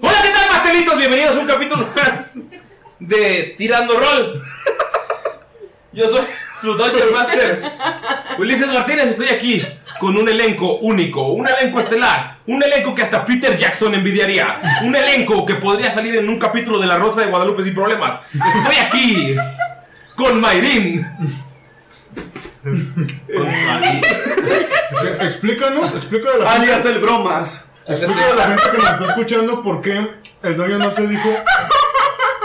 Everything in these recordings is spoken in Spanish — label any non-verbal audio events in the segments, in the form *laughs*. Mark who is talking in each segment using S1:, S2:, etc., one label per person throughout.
S1: Hola, ¿qué tal, pastelitos? Bienvenidos a un capítulo más de Tirando Rol. Yo soy su Dungeon Master, Ulises Martínez. Estoy aquí con un elenco único, un elenco estelar, un elenco que hasta Peter Jackson envidiaría, un elenco que podría salir en un capítulo de La Rosa de Guadalupe sin problemas. Estoy aquí con Mayrin.
S2: Explícanos, explícale a la gente.
S1: Alias Ah, el bromas.
S2: Explícale a la gente que nos está escuchando por qué el dueño no se dijo.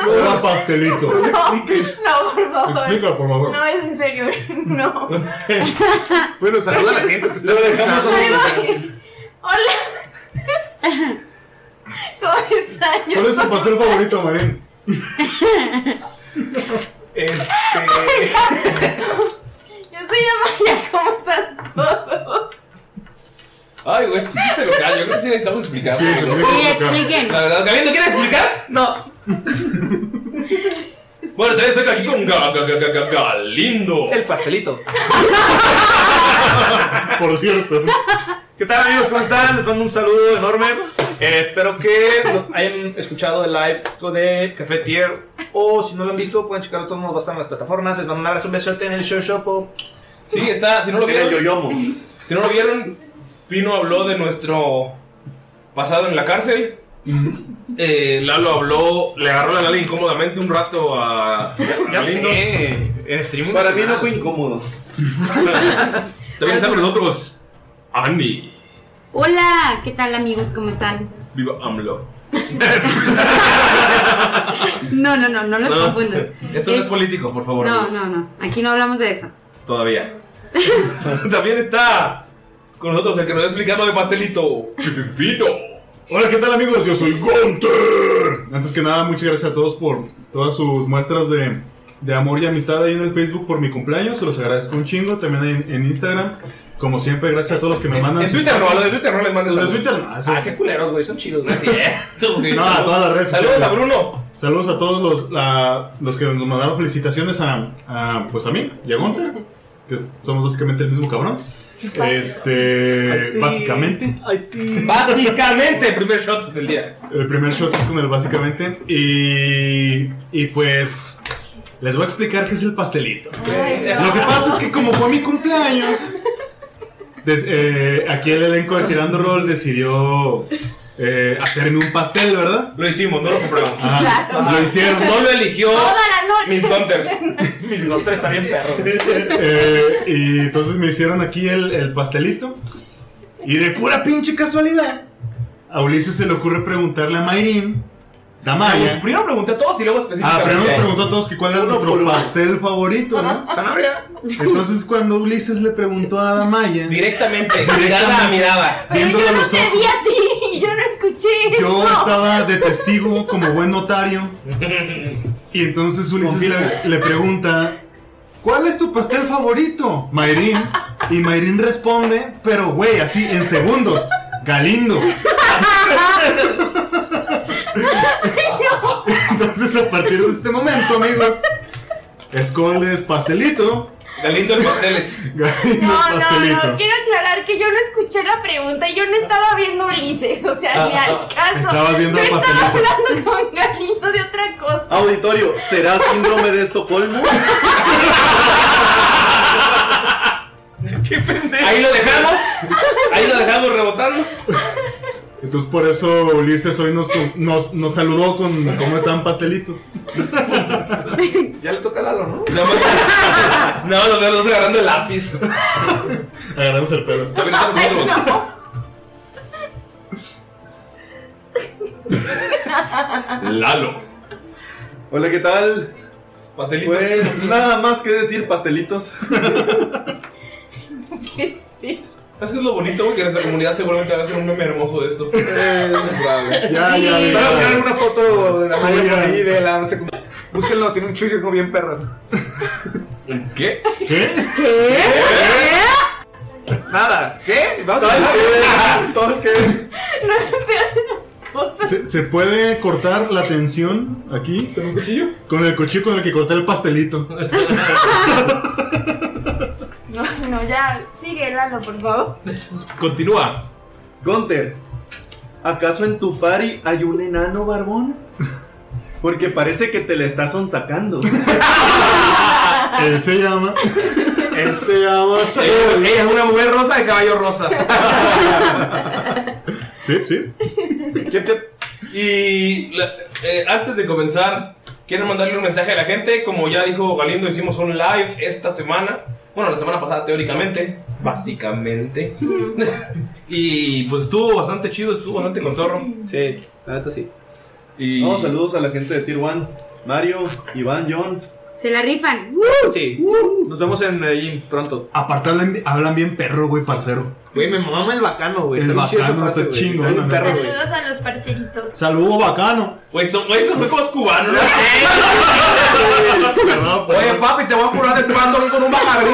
S2: Hola pastelitos.
S3: No, por favor.
S2: Explica, por favor.
S3: No, es en serio. *laughs* No.
S1: Bueno, saluda a la gente, te dejamos
S3: Ahí voy. Hola. ¿Cómo están? Yo
S2: ¿Cuál es tu
S3: soy-
S2: pastel favorito, Marín?
S3: Yo soy Amaya, ¿cómo están todos?
S1: Ay, güey, es un chiste local. Yo creo que sí necesitamos explicar.
S2: Sí,
S4: Sí,
S2: explica.
S4: expliquen.
S1: La verdad, Gabriel, ¿no quieres explicar? No. Bueno, también estoy aquí con Ga- Ga- Ga- Ga- Ga- Galindo.
S5: El pastelito.
S2: *laughs* Por cierto.
S5: ¿Qué tal amigos? ¿Cómo están? Les mando un saludo enorme. Eh, espero que lo hayan escuchado el live de Café Tier. O si no lo han visto, pueden checarlo todo nos va a estar en las plataformas. Les mando un abrazo, un besote en el show shop.
S1: Sí, está. Si no lo vieron, Si no lo vieron, Pino habló de nuestro pasado en la cárcel. Eh, Lalo habló, le agarró la nalga incómodamente un rato a.
S5: Ya
S1: a Galindo.
S5: sé. En streaming. nacional.
S6: incómodo.
S1: También está con nosotros Ani.
S4: Hola, ¿qué tal amigos? ¿Cómo están?
S1: Viva AMLO.
S4: No, no, no, no los confundan.
S1: Esto no es
S4: Eh,
S1: político, *laughs* por favor.
S4: No,
S1: amigos.
S4: no, no. Aquí no hablamos de eso.
S1: Todavía. *laughs* También está con nosotros el que nos va a explicar lo de pastelito. *laughs* Pino.
S2: Hola, ¿qué tal, amigos? Yo soy Gunter. Antes que nada, muchas gracias a todos por todas sus muestras de, de amor y amistad ahí en el Facebook por mi cumpleaños. Se los agradezco un chingo. También ahí en, en Instagram. Como siempre, gracias a todos los que me mandan.
S1: En
S2: sus-
S1: Twitter no, a los de Twitter no les mandes
S2: Los de
S1: saludos.
S2: Twitter no, eso
S5: Ah,
S2: es-
S5: qué culeros, güey. Son chidos, güey.
S1: Así es.
S2: No, a todas las redes
S1: Saludos a
S2: sociales.
S1: Bruno.
S2: Saludos a todos los, la- los que nos mandaron felicitaciones a, a, pues a mí y a Gunter, que somos básicamente el mismo cabrón. Este. Básicamente.
S1: Básicamente, primer shot del día.
S2: El primer shot es con el básicamente. Y. Y pues. Les voy a explicar qué es el pastelito. Lo que pasa es que como fue mi cumpleaños, des- eh, aquí el elenco de Tirando Roll decidió eh, hacerme un pastel, ¿verdad? Ah,
S1: Lo hicimos, no lo compramos.
S3: Claro.
S2: Lo hicieron.
S1: No lo eligió.
S3: Toda la noche.
S1: Miss Gunter.
S5: Mis Gunter está bien perro.
S2: *laughs* Eh, y entonces me hicieron aquí el, el pastelito. Y de pura pinche casualidad, a Ulises se le ocurre preguntarle a Mayrin, Damaya.
S1: Primero pregunté a todos y luego
S2: Ah,
S1: específicamente.
S2: primero nos preguntó a todos que cuál era nuestro pastel favorito, ¿no?
S5: Zanahoria.
S2: Entonces cuando Ulises le preguntó a Damaya, *laughs*
S1: Directamente, mirada a
S2: Directamente.
S1: mirada.
S3: Pero
S2: viéndole
S3: yo
S2: a
S3: no
S2: los
S3: te vi
S2: ojos.
S3: a ti. *laughs* Yo no escuché
S2: Yo
S3: eso.
S2: estaba de testigo como buen notario. Y entonces Ulises le, le pregunta: ¿Cuál es tu pastel favorito, Mayrin? Y Mayrin responde: Pero güey, así en segundos, Galindo. *laughs* Entonces, a partir de este momento, amigos, escondes pastelito,
S1: Galindo en pasteles.
S2: Galindo
S3: No,
S2: pastelito.
S3: no, no, quiero aclarar que yo no escuché la pregunta y yo no estaba viendo a Ulises, o sea, ni al caso.
S2: Estabas viendo
S3: yo
S2: el
S3: estaba
S2: pastelito.
S3: hablando con Galindo de otra cosa.
S7: Auditorio, ¿será síndrome de Estocolmo?
S5: Qué pendejo.
S1: Ahí lo dejamos. Ahí lo dejamos rebotando.
S2: Entonces, por eso Ulises hoy nos, nos, nos saludó con cómo están pastelitos.
S5: *laughs* Ya le toca a Lalo, ¿no?
S1: Nada más- No, los veo los dos agarrando el lápiz.
S2: Agarramos el pelo.
S1: A ver, nosotros. Lalo.
S7: Hola, ¿qué tal?
S1: Pastelitos.
S7: Pues nada más que decir, pastelitos.
S1: ¿Sabes qué es lo bonito, güey? Que nuestra comunidad seguramente va a hacer un meme hermoso de esto.
S2: *laughs* Ya, ya,
S5: Van a sacar alguna foto de la madre
S2: Sí,
S5: por ahí,
S2: ya.
S5: de la no sé cómo. Búsquenlo, tiene un churro como bien perras.
S1: ¿Qué?
S2: ¿Qué?
S5: Nada. ¿Qué? Vamos a
S7: Stalker, stalker.
S2: ¿Se, se puede cortar la tensión aquí?
S5: ¿Con un cuchillo?
S2: Con el cuchillo con el que corté el pastelito.
S3: No, no, ya, sigue, Lalo, por favor.
S1: Continúa.
S7: Gunter, ¿acaso en tu party hay un enano barbón? Porque parece que te le estás sonsacando.
S2: Él se llama.
S5: Él se llama.
S1: Eh, Ella ella es una mujer rosa de caballo rosa.
S2: Sí, sí.
S5: Chep, chep.
S1: Y la- eh, antes de comenzar, quiero mandarle un mensaje a la gente. Como ya dijo Galindo, hicimos un live esta semana. Bueno, la semana pasada, teóricamente, básicamente. *laughs* y pues estuvo bastante chido, estuvo bastante contorro.
S7: Sí, la neta sí.
S1: Y
S7: No, saludos a la gente de Tier 1. Mario, Iván, John.
S4: Se la
S1: *laughs*
S4: rifan.
S5: Sí. Nos vemos en Medellín pronto.
S2: Aparte hablan, bi- hablan bien perro, güey, parcero.
S5: Güey, me mama el bacano, güey.
S2: El
S5: Está bien chida esa
S2: bacano,
S5: frase,
S2: está
S5: güey.
S2: chingón,
S5: Está bien
S2: ¿no?
S5: perro, güey.
S3: Saludos a los parceritos.
S2: Saludo bacano.
S1: Güey, eso, güey, eso fue como es cubano, ¿no?
S2: *laughs* Perdón,
S1: Oye,
S2: perdón.
S1: papi, te voy a curar de espanto con
S2: *laughs*
S1: un bacardí.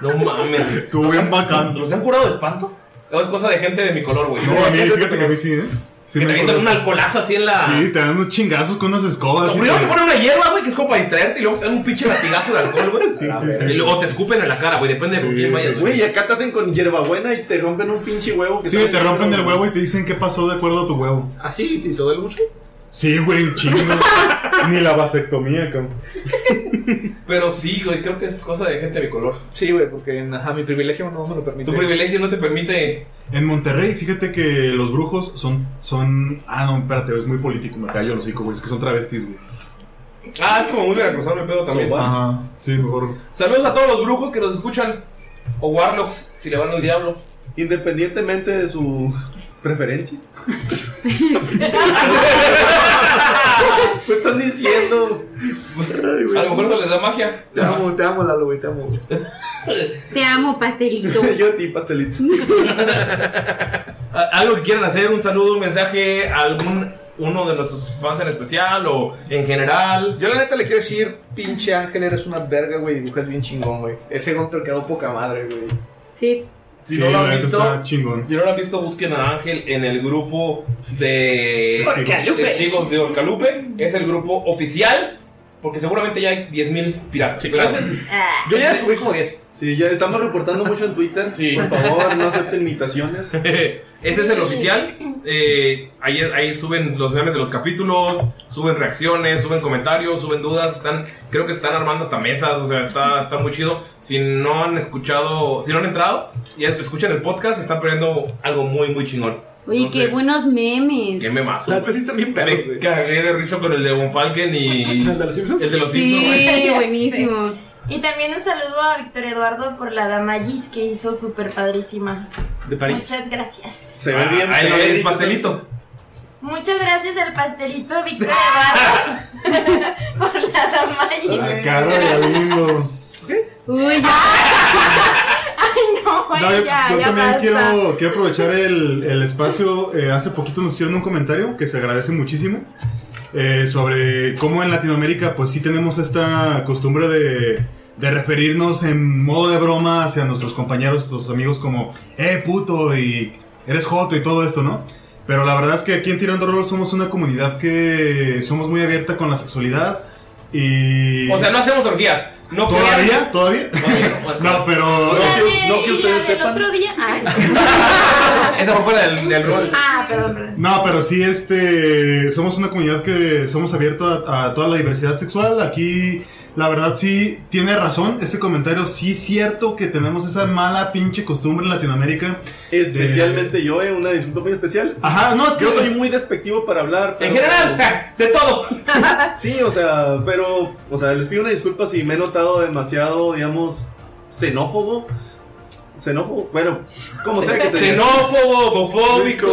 S1: no mames.
S2: Tú bien bacano.
S1: ¿Los han curado de espanto? No, es cosa de gente de mi color, güey.
S2: No, a mí, fíjate que a mí sí, ¿eh? Sí,
S1: que te
S2: me
S1: avientan un
S2: acuerdo.
S1: alcoholazo así en la.
S2: Sí, te dan unos chingazos con unas escobas. y
S1: Primero
S2: te-
S1: te ponen una hierba, güey, que es como para distraerte y luego te dan un pinche latigazo de alcohol, güey.
S2: *laughs* Sí, sí, sí.
S1: Y luego te escupen en la cara, güey, depende de por
S2: Sí,
S1: quién vayas.
S2: sí,
S7: Güey, y acá te hacen con hierbabuena y te rompen un pinche huevo. Que
S2: Sí,
S7: sabe
S2: te rompen
S7: negro,
S2: el huevo y te dicen qué pasó de acuerdo a tu huevo.
S5: ¿Ah, sí? ¿Te hizo el buche?
S2: Sí, güey, un chingo. Ni la vasectomía, cabrón.
S1: Pero sí, güey, creo que es cosa de gente de mi color.
S5: Sí, güey, porque ajá, mi privilegio no me lo permite.
S1: Tu privilegio no te permite.
S2: En Monterrey, fíjate que los brujos son. son ah, no, espérate, es muy político, me callo los hijos, güey. Es que son travestis, güey.
S1: Ah, es como muy veracruzano el pedo también.
S7: Soba.
S2: Ajá, sí, mejor.
S1: Saludos a todos los brujos que nos escuchan. O Warlocks, si le van al diablo.
S7: Independientemente de su
S1: *laughs*
S7: preferencia. ¿Qué
S2: Pues
S7: están diciendo? Ay,
S1: A lo
S7: güey.
S1: mejor no les da magia.
S5: Te amo, te amo, Lalo, güey, te amo.
S4: Te amo,
S1: *laughs*
S4: pastelito.
S7: *laughs* Yo a ti, pastelito.
S1: A- Algo que quieran hacer, un saludo, un mensaje, a algún uno de nuestros fans en especial o en general.
S5: Yo la neta le quiero decir, pinche Ángel, eres una verga, güey, dibujas bien chingón, güey. Ese Gunter quedó poca madre, güey.
S4: Sí.
S1: Si
S2: Sí,
S1: no lo
S2: la
S1: han
S2: neta
S1: visto,
S2: está chingón.
S1: si no lo han visto, busquen a Ángel en el grupo de testigos de Orcalupe. Es el grupo oficial, porque seguramente ya hay 10.000 piratas. Pero es el-
S4: Ah.
S5: Yo ya descubrí como 10.
S7: Sí, ya estamos reportando mucho en Twitter. Por favor, no acepten
S1: *laughs*
S7: imitaciones.
S1: Ese es el oficial. Eh, ahí, ahí suben los memes de los capítulos, suben reacciones, suben comentarios, suben dudas. Están, creo que están armando hasta mesas. O sea, está, está muy chido. Si no han escuchado, si no han entrado y es- escuchan el podcast, están perdiendo algo muy, muy chingón.
S4: Oye, qué
S1: Entonces,
S4: buenos memes.
S1: Qué memazo. Me cagué de risa con el de Von Falken y. ¿El de los Simpsons? El de los Simpsons.
S3: *laughs*
S1: güey.
S4: Sí, buenísimo.
S3: Y también un saludo a Víctor Eduardo por la dama Gis que hizo súper padrísima.
S1: De
S3: Muchas gracias.
S7: Se ve bien.
S1: Ah, Ahí lo
S7: feliz,
S1: ves, pastelito.
S3: Muchas gracias al pastelito Víctor Eduardo *laughs* por la dama
S2: Ah,
S3: Gis.
S2: Cara de bingo.
S4: Uy, ya.
S3: *laughs* Ay, no,
S2: No, yo,
S3: ya,
S2: yo
S3: ya
S2: también
S3: basta.
S2: quiero, quiero aprovechar el, el espacio. Eh, hace poquito nos hicieron un comentario que se agradece muchísimo eh, sobre cómo en Latinoamérica, pues sí tenemos esta costumbre de, de referirnos en modo de broma hacia nuestros compañeros, nuestros amigos, como, eh, puto, y eres joto y todo esto, ¿no? Pero la verdad es que aquí en Tirando Rol somos una comunidad que somos muy abierta con la sexualidad y.
S1: O sea, no hacemos orgías. No
S2: ¿Todavía? ¿Todavía? *laughs* No, pero.
S4: Ay, la del otro día. Ay.
S1: Esa fue fuera del, del rol.
S4: Ah, perdón, perdón.
S2: No, pero sí, este, somos una comunidad que somos abiertos a, a toda la diversidad sexual. Aquí, la verdad, sí, tiene razón ese comentario. Sí, es cierto que tenemos esa mala pinche costumbre en Latinoamérica.
S7: Especialmente yo, eh, una disculpa muy especial.
S2: Ajá, no, es que
S7: yo
S2: es-
S7: soy muy despectivo para hablar.
S1: En general, eh, de todo.
S7: *laughs* sí, o sea, pero, o sea, les pido una disculpa si me he notado demasiado, digamos, xenófobo. Xenófobo, bueno, como sea que sea.
S1: Xenófobo, homofóbico.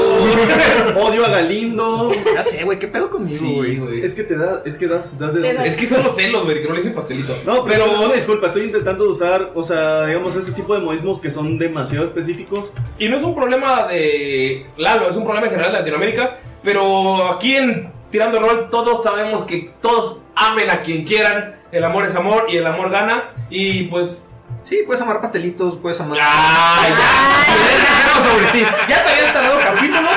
S7: *laughs* Odio a Galindo.
S5: Ya sé, güey, ¿qué pedo conmigo,
S7: güey? es que te da, es que das, das de
S1: Te
S7: dónde.
S1: da- Es que son los celos, güey, que no le dicen pastelito.
S7: No, pero, una disculpa, estoy intentando usar, o sea, digamos, ese tipo de modismos que son demasiado específicos.
S1: Y no es un problema de Lalo, es un problema en general de Latinoamérica. Pero aquí en Tirando Rol todos sabemos que todos amen a quien quieran. El amor es amor y el amor gana. Y pues...
S5: Sí, puedes amar pastelitos, puedes amar...
S1: ¡Ah, ya! Ya te habías tardado capítulos.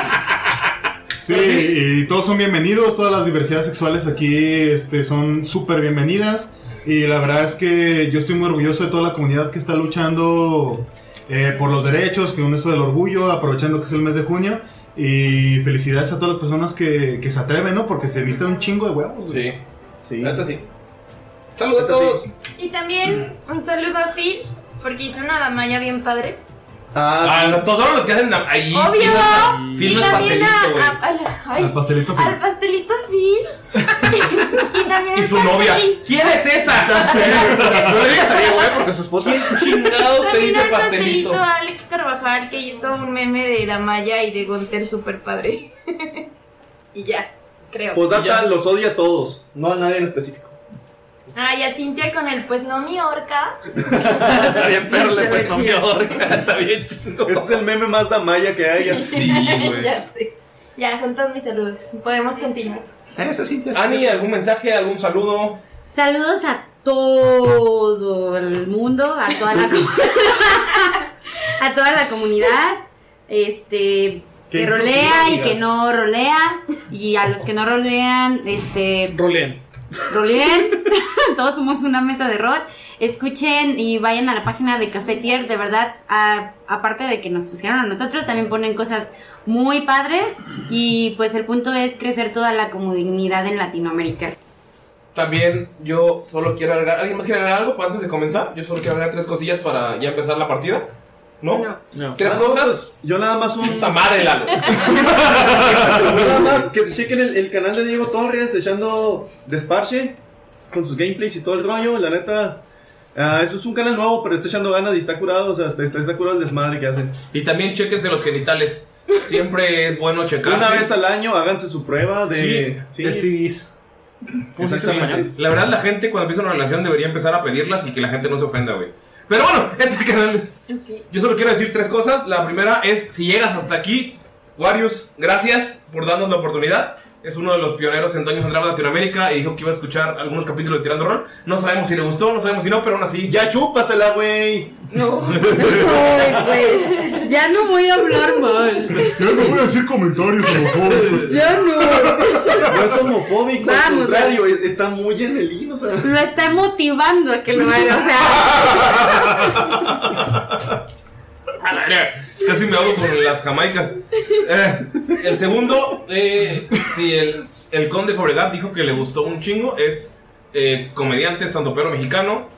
S2: Sí, y todos son bienvenidos, todas las diversidades sexuales aquí este, son súper bienvenidas. Y la verdad es que yo estoy muy orgulloso de toda la comunidad que está luchando eh, por los derechos, con esto del orgullo, aprovechando que es el mes de junio. Y felicidades a todas las personas que, que se atreven, ¿no? Porque se visten un chingo de huevos.
S1: Sí,
S7: sí.
S1: sí.
S5: Saludos a todos.
S3: Y también un saludo a Phil porque hizo una damaya bien padre.
S1: Ah, o sea, todos son los que hacen ahí.
S3: Obvio.
S1: firman-
S3: Y
S1: Firman
S3: también a-
S1: pastelito, güey.
S3: a- a la- ay,
S1: Al pastelito Phil.
S3: Al pastelito
S1: *laughs*
S3: Phil. y también
S1: Y
S3: al
S1: su novia.
S3: pastelito.
S1: ¿Quién es esa? *laughs* *laughs* No le digas a mi güey, porque su esposa. ¿Quién *laughs* chingados te
S3: También
S1: dice
S3: al
S1: pastelito?
S3: pastelito Alex Carvajal que hizo un meme de Damaya y de Gonter super padre. *laughs* y ya, creo.
S1: Pues
S7: Postdata los odia a todos, no a nadie en específico.
S3: Ah, y a Cintia con el pues no mi orca.
S1: Está bien, pero le pues no me ahorca. *laughs* Está bien chingo.
S7: Ese es el meme más damaya que
S3: *laughs*
S7: hay.
S3: ya sé. Ya, son todos mis saludos. Podemos continuar.
S1: Eso sí te Ani, ¿algún mensaje, algún saludo?
S4: Saludos a todo el mundo, a
S1: *laughs*
S4: toda la *laughs* com- a toda la comunidad, este
S5: Qué
S4: que rolea y
S5: inclusividad.
S4: que no rolea y a los que no rolean, este
S5: Rolean.
S4: roleen, *laughs* todos somos una mesa de rol. Escuchen y vayan a la página de Cafetier, de verdad, a- aparte de que nos pusieron a nosotros, también ponen cosas muy padres y pues el punto es crecer toda la comunidad en Latinoamérica.
S1: También yo solo quiero agregar. ¿Alguien más quiere agregar algo para antes de comenzar? Yo solo quiero agregar tres cosillas para ya empezar la partida. ¿No? ¿Tres
S7: Ah,
S1: cosas?
S7: Yo nada más un.
S1: Puta madre, Lalo.
S7: Pues Nada más que se chequen el, el canal de Diego Torres echando desparche con sus gameplays y todo el rollo. La neta, ah, eso es un canal nuevo, pero está echando ganas y está curado. O sea, está, está- está curado el desmadre que hacen.
S1: Y también chequense los genitales. Siempre es bueno checar.
S7: Una vez al año háganse su prueba de
S1: Sí, STDs.
S7: ¿Cómo se dice en español?
S1: La verdad, la gente cuando empieza una relación debería empezar a pedirlas y que la gente no se ofenda, güey. Pero bueno, este canal es- Yo solo quiero decir tres cosas. La primera es, si llegas hasta aquí, Warius, gracias por darnos la oportunidad. Es uno de los pioneros en Dungeons and Dragons Latinoamérica y dijo que iba a escuchar algunos capítulos de Tirando Rol. No sabemos si le gustó, no *laughs* sabemos si no, pero aún así...
S7: ¡Ya chúpasela, güey!
S4: No.
S3: Ay, güey.
S4: Ya no voy a hablar mal.
S2: Ya no voy a decir comentarios homofóbicos.
S4: Ya no.
S7: No es homofóbico, al
S4: Vamos,
S7: contrario, es- está muy en el hilo, o sea.
S4: Lo está motivando a que lo haga. O sea,
S1: A la verga, Casi me hago por las jamaicas. Eh, el segundo, eh, si el, el conde Fabregat dijo que le gustó un chingo, es eh, comediante, estando pero mexicano.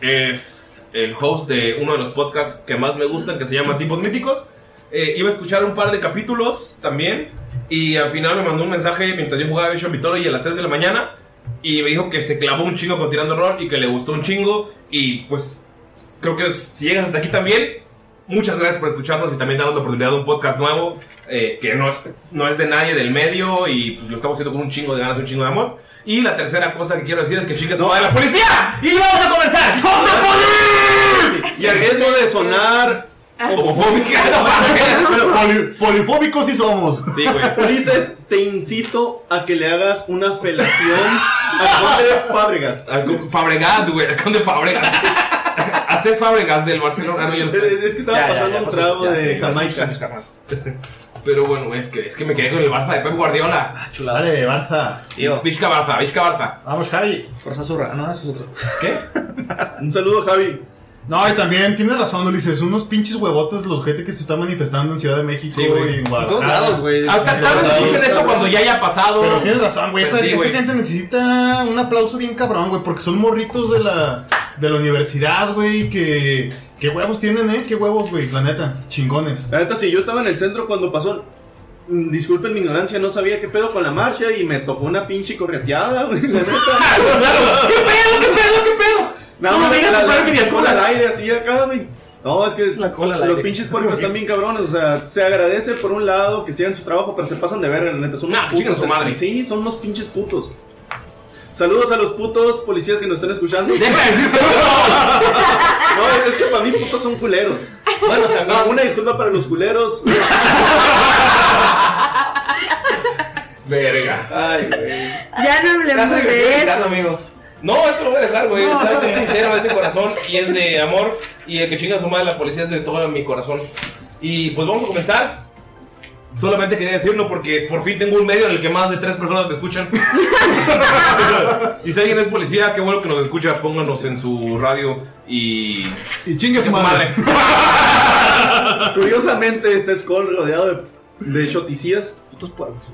S1: Es el host de uno de los podcasts que más me gustan, que se llama Tipos Míticos. Eh, iba a escuchar un par de capítulos también. Y al final me mandó un mensaje mientras yo jugaba Bishop Mythology a las 3 de la mañana. Y me dijo que se clavó un chingo con Tirando Rol y que le gustó un chingo. Y pues creo que si llegas hasta aquí también, Muchas gracias por escucharnos y también darnos la oportunidad de un podcast nuevo eh, que no es, no es de nadie del medio y pues, lo estamos haciendo con un chingo de ganas y un chingo de amor. Y la tercera cosa que quiero decir es que chicas no. de la policía y vamos a comenzar con la policía.
S7: Y a riesgo de sonar
S1: *laughs*
S2: *laughs*
S1: homofóbica,
S7: Pero
S2: poli- polifóbicos sí somos.
S1: Sí, güey.
S7: Ulises, te incito a que le hagas una felación a Conde Fábregas.
S1: Al con- Fabregat, güey, al
S7: *laughs*
S1: conde Fabregat. Haces Fabregas del Barcelona. Ah, no, ya no
S7: Es
S1: está.
S7: es que estaba
S8: Ya, ya,
S7: pasando
S8: ya,
S7: un
S8: José,
S7: trago
S8: ya,
S7: de
S8: sí, hace
S7: Jamaica.
S8: muchos años, carnal.
S1: *laughs* Pero bueno, es que, es que me quedé con el Barça de Pep Guardiola.
S5: Dale, Barza.
S8: Ah, Tío,
S1: Vizca Barça, Vizca Barça.
S5: Vamos, Javi.
S8: Forza Zurra. Ah, no, eso es otro.
S1: *laughs* ¿Qué?
S7: Un saludo, Javi.
S5: No,
S2: Ay, también tienes razón, Ulises. Unos pinches huevotes, los gente que se están manifestando en Ciudad de México
S1: Sí, güey.
S2: y en
S8: A todos
S2: Guadalajara.
S8: lados, güey.
S1: Ah, Tal tal vez escuchen esto cuando ya haya pasado.
S2: Pero tienes razón, güey.
S1: Pues
S2: Esa,
S1: sí,
S2: esa
S1: güey.
S2: gente necesita un aplauso bien cabrón, güey. Porque son morritos de la, de la universidad, güey. Que, que huevos tienen, ¿eh? Qué huevos, güey. La neta, chingones.
S7: La neta, si yo estaba en el centro cuando pasó. mm, Disculpen mi ignorancia, no sabía qué pedo con la marcha y me tocó una pinche correteada, güey. La
S1: *laughs*
S7: neta.
S1: ¿Qué pedo, qué pedo, qué pedo?
S7: No,
S1: No, me
S7: no,
S1: vengas a
S7: la-
S1: comprar
S7: la-
S1: miniaturas.
S7: cola al aire así acá, güey. No, es que
S8: La cola al
S7: los
S8: aire.
S1: *laughs*
S7: pinches puercos están bien cabrones. O sea, se agradece por un lado que sigan su trabajo, pero se pasan de verga, la neta. Son
S1: Nah,
S7: unos
S1: chingan
S7: putos.
S1: su madre.
S7: Sí, son unos pinches putos. Saludos a los putos policías que nos están escuchando. No,
S1: Deja de decir puto.
S7: es que para mí putos son culeros.
S1: Bueno,
S7: No,
S1: también.
S7: una disculpa para los culeros.
S1: Verga.
S8: Ay, güey. *laughs*
S4: ya no hablemos de eso.
S8: amigo.
S1: No, esto lo voy a dejar, güey. Es es sincero, es de este corazón y es de amor. Y el que chinga a su madre la policía es de todo mi corazón. Y pues vamos a comenzar. Solamente quería decirlo porque por fin tengo un medio en el que más de tres personas me escuchan. *laughs* y si alguien es policía, qué bueno que nos escucha. Pónganos en su radio y.
S2: Y chingue su
S1: su
S2: madre.
S1: madre.
S7: Curiosamente, este Skull rodeado de, de shoticías.
S8: Putos puercos.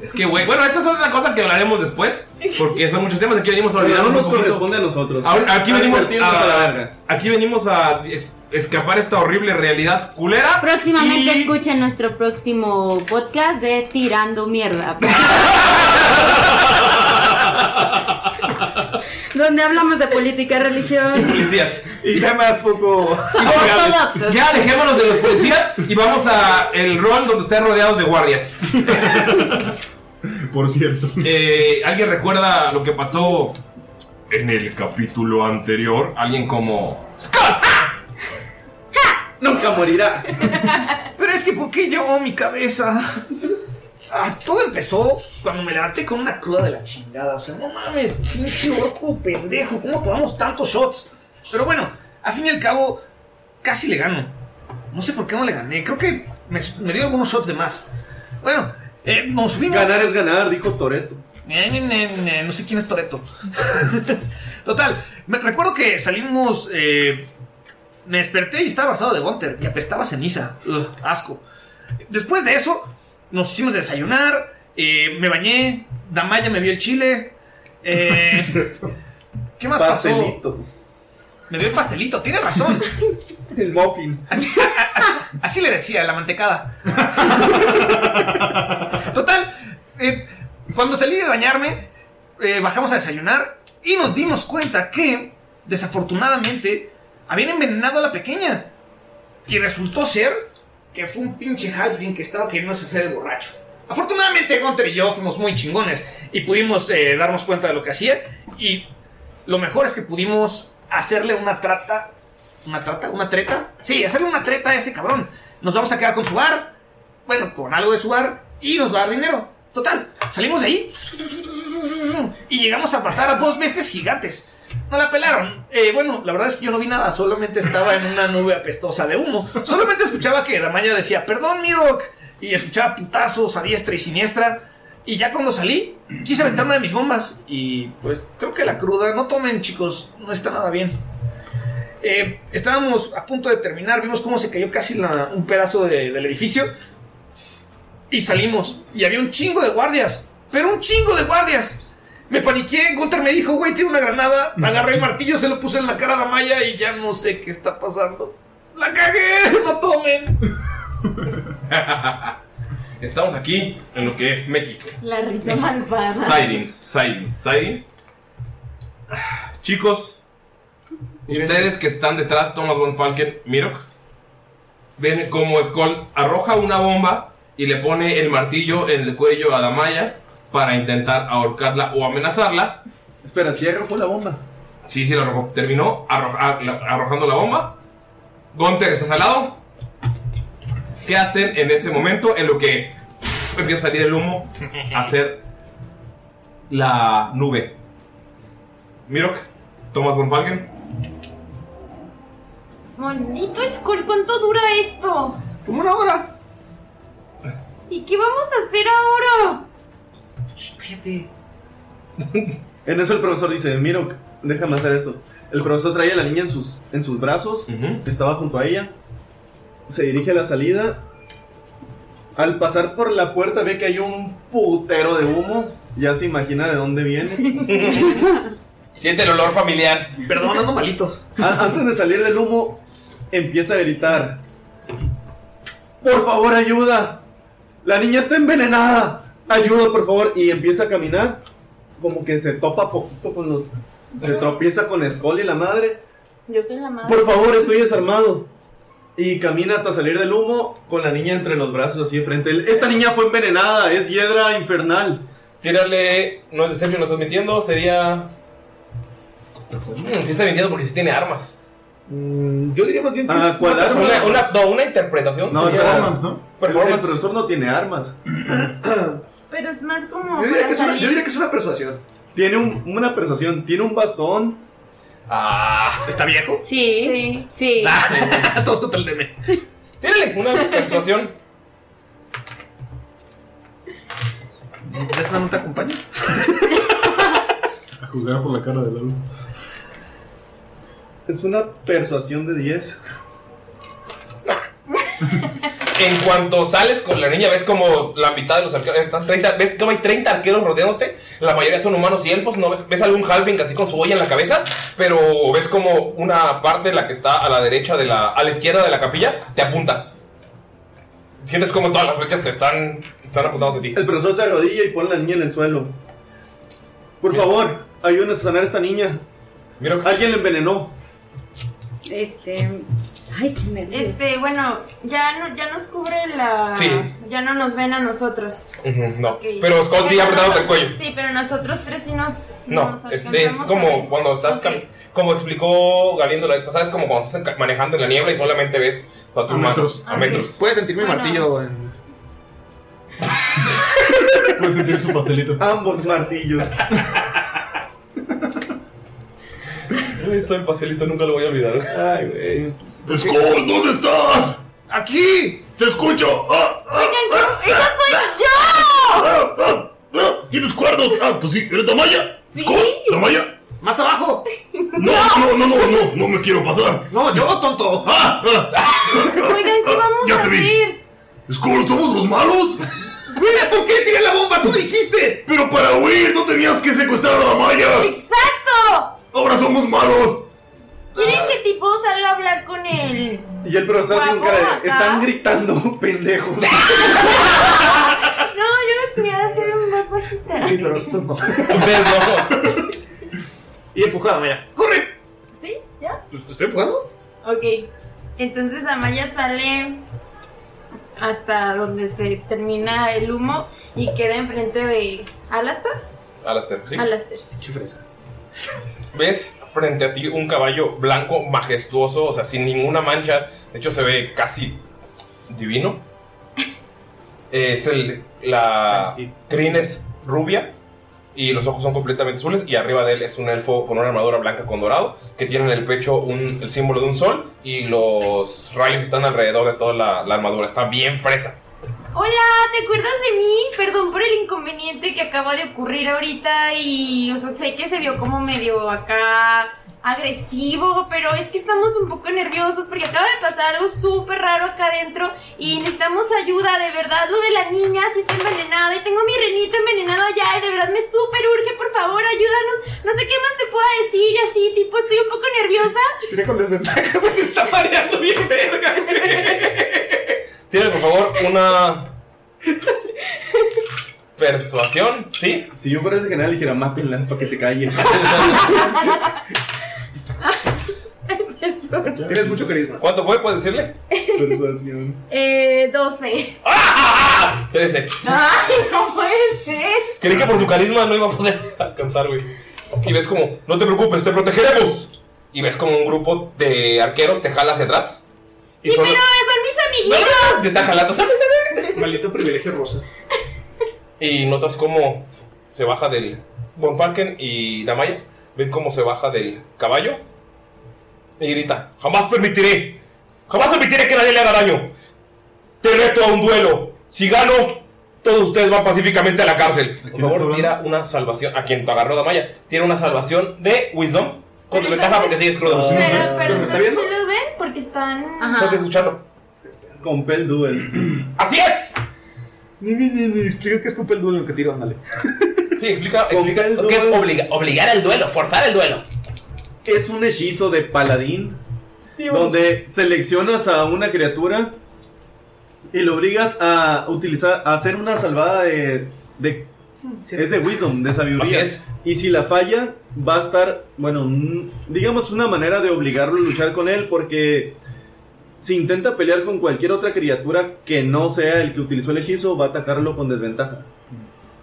S1: Es que, güey. Bueno, esta es otra cosa que hablaremos después. Porque son muchos temas. Aquí venimos a
S7: Pero
S1: olvidar
S7: no
S1: un
S7: nos
S1: poquito.
S7: corresponde a nosotros.
S1: Ahora, Aquí
S7: A
S1: venimos
S7: divertirnos
S1: a,
S7: a la verga.
S1: Aquí venimos a es- escapar esta horrible realidad culera.
S4: Próximamente
S1: Y-
S4: escuchen nuestro próximo podcast de Tirando Mierda. Donde hablamos de política,
S1: *laughs*
S4: religión.
S1: Policías. pues,
S8: Y temas poco.
S4: Ortodoxos.
S1: Ya dejémonos de los policías y vamos a el rol donde estén rodeados de guardias.
S2: *laughs* Por cierto.
S1: Eh, ¿Alguien recuerda lo que pasó en el capítulo anterior? Alguien como. ¡Scott! ¡Ah!
S7: Nunca morirá.
S8: *laughs* Pero es que, ¿por qué yo mi cabeza? Ah, todo empezó cuando me levanté con una cruda de la chingada. O sea, no mames, pinche loco pendejo, ¿cómo tomamos tantos shots? Pero bueno, a fin y al cabo, casi le gano. No sé por qué no le gané, creo que me, me dio algunos shots de más. Bueno, eh, nos subimos.
S7: Ganar es ganar, dijo Toreto.
S8: Ne, ne, ne, ne, No sé quién es Toreto. *laughs* Total, me recuerdo que salimos. eh, me desperté y estaba abrazado de Gunter y apestaba ceniza. Ugh, asco. Después de eso, nos hicimos desayunar. eh, me bañé. Damaya me vio el chile.
S7: *laughs*
S8: eh, ¿Qué más pasó?
S7: Pastelito.
S8: Me vio el pastelito, tiene razón.
S7: *laughs* El muffin.
S8: Así, a- así- así le decía,
S7: *laughs*
S8: la mantecada. Total, eh, cuando salí de bañarme, eh, bajamos a desayunar y nos dimos cuenta que, desafortunadamente, habían envenenado a la pequeña. Y resultó ser que fue un pinche halfling que estaba queriéndose hacer el borracho. Afortunadamente, Gunter y yo fuimos muy chingones y pudimos eh, darnos cuenta de lo que hacía. Y lo mejor es que pudimos hacerle una trata. ¿Una trata? ¿Una treta? Sí, hacerle una treta a ese cabrón. Nos vamos a quedar con su bar. Bueno, con algo de su bar. Y nos va a dar dinero. Total, salimos de ahí. Y llegamos a matar a dos bestias gigantes. No la pelaron. Eh, bueno, la verdad es que yo no vi nada, solamente estaba en una nube apestosa de humo. Solamente escuchaba que Damaya decía, perdón, Mirok. Y escuchaba putazos a diestra y siniestra. Y ya cuando salí, quise aventar una de mis bombas. Y pues creo que la cruda, no tomen chicos, no está nada bien. Eh, estábamos a punto de terminar, vimos cómo se cayó casi la- un pedazo de- del edificio. Y salimos. Y había un chingo de guardias. Pero un chingo de guardias. Me paniqué. Gunter me dijo, güey, tiene una granada. Agarré el martillo, se lo puse en la cara de Maya y ya no sé qué está pasando. ¡La cagué! *laughs* ¡No tomen!
S1: *laughs* Estamos aquí en lo que es México.
S5: La risa malvada.
S1: Siding, siding, siding. Chicos, ustedes que están detrás, Thomas von Falken, Mirok, ven como Skull arroja una bomba y le pone el martillo en el cuello a la malla para intentar ahorcarla o amenazarla.
S7: Espera, si arrojó la bomba.
S1: Sí, sí, la arrojó. Terminó arroja- arrojando la bomba. Gunter, ¿estás al lado? ¿Qué hacen en ese momento en lo que empieza a salir el humo? Hacer la nube. Mirok, Thomas von Falken.
S3: Maldito Skull, ¿cuánto dura esto?
S8: Como una hora.
S3: ¿Y qué vamos a hacer ahora?
S8: Cállate.
S7: *laughs* En eso el profesor dice, Miro, déjame hacer esto. El profesor traía a la niña en sus, en sus brazos, estaba junto a ella, se dirige a la salida. Al pasar por la puerta ve que hay un putero de humo, ya se imagina de dónde viene.
S1: Siente el olor familiar.
S8: Perdón, ando malito.
S7: A- Antes de salir del humo, empieza a gritar. Por favor, ayuda. La niña está envenenada. Ayuda, por favor. Y empieza a caminar. Como que se topa poquito con los... Se tropieza con Skull y la madre.
S3: Yo soy la madre.
S7: Por favor, estoy desarmado. Y camina hasta salir del humo con la niña entre los brazos así de frente. a él. Esta niña fue envenenada. Es hiedra infernal.
S1: Tírale, no es Deception, no estás mintiendo, sería... Mm, sí está mintiendo porque sí tiene armas.
S5: Mm,
S8: yo diría más bien
S7: que Ah, es ¿cuál una arma?
S1: Una, una- no, una interpretación.
S7: No,
S1: sería-
S7: performance, ¿no?
S1: Performance.
S7: El profesor no tiene
S8: *clears throat*
S7: armas.
S3: Pero es más como.
S7: Yo diría,
S3: para
S7: que es una,
S3: salir.
S7: yo diría que es una persuasión. Tiene un- una persuasión, tiene un bastón.
S1: Ah,
S8: ¿está viejo?
S5: Sí. Sí.
S4: *laughs*
S8: Todos contra el DM.
S1: Tírale una persuasión.
S8: ¿Desna no te acompaña?
S7: A juzgar por la cara del alumno. Es una persuasión de 10.
S1: En cuanto sales con la niña, ves como la mitad de los arqueros están 30, ves como hay 30 arqueros rodeándote, la mayoría son humanos y elfos, no ves, ves algún halving así con su olla en la cabeza, pero ves como una parte la que está a la derecha de la, a la izquierda de la capilla, te apunta. Sientes como todas las flechas te están, están apuntadas a ti.
S7: El profesor se arrodilla y pone a la niña en el suelo. Por favor, ayúdenos a sanar a esta niña. Alguien la envenenó.
S5: Este. Ay, qué nervios.
S3: Este, bueno, ya, no, ya nos cubre la.
S1: Sí.
S3: Ya no nos ven a nosotros.
S1: Ujú, No,
S3: Ok.
S1: pero Scott sigue
S3: Pero
S1: apretándote
S3: nosotros-
S1: el cuello.
S3: Sí, pero nosotros tres sí nos.
S1: No,
S3: nos
S1: este, es, es
S3: alcanzamos a
S1: como
S3: ver.
S1: cuando estás cam- como explicó Galindo la vez pasada, es como cuando estás ca- manejando en la niebla y solamente ves a tus manos a
S3: Ok.
S1: metros.
S8: Puedes sentir mi
S1: Bueno.
S8: martillo en
S1: *laughs* Pues
S7: Puede sentir su pastelito. Ambos martillos.
S1: Esto del pastelito nunca lo voy a olvidar. Ay, güey.
S2: Pues,
S9: Skull, ¿dónde estás?
S8: ¡Aquí!
S9: ¡Te escucho! ¡Ah!
S3: Oigan, yo- ¡Esa
S2: ah,
S3: soy yo!
S9: ¡Ah! ¡Ah! ¡Ah! ¿Tienes cuernos? Ah, pues sí, eres Damaya. Skull, Damaya.
S8: ¡Más abajo! *laughs*
S9: No, no, no, no, no, no me quiero pasar.
S8: No, yo, tonto.
S9: ¡Ah!
S3: Oigan, ¿qué vamos
S9: Ya
S3: a
S9: te vi.
S3: hacer?
S9: Skull, somos los malos.
S8: Mira, ¿por qué tiré la bomba? Tú dijiste.
S9: Pero para huir no tenías que secuestrar a Damaya.
S3: ¡Exacto!
S9: Ahora somos malos.
S1: Ah.
S3: ¿Quieren que tipo salga a hablar con él?
S7: Y el profesor hace un
S3: Guapo,
S7: cara
S3: acá.
S7: de, Están gritando, *laughs* pendejos.
S3: No, yo lo quería hacer más bajita.
S8: Sí, pero nosotros no. Y empujada, Maya. ¡Corre!
S3: ¿Sí? ¿Ya?
S8: Pues, ¿Te estoy empujando?
S3: Ok. Entonces la malla sale hasta donde se termina el humo y queda enfrente de Alastor.
S1: Alastair, ¿sí?
S3: Alastair.
S8: Chifresa.
S1: Ves frente a ti un caballo blanco majestuoso, o sea, sin ninguna mancha. De hecho, se ve casi divino. Es el, la crines rubia y los ojos son completamente azules y arriba de él es un elfo con una armadura blanca con dorado que tiene en el pecho un- el símbolo de un sol y los rayos están alrededor de toda la, la armadura. Está bien fresa.
S3: Hola, ¿te acuerdas de mí? Perdón por el inconveniente que acaba de ocurrir ahorita y, o sea, sé que se vio como medio acá agresivo, pero es que estamos un poco nerviosos porque acaba de pasar algo súper raro acá adentro y necesitamos ayuda, de verdad, lo de la niña sí está envenenada y tengo mi renito envenenado allá y de verdad me súper urge, por favor, ayúdanos, no sé qué más te pueda decir y así, tipo, estoy un poco nerviosa.
S8: Tiene con desventaja, *laughs* güey, te está mareando bien, verga.
S1: Tiene por favor una persuasión, ¿sí?
S7: Si yo fuera ese general, dijera, mátenla para que se calle.
S1: Tienes mucho carisma. ¿Cuánto fue? ¿Puedes decirle?
S7: Persuasión.
S3: Eh, 12.
S1: 13.
S3: *laughs* Ay, ¿cómo es eso?
S1: Creí que por su carisma no iba a poder *laughs* alcanzar, güey. Y ves como, no te preocupes, te protegeremos. Y ves como un grupo de arqueros te jala hacia atrás. Y
S3: Sí,
S1: son-
S3: pero son mis amiguitos.
S1: Se está jalando, ¿sabes? Maldito privilegio rosa. Y notas cómo se baja del. Von Falken y Damaya ven cómo se baja del caballo y grita: ¡Jamás permitiré! ¡Jamás permitiré que nadie le haga daño! ¡Te reto a un duelo! Si gano, todos ustedes van pacíficamente a la cárcel. Por favor, tira una salvación. A quien te agarró Damaya, tira una salvación de Wisdom con desventaja porque sigues crudo.
S3: Pero, pero
S1: ¿Me está
S3: entonces
S1: viendo?
S3: sí lo ven porque están.
S1: Solo que escucharlo. *clears throat*
S8: Compel Duel.
S1: ¡Así es!
S8: Explica qué es Compel Duel lo que tiro, ándale.
S1: *laughs* Sí, explica, explica
S7: el
S1: lo que es
S7: duelo.
S1: obliga- obligar al duelo, forzar el duelo.
S7: Es un hechizo de paladín donde seleccionas a una criatura y lo obligas a utilizar, a hacer una salvada de, de- es de wisdom, de sabiduría.
S1: Así es.
S7: Y si la falla, va a estar, bueno, mm, digamos una manera de obligarlo a luchar con él porque si intenta pelear con cualquier otra criatura que no sea el que utilizó el hechizo, va a atacarlo con desventaja.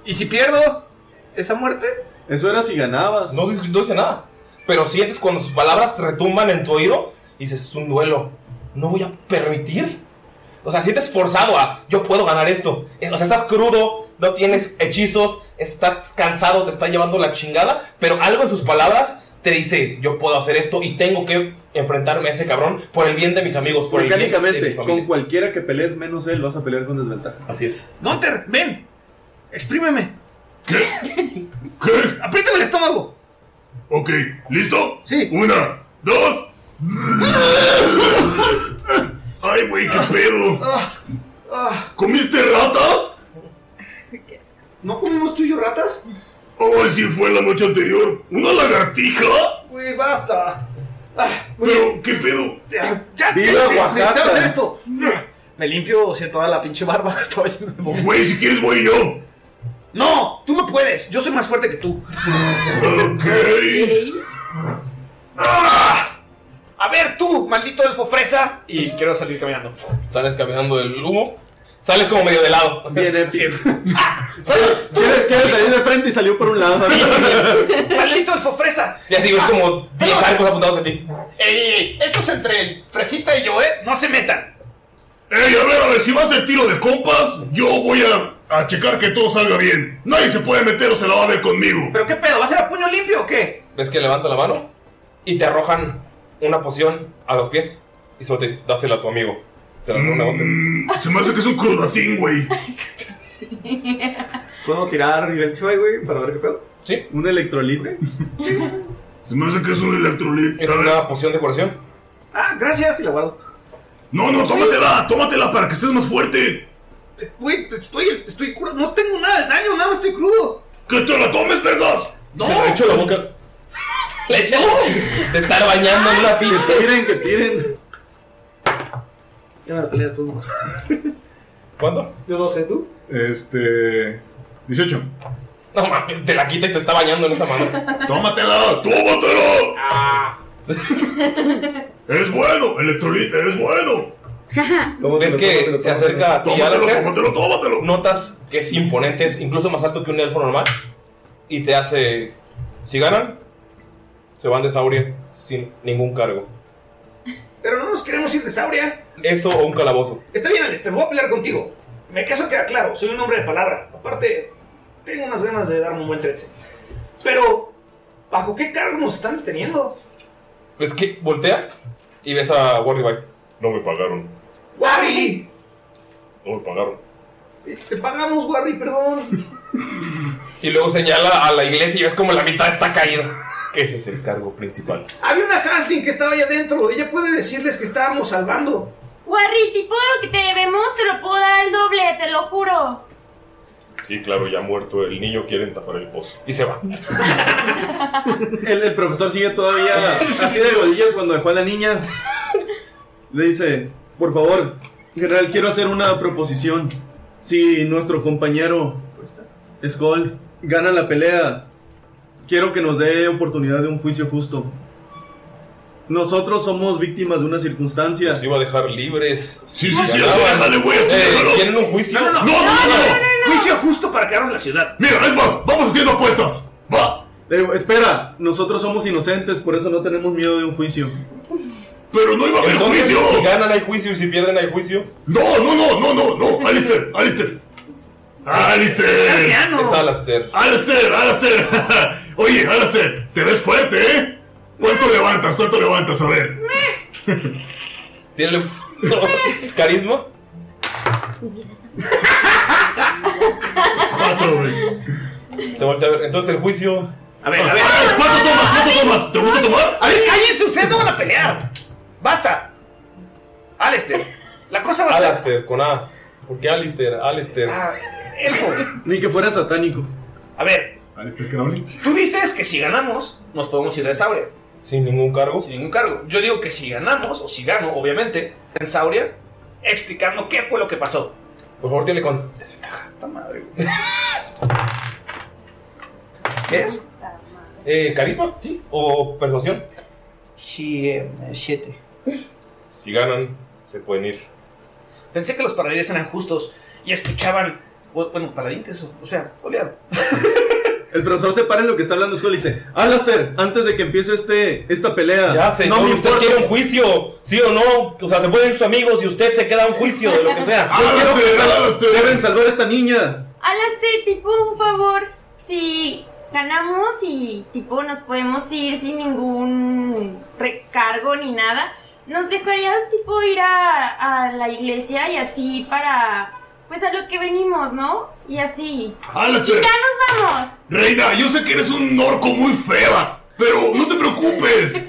S8: ¿Y si pierdo esa muerte?
S7: Eso era si ganabas.
S1: No, dice- no dice nada. Pero sientes cuando sus palabras retumban en tu oído y dices, es un duelo. No voy a permitir. O sea, sientes forzado a, yo puedo ganar esto. Es- o sea, estás crudo, no tienes hechizos, estás cansado, te está llevando la chingada. Pero algo en sus palabras te dice, yo puedo hacer esto y tengo que enfrentarme a ese cabrón por el bien de mis amigos, por el bien de mi
S7: Mecánicamente,
S1: familia".
S7: con cualquiera que pelees menos él, vas a pelear con desventaja.
S1: Así es.
S8: ¡Gunter, ven! ¡Exprímeme! ¿Qué? ¡Apriétame el estómago!
S9: Ok, ¿listo? Sí. Una, dos. Ay, güey, qué pedo. ¿Comiste ratas?
S8: ¿No comimos tú y yo ratas?
S9: Oh, sí, fue la noche anterior. ¿Una lagartija?
S8: Güey, basta.
S9: Pero, ¿qué pedo?
S8: ¡Ya!
S9: Viva
S8: cállate,
S9: Oaxaca.
S8: necesitaba hacer esto! Me limpio, o sea, toda la pinche barba
S5: *laughs*
S8: que estaba llena de moho.
S9: Pues, Güey, si quieres voy yo.
S8: ¡No! ¡Tú no puedes! Yo soy más fuerte que tú.
S9: Ok.
S8: Ah. A ver, tú, maldito
S9: *laughs*
S8: elfo fresa.
S1: Y quiero salir caminando. Sales caminando del humo. Sales como medio de lado.
S7: Viene.
S8: *laughs*
S7: Quiere, quiere salir de frente y salió por un lado.
S8: ¡Maldito elfo fresa!
S1: Y así ves como 10 arcos apuntados a ti.
S8: ¡Ey, ey, ey! Eh, Esto es entre el fresita y yo, ¿eh? ¡No se metan!
S9: Ey, a ver, a ver, si vas el tiro de compas, yo voy a, a checar que todo salga bien. Nadie se puede meter o se la va a ver conmigo.
S8: ¿Pero qué pedo? ¿Va a ser a puño limpio o qué?
S1: ves que levanta la mano y te arrojan una poción a los pies y solo te dice, dásela a tu amigo. Te la arrojan a bote.
S9: Mm, Se me hace que es un crudacín, güey.
S8: ¿Puedo tirar Identify, güey, para ver qué pedo?
S1: Sí.
S7: Un electrolite.
S9: Se me hace que es un electrolite.
S1: Es una poción de curación.
S8: Ah, gracias, y la guardo.
S9: No, no, tómatela, tómatela para que estés más fuerte.
S8: Güey, te- estoy, estoy cura. Ah, No tengo nada de daño, nada, estoy crudo.
S9: ¡Que te la tomes, vergas!
S8: ¡No! Se la echo
S1: la boca. Le eché de estar bañando en una pinche.
S7: Tiren, que tiren.
S8: *laughs* Ya me la pelea todos. *laughs*
S1: ¿Cuánto?
S8: Yo no sé, ¿tú?
S10: Este. 18.
S1: No mames, te la quita y te está bañando en esa mano.
S9: ¡Tómatela! ¡Tómatela! ¡Es bueno! ¡Electrolite es bueno!
S1: Ves que se acerca a ti
S9: Tómatelo,
S1: Alastair,
S9: tómatelo, tómatelo.
S1: Notas que es imponente, es incluso más alto que un elfo normal. Y te hace. Si ganan, se van de Sauria sin ningún cargo.
S8: Pero no nos queremos ir de Sauria.
S1: Eso o un calabozo.
S8: Está bien, Alistair, voy a pelear contigo. Me caso queda claro, soy un hombre de palabra. Aparte, tengo unas ganas de darme un buen trece. Pero, ¿bajo qué cargo nos están deteniendo?
S1: Es que voltea y ves a Wardy Bike. No me pagaron.
S8: ¡Warry!
S1: No me pagaron.
S8: Te pagamos, Warry, perdón.
S1: Y luego señala a la iglesia y ves como la mitad está caída. Que ese es el cargo principal.
S8: Había una Halfling que estaba allá adentro. Ella puede decirles que estábamos salvando.
S3: Warri, tipo lo que te debemos te lo puedo dar al doble, te lo juro.
S1: Sí, claro, ya muerto el niño quieren tapar el pozo. Y se va.
S7: *laughs* El, el profesor sigue todavía así de rodillas cuando dejó a la niña. Le dice, por favor, general, quiero hacer una proposición. Si nuestro compañero Skull gana la pelea, quiero que nos dé oportunidad de un juicio justo. Nosotros somos víctimas de una circunstancia.
S1: Los iba a dejar libres. Eh,
S7: Sí, sí, sí, sí, déjale, güey, así déjalo.
S1: ¿Quieren un juicio?
S7: No, no, no. No, no, no, no,
S8: Juicio justo para quedarnos en la ciudad.
S7: Mira, es más, vamos haciendo apuestas. Va. espera, nosotros somos inocentes, por eso no tenemos miedo de un juicio.
S9: Pero no iba a haber
S1: Entonces,
S9: juicio.
S1: Si ganan hay juicio y si pierden hay juicio.
S9: No, no, no, no, no, no. Alistair, Alistair.
S8: Ah,
S9: Alistair.
S1: Anciano. Es Alastair.
S9: Alastair, Alastair. *laughs* Oye, Alastair, te ves fuerte, ¿eh? ¿Cuánto levantas? ¿Cuánto levantas? A ver. *laughs*
S1: Tiene carisma.
S9: Cuatro, güey.
S1: Te voltea a ver. Entonces el juicio.
S8: A ver, a ver. ¿Cuánto tomas? ¿Cuánto tomas?
S9: ¿Te gusta tomar?
S8: A ver, cállense, ustedes no van a pelear. Basta. Alistair, la cosa va a estar. Ah.
S1: Alastair, con A. ¿Por qué Alistair? Alistair.
S8: Elfo,
S7: Ni que fuera satánico.
S8: a ver,
S7: Alistair Crowley.
S8: tú dices que si ganamos, nos podemos ir de Sauria.
S1: Sin ningún cargo.
S8: Sin ningún cargo. Yo digo que si ganamos, o si gano, obviamente, en Sauria, explicando qué fue lo que pasó.
S1: Por favor, tiene con desventaja.
S8: Puta madre, güey. ¿Qué es?
S1: Eh, ¿Carisma? Sí. ¿O persuasión?
S8: Sí, siete.
S1: Si ganan, se pueden ir.
S8: Pensé que los paladines eran justos y escuchaban. bu- Bueno, paladín, ¿qué es eso? O sea, oleado.
S7: El profesor se para en lo que está hablando Skull y dice, Alastair, antes de que empiece este, esta pelea,
S1: Ya, señor,
S7: no me
S1: usted
S7: importa.
S1: quiere un juicio, ¿sí o no? O sea, se pueden ir sus amigos y usted se queda a un juicio de lo que sea.
S7: Yo quiero que sal- Deben salvar a esta niña.
S3: Alastair, tipo un favor. Si ganamos y tipo nos podemos ir sin ningún recargo ni nada, ¿nos dejarías tipo ir a, a la iglesia y así para... Pues a lo que venimos, ¿no? Y así.
S9: Alastair.
S3: Y ya nos vamos.
S9: Reina, yo sé que eres un orco muy fea, pero no te preocupes.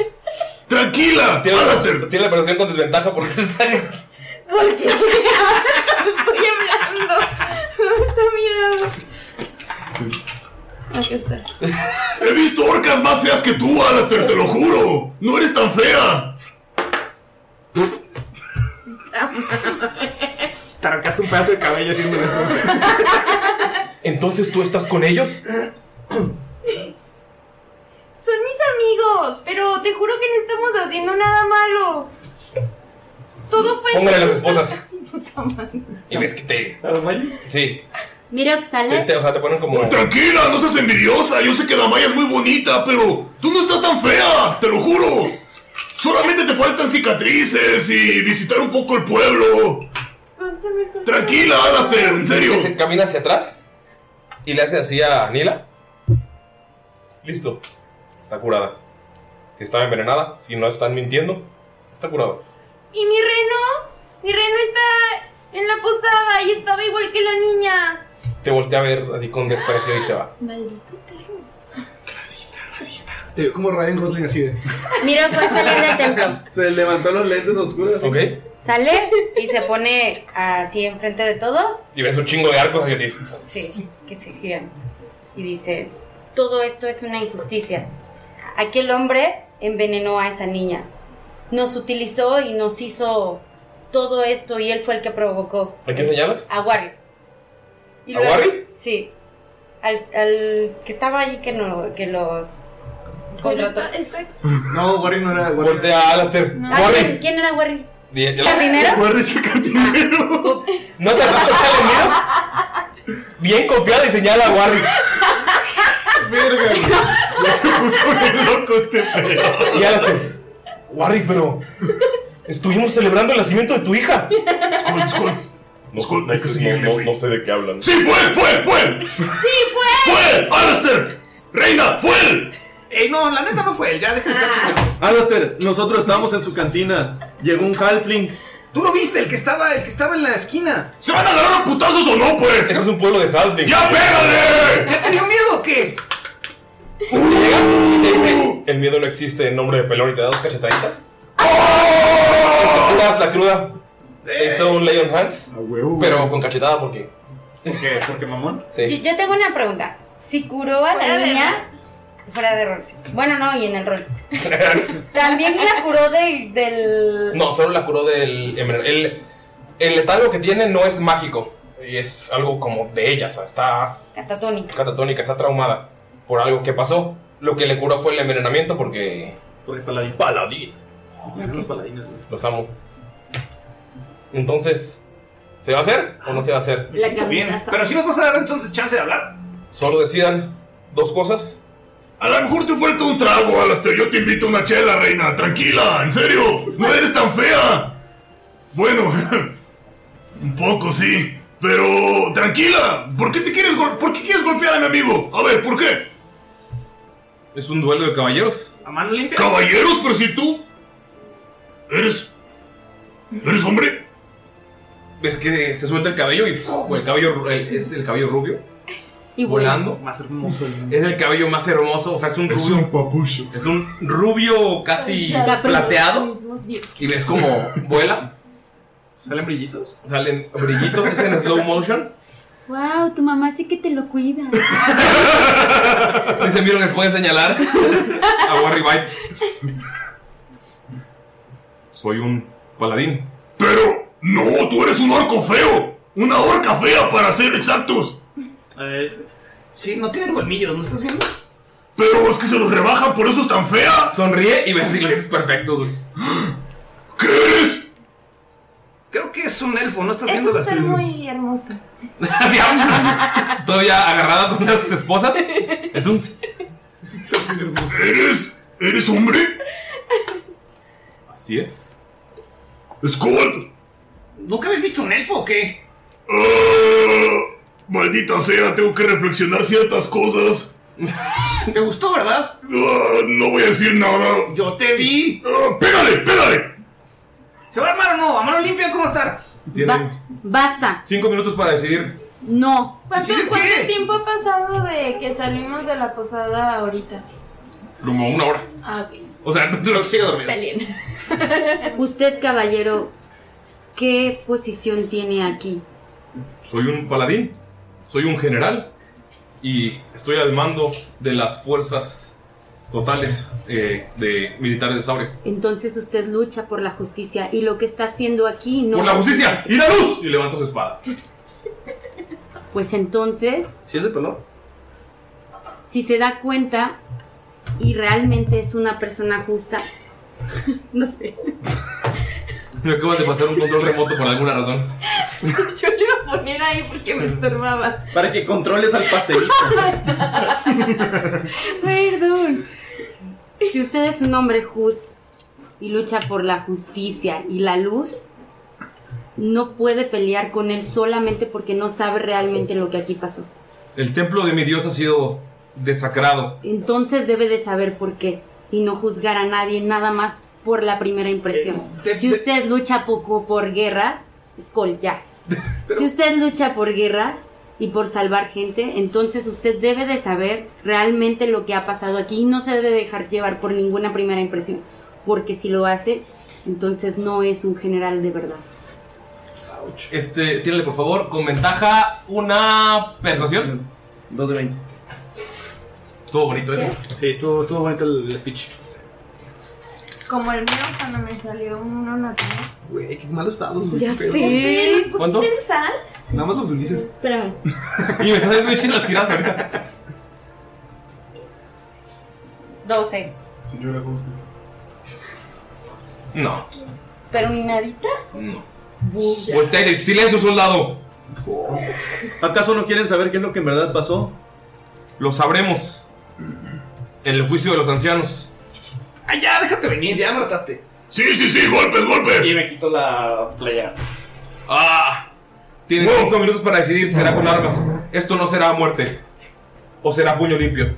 S9: Tranquila, Alastair.
S1: Tiene la percepción con desventaja porque se está
S3: ¿Por qué? Cuando *laughs* estoy hablando. ¿Dónde está mi dado? Aquí está.
S9: He visto orcas más feas que tú, Alastair, te lo juro. No eres tan fea.
S8: *laughs* Te arrancaste un pedazo de cabello haciendo eso.
S1: Entonces tú estás con ellos.
S3: Son mis amigos, pero te juro que no estamos haciendo nada malo. Todo fue.
S1: Póngale a las esposas.
S3: Puta madre.
S1: Y ves que te.
S8: ¿A los mayas?
S1: Sí.
S4: Mira que
S1: Te-
S4: sale.
S1: te- o sea, te ponen como.
S9: Tranquila, no seas envidiosa. Yo sé que Damaya es muy bonita, pero tú no estás tan fea, te lo juro. Solamente te faltan cicatrices y visitar un poco el pueblo. Tranquila, Alastair, en serio.
S1: Se camina hacia atrás y le hace así a Nila. Listo. Está curada. Si estaba envenenada, si no están mintiendo, está curada.
S3: ¿Y mi reno? Mi reno está en la posada y estaba igual que la niña.
S1: Te voltea a ver así con desprecio y se va.
S3: Maldito perro.
S8: Te veo como Ryan Gosling así
S1: *laughs*
S8: de.
S4: Mira que sale del templo.
S7: Se levantó los lentes oscuros.
S1: Ok.
S4: Sale y se pone así enfrente de todos.
S1: Y ves un chingo de arcos hacia ti.
S4: Sí, que se giran. Y dice, todo esto es una injusticia. Aquel hombre envenenó a esa niña. Nos utilizó y nos hizo todo esto y él fue el que provocó.
S1: ¿A quién señalas?
S4: A Warry. Y
S1: ¿A Warry?
S4: Sí. Al, al que estaba ahí que, no, que los contrató.
S8: No, Warry no era.
S1: Voltea a Alastair.
S4: Ah, ¿quién, quién era Ah, Warry?
S1: Di- di-
S4: ¿Jardinero?
S1: *laughs* Warry. No te acuerdas de mí? Bien confiada y señala a Warry.
S9: *laughs* Verga, Ya se puso bien loco este pedo.
S1: Y Alastair. Warry, pero. Estuvimos celebrando el nacimiento de tu hija.
S9: No, no,
S1: no- no sé de qué hablan.
S9: ¡Sí, fue, fue, fue!
S3: ¡Sí, fue!
S9: ¡Fue! ¡Alastair! ¡Reina! ¡Fue él!
S8: Ey, Eh, no, la neta no fue él, ya deja de estar chingando.
S7: Alastair, nosotros estábamos en su cantina. Llegó un halfling.
S8: Tú lo viste, el que estaba, el que estaba en la esquina.
S9: ¿Se van a agarrar a putazos o no, pues?
S1: Ese es un pueblo de Halfling.
S9: ¡Ya pégale!
S8: ¿Ya te dio miedo o qué?
S1: El miedo no existe en nombre de pelón y te da dos cachetaditas. Te curas la cruda. Esto es un Lion Hands. Pero con cachetada porque.
S8: ¿Por qué? ¿Por qué, mamón?
S1: Sí.
S4: Yo, yo tengo una pregunta. Si curó a
S3: Fuera
S4: la
S3: de
S4: niña fuera de rol. sí. Bueno, no, y en el rol. También la curó de, del.
S1: *laughs* No, solo la curó del envenenado. El, el estado que tiene no es mágico. Y es algo como de ella. O sea, está
S4: Catatónica.
S1: catatónica, está traumada por algo que pasó. Lo que le curó fue el envenenamiento porque.
S8: Porque paladín.
S1: Paladín.
S8: Los paladines, güey.
S1: Los amo. Entonces, ¿se va a hacer o no se va a hacer?
S8: Me siento bien. Pero si nos vas a dar entonces chance de hablar.
S1: Solo decidan dos cosas.
S9: A lo mejor te falta un trago, Alastair. Yo te invito a una chela, reina. Tranquila, en serio. No eres tan fea. Bueno, *laughs* un poco sí. Pero tranquila. ¿Por qué te quieres gol- ¿Por qué quieres golpear a mi amigo? A ver, ¿por qué?
S1: Es un duelo de caballeros.
S8: A mano limpia.
S9: Caballeros, pero si tú eres eres hombre.
S1: Ves que se suelta el cabello y ¡fu! el cabello ru- el- es el cabello rubio
S4: Y
S1: volando.
S8: Más hermoso.
S1: Es el cabello más hermoso, o sea, es un rubio.
S9: papucho.
S1: Es un rubio casi plateado y ves como vuela,
S8: ¿Salen brillitos?
S1: salen brillitos, es en slow motion.
S4: Wow, tu mamá sí que te lo cuida.
S1: Dicen, vieron, les pueden señalar a Warry White. Soy un paladín.
S9: Pero no, tú eres un orco feo. Una orca fea para ser exactos.
S8: Eh, sí, no tiene colmillos, ¿no estás viendo?
S9: Pero es que se los rebajan, por eso es tan fea.
S1: Sonríe y ves silentes perfectos, güey.
S9: ¿Qué eres?
S8: Creo que es un elfo, ¿no estás
S3: Es
S8: viendo
S3: un
S8: las
S3: ser muy hermoso.
S1: Así, ah, Todavía agarrada con las esposas. Es un.
S9: ¿Eres eres hombre?
S1: Así es.
S9: Scott.
S8: ¿Nunca habéis visto un elfo o qué?
S9: Ah, maldita sea, tengo que reflexionar ciertas cosas.
S8: ¿Te gustó, verdad?
S9: Ah, no voy a decir nada.
S8: Yo te vi.
S9: Ah, pégale, pégale.
S8: ¿Se va a armar o no? ¿A mano limpia cómo estar?
S1: Tienen
S4: Basta.
S1: cinco minutos para decidir.
S4: No.
S3: ¿Cuánto,
S8: ¿Sí, de
S3: cuánto
S8: qué?
S3: tiempo ha pasado de que salimos de la posada ahorita?
S1: Como una hora.
S3: Ah, ok. *laughs*
S1: O sea, *laughs* lo sigue dormido.
S3: Pelín.
S4: Usted, caballero, ¿qué posición tiene aquí?
S1: Soy un paladín. Soy un general. Y estoy al mando de las fuerzas totales eh, de militares de Saurio.
S4: Entonces usted lucha por la justicia y lo que está haciendo aquí no.
S1: ¡Por la justicia! ¡Y la luz! Y levanto su espada.
S4: Pues entonces,
S8: ¿Sí es de pelón?
S4: si se da cuenta y realmente es una persona justa, *laughs* no sé.
S1: Me acaban de pasar un control remoto por alguna razón.
S3: Yo le iba a poner ahí porque me estorbaba.
S7: Para que controles al pastelito.
S4: Perdón. Si usted es un hombre justo y lucha por la justicia y la luz, no puede pelear con él solamente porque no sabe realmente lo que aquí pasó.
S1: El templo de mi dios ha sido desacrado.
S4: Entonces debe de saber por qué y no juzgar a nadie nada más por la primera impresión.
S8: Eh, de-
S4: si
S8: de-
S4: usted lucha poco por guerras, Skull, ya. si usted lucha por guerras y por salvar gente, entonces usted debe de saber realmente lo que ha pasado aquí y no se debe dejar llevar por ninguna primera impresión, porque si lo hace, entonces no es un general de verdad.
S1: Este, tírale por favor, con ventaja una persuasión.
S7: 2 de 20.
S1: Estuvo bonito eso.
S8: Sí, estuvo, estuvo bonito el, el speech.
S3: *laughs* Como el mío cuando me salió uno natural.
S8: Güey, qué malos dados.
S4: Ya
S8: Pero-
S3: Sí, ¿los
S4: sé.
S3: pusiste
S1: ¿Cuánto?
S3: en sal?
S8: Nada más los Ulises.
S4: Espérame.
S1: *laughs* Y me están haciendo bien las tiradas ahorita.
S4: 12.
S2: Señora Gusta.
S1: No,
S4: ¿Pero ni nadita?
S1: no. Voltea y dice, silencio, soldado.
S7: ¿Acaso no quieren saber qué es lo que en verdad pasó?
S1: Lo sabremos. En el juicio de los ancianos.
S8: Ah, ya, déjate venir, ya me rataste.
S9: Sí, sí, sí, golpes, golpes.
S8: me quito la playera.
S1: ¡Ah! Tienes
S9: Wow.
S1: cinco minutos para decidir si será con armas. Esto no será a muerte. O será puño limpio.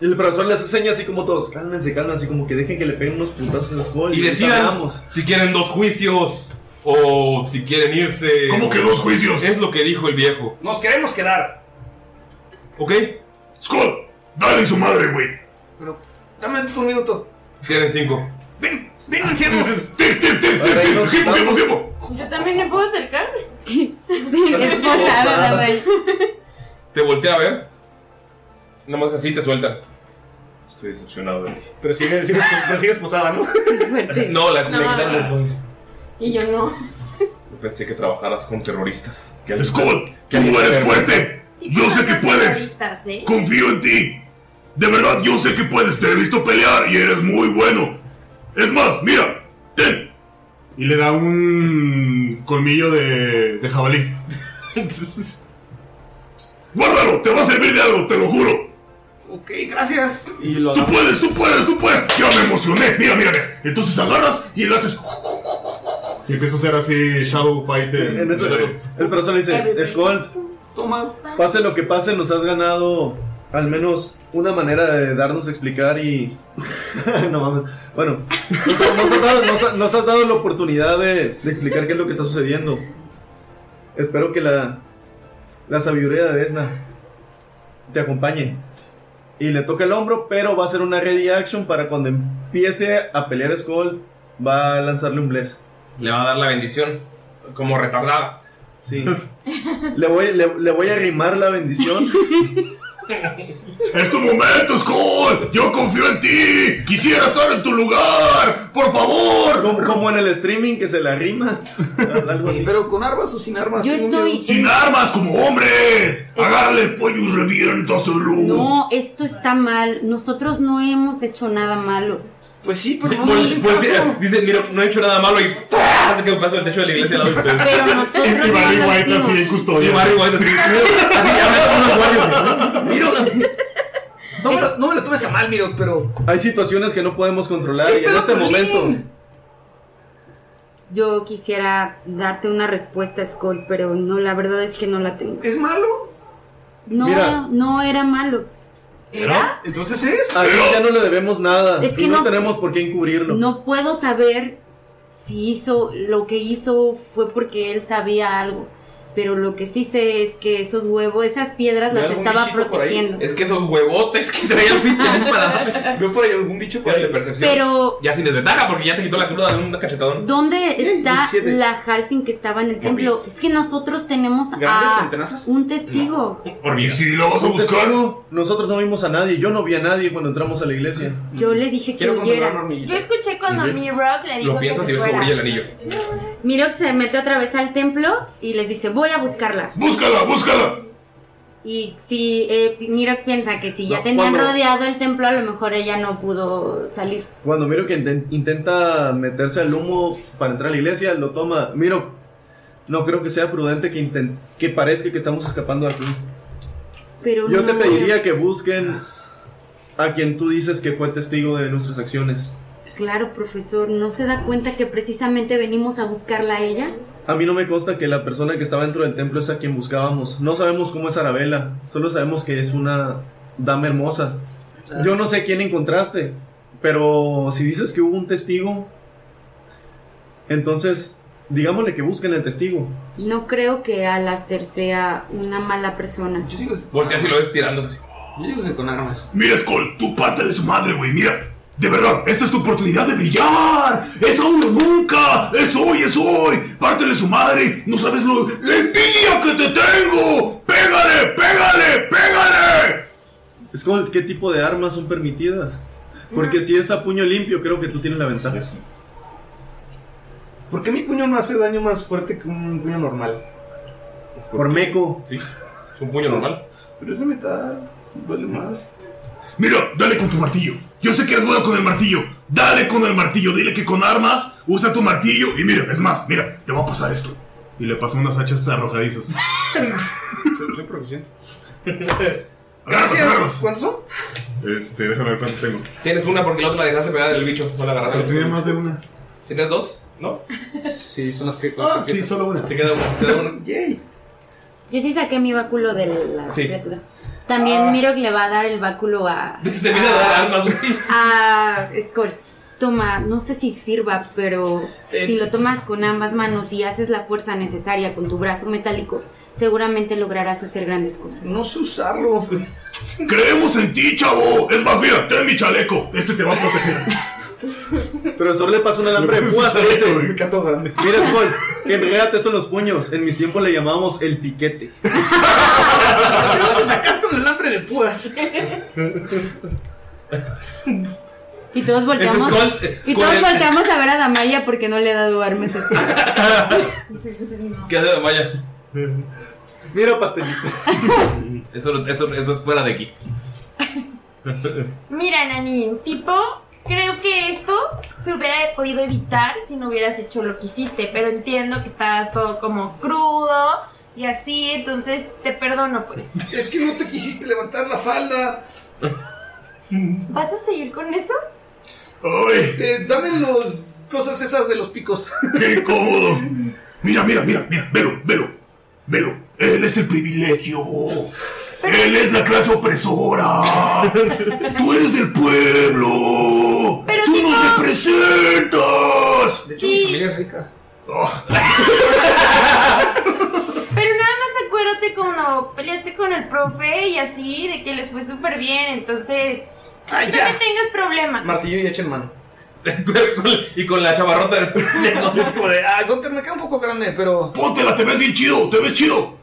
S7: El profesor les enseña así como todos, cálmense, cálmense, como que dejen que le peguen unos puntazos en la escuela.
S1: Y decidan si quieren dos juicios o si quieren irse.
S9: ¿Cómo que dos juicios?
S1: Es lo que dijo el viejo.
S5: Nos queremos quedar.
S1: ¿Ok?
S9: Scott, dale en su madre, güey.
S5: Dame un minuto.
S1: Tienen cinco.
S5: Ven,
S9: *laughs*
S5: encierro.
S9: Tiempo, tiempo, tiempo.
S3: Yo también me puedo acercar.
S4: Es posada, güey.
S1: Te voltea a ver. Nomás así te suelta.
S11: Estoy decepcionado de ti.
S5: Pero sigues, sigues- pero sigues posada,
S4: *laughs*
S5: ¿no?
S1: No, la
S3: No,
S1: le quitaron
S3: no.
S1: los bonos.
S3: Y yo no.
S11: Pensé que trabajaras con terroristas.
S9: Scott, tú eres fuerte. Yo sé que puedes.
S3: Terroristas, ¿eh?
S9: Confío en ti. De verdad, yo sé que puedes. Te he visto pelear y eres muy bueno. Es más, mira, ten.
S2: Y le da un colmillo de, de jabalí.
S9: Guárdalo, te va a servir de algo, te lo juro.
S5: Ok, gracias. Y lo
S9: Tú puedes, tú puedes, tú puedes. Ya me emocioné. Mira, mira, mira. Entonces agarras y le haces.
S2: Y empieza a hacer así Shadow Fight. en-
S7: En eso, el profesor le dice, Skull,
S5: Tomas.
S7: pase lo que pase, nos has ganado al menos una manera de darnos a explicar y... *laughs* no mames. Bueno, nos, ha- nos has dado, nos ha- nos has dado la oportunidad de, de explicar qué es lo que está sucediendo. Espero que la, la sabiduría de Desna te acompañe. Y le toca el hombro, pero va a ser una ready action para cuando empiece a pelear Skull, va a lanzarle un bless.
S1: Le va a dar la bendición. Como retardada.
S7: Sí. Le voy, le, le voy a rimar la bendición.
S9: Es tu momento, Skull. Yo confío en ti. Quisiera estar en tu lugar. Por favor.
S7: Como, como en el streaming que se la rima. Algo
S1: Pues
S7: así.
S5: Pero con armas o sin armas.
S4: Yo
S5: tengo
S4: estoy-
S5: miedo.
S9: Sin armas, como hombres. Agárrale el pollo y reviéntaselo.
S4: No, esto está mal. Nosotros no hemos hecho nada malo.
S5: Pues sí,
S1: Pues, pues, mira, dice, mira, no he hecho nada malo y ¡pah! hace que me pase el techo de la iglesia al lado de ustedes.
S5: *laughs*
S4: Pero nosotros no lo hicimos.
S2: en custodia.
S1: Y Barry White así. Así ya me con unos guardias.
S5: No me, la, no me la tomes a mal, Miro, pero.
S7: Hay situaciones que no podemos controlar y en
S5: pedo
S7: este
S5: con
S7: momento.
S5: Lin?
S4: Yo quisiera darte una respuesta, Skull, pero no, la verdad es que no la tengo.
S5: ¿Es malo?
S4: No,
S7: Mira.
S4: no era malo.
S5: Entonces es.
S7: A Dios ya no le debemos nada.
S4: Es que
S7: y no,
S4: no-
S7: tenemos por qué encubrirlo.
S4: No puedo saber si hizo lo que hizo fue porque él sabía algo. Pero lo que sí sé es que esos huevos, esas piedras
S5: ¿Hay
S4: las
S5: algún
S4: estaba
S5: bichito por ahí?
S4: protegiendo.
S1: Es que esos huevotes que traía el pinche Link para darle.
S5: Veo por ahí algún bicho por
S1: Tírale
S5: ahí.
S1: percepción.
S4: Pero,
S1: Ya sin desventaja porque ya te quitó la cruda de un cachetadón.
S4: ¿dónde
S5: Eh,
S4: está
S5: 17.
S4: la Halfin que estaba en el templo?
S1: Morbius.
S4: Es que nosotros tenemos
S5: ¿Grandes
S4: a
S5: con tenazas?
S4: un testigo.
S9: ¿Y
S1: Hormigas.
S9: si la vas a
S7: Un
S9: buscar?
S7: testigo, Nosotros no vimos a nadie. Yo no vi a nadie cuando entramos a la iglesia.
S4: Yo le dije que
S5: Quiero controlar una
S4: huyera.
S3: Yo
S5: hormiguita.
S3: escuché cuando
S1: Ujú.
S3: mi rock le dijo
S1: Lo piensas
S3: que
S1: y
S3: se
S1: ves cómo
S3: fuera.
S1: brilla el anillo.
S4: Mirok se mete otra vez al templo y les dice, voy a buscarla.
S9: Búscala, búscala.
S4: Y si eh, Mirok piensa que si ya
S7: No,
S4: tenían
S7: cuando-
S4: rodeado el templo, a lo mejor ella no pudo salir.
S7: Cuando Miro que inten- intenta meterse al humo para entrar a la iglesia, lo toma. Miro, no creo que sea prudente que, inten- que parezca que estamos escapando de aquí.
S4: Pero
S7: Yo
S4: no
S7: te pediría
S4: es-
S7: que busquen a quien tú dices que fue testigo de nuestras acciones.
S4: Claro, profesor, ¿no se da cuenta que precisamente venimos a buscarla a ella?
S7: A mí no me consta que la persona que estaba dentro del templo es a quien buscábamos. No sabemos cómo es Arabella, solo sabemos que es una dama hermosa. Yo no sé quién encontraste, pero si dices que hubo un testigo, entonces digámosle que busquen al testigo.
S4: No creo que Alastair sea una mala persona.
S5: Yo digo,
S1: Volteas y lo ves tirándose así.
S5: yo digo que con armas.
S9: Mira, Skull, tú pata de su madre, güey, mira. De verdad, esta es tu oportunidad de brillar. Es ahora o nunca. Es hoy, es hoy. Pártele su madre. No sabes lo. ¡La envidia que te tengo! ¡Pégale, pégale, pégale!
S7: Skull, ¿qué tipo de armas son permitidas? Porque si es a puño limpio, creo que tú tienes la ventaja.
S5: ¿Por qué mi puño no hace daño más fuerte que un puño normal?
S7: Por meco.
S1: *laughs* Sí. Es un puño normal.
S5: Pero ese metal duele más.
S9: Mira, dale con tu martillo. Yo sé que eres bueno con el martillo. Dale con el martillo. Dile que con armas usa tu martillo. Y mira, es más, mira, te va a pasar esto.
S2: Y le pasan unas hachas arrojadizas.
S5: Soy, soy proficiente.
S9: Agarras,
S5: Gracias.
S9: agarras.
S5: ¿Cuántos son?
S2: Este, déjame ver cuántas tengo.
S1: Tienes una porque la otra la dejaste pegada del bicho. No la
S2: Pero
S1: agarraste.
S2: tenía más de una.
S1: ¿Tienes dos? ¿No?
S5: Sí, son las que. las
S2: Ah,
S5: que
S2: sí,
S5: empiezan.
S2: solo una.
S1: Te queda una. Te queda una.
S5: Yay.
S4: Yo sí saqué mi báculo de la
S1: Sí.
S4: criatura. También Miro le va a dar el báculo a,
S1: Te viene a dar armas, güey.
S4: a Ah, Skull. Toma, no sé si sirva, pero
S1: Eh.
S4: si lo tomas con ambas manos y haces la fuerza necesaria con tu brazo metálico, seguramente lograrás hacer grandes cosas.
S5: No sé usarlo.
S9: Creemos en ti, chavo. Es más, mira, ten mi chaleco. Este te va a proteger.
S7: Pero solo le pasó un alambre de
S5: Lo
S7: púas a
S5: puse
S7: ese.
S5: en
S7: Me grande. Mira, Skull, enrégate esto en los puños. En mis tiempos le llamábamos el piquete.
S5: ¿De dónde sacaste un alambre de púas?
S4: Y todos volteamos, y
S1: con
S4: todos
S1: el-
S4: volteamos a ver a Damaya porque no le ha dado armas a Skull.
S5: *laughs*
S1: ¿Qué hace
S2: *laughs*
S1: Damaya?
S7: Mira,
S1: *laughs*
S7: pastelito.
S1: Eso, eso, eso es fuera de aquí.
S3: Mira, Nani, tipo, creo que esto se hubiera podido evitar si no hubieras hecho lo que hiciste, pero entiendo que estabas todo como crudo y así, entonces te perdono, pues.
S5: Es que no te quisiste levantar la falda.
S3: ¿Vas a seguir con eso?
S5: Este, dame los cosas esas de los picos. *laughs*
S9: ¡Qué incómodo! Mira, mira, mira, mira, velo, velo, velo. Él es el privilegio. Él es la clase opresora. Tú eres del pueblo. Tú nos representas.
S5: De hecho,
S3: Sí.
S5: mi familia es rica.
S3: Pero nada más acuérdate cuando peleaste con el profe y así, de que les fue súper bien, entonces...
S5: Ay,
S3: no
S5: Ah, ya.
S3: me tengas problema.
S5: Martillo y echen *laughs* mano.
S1: y con la chamarrota de
S5: *laughs* Es como de, ah, Gunter, me queda un poco grande, pero.
S9: Póntela, te ves bien chido, te ves chido.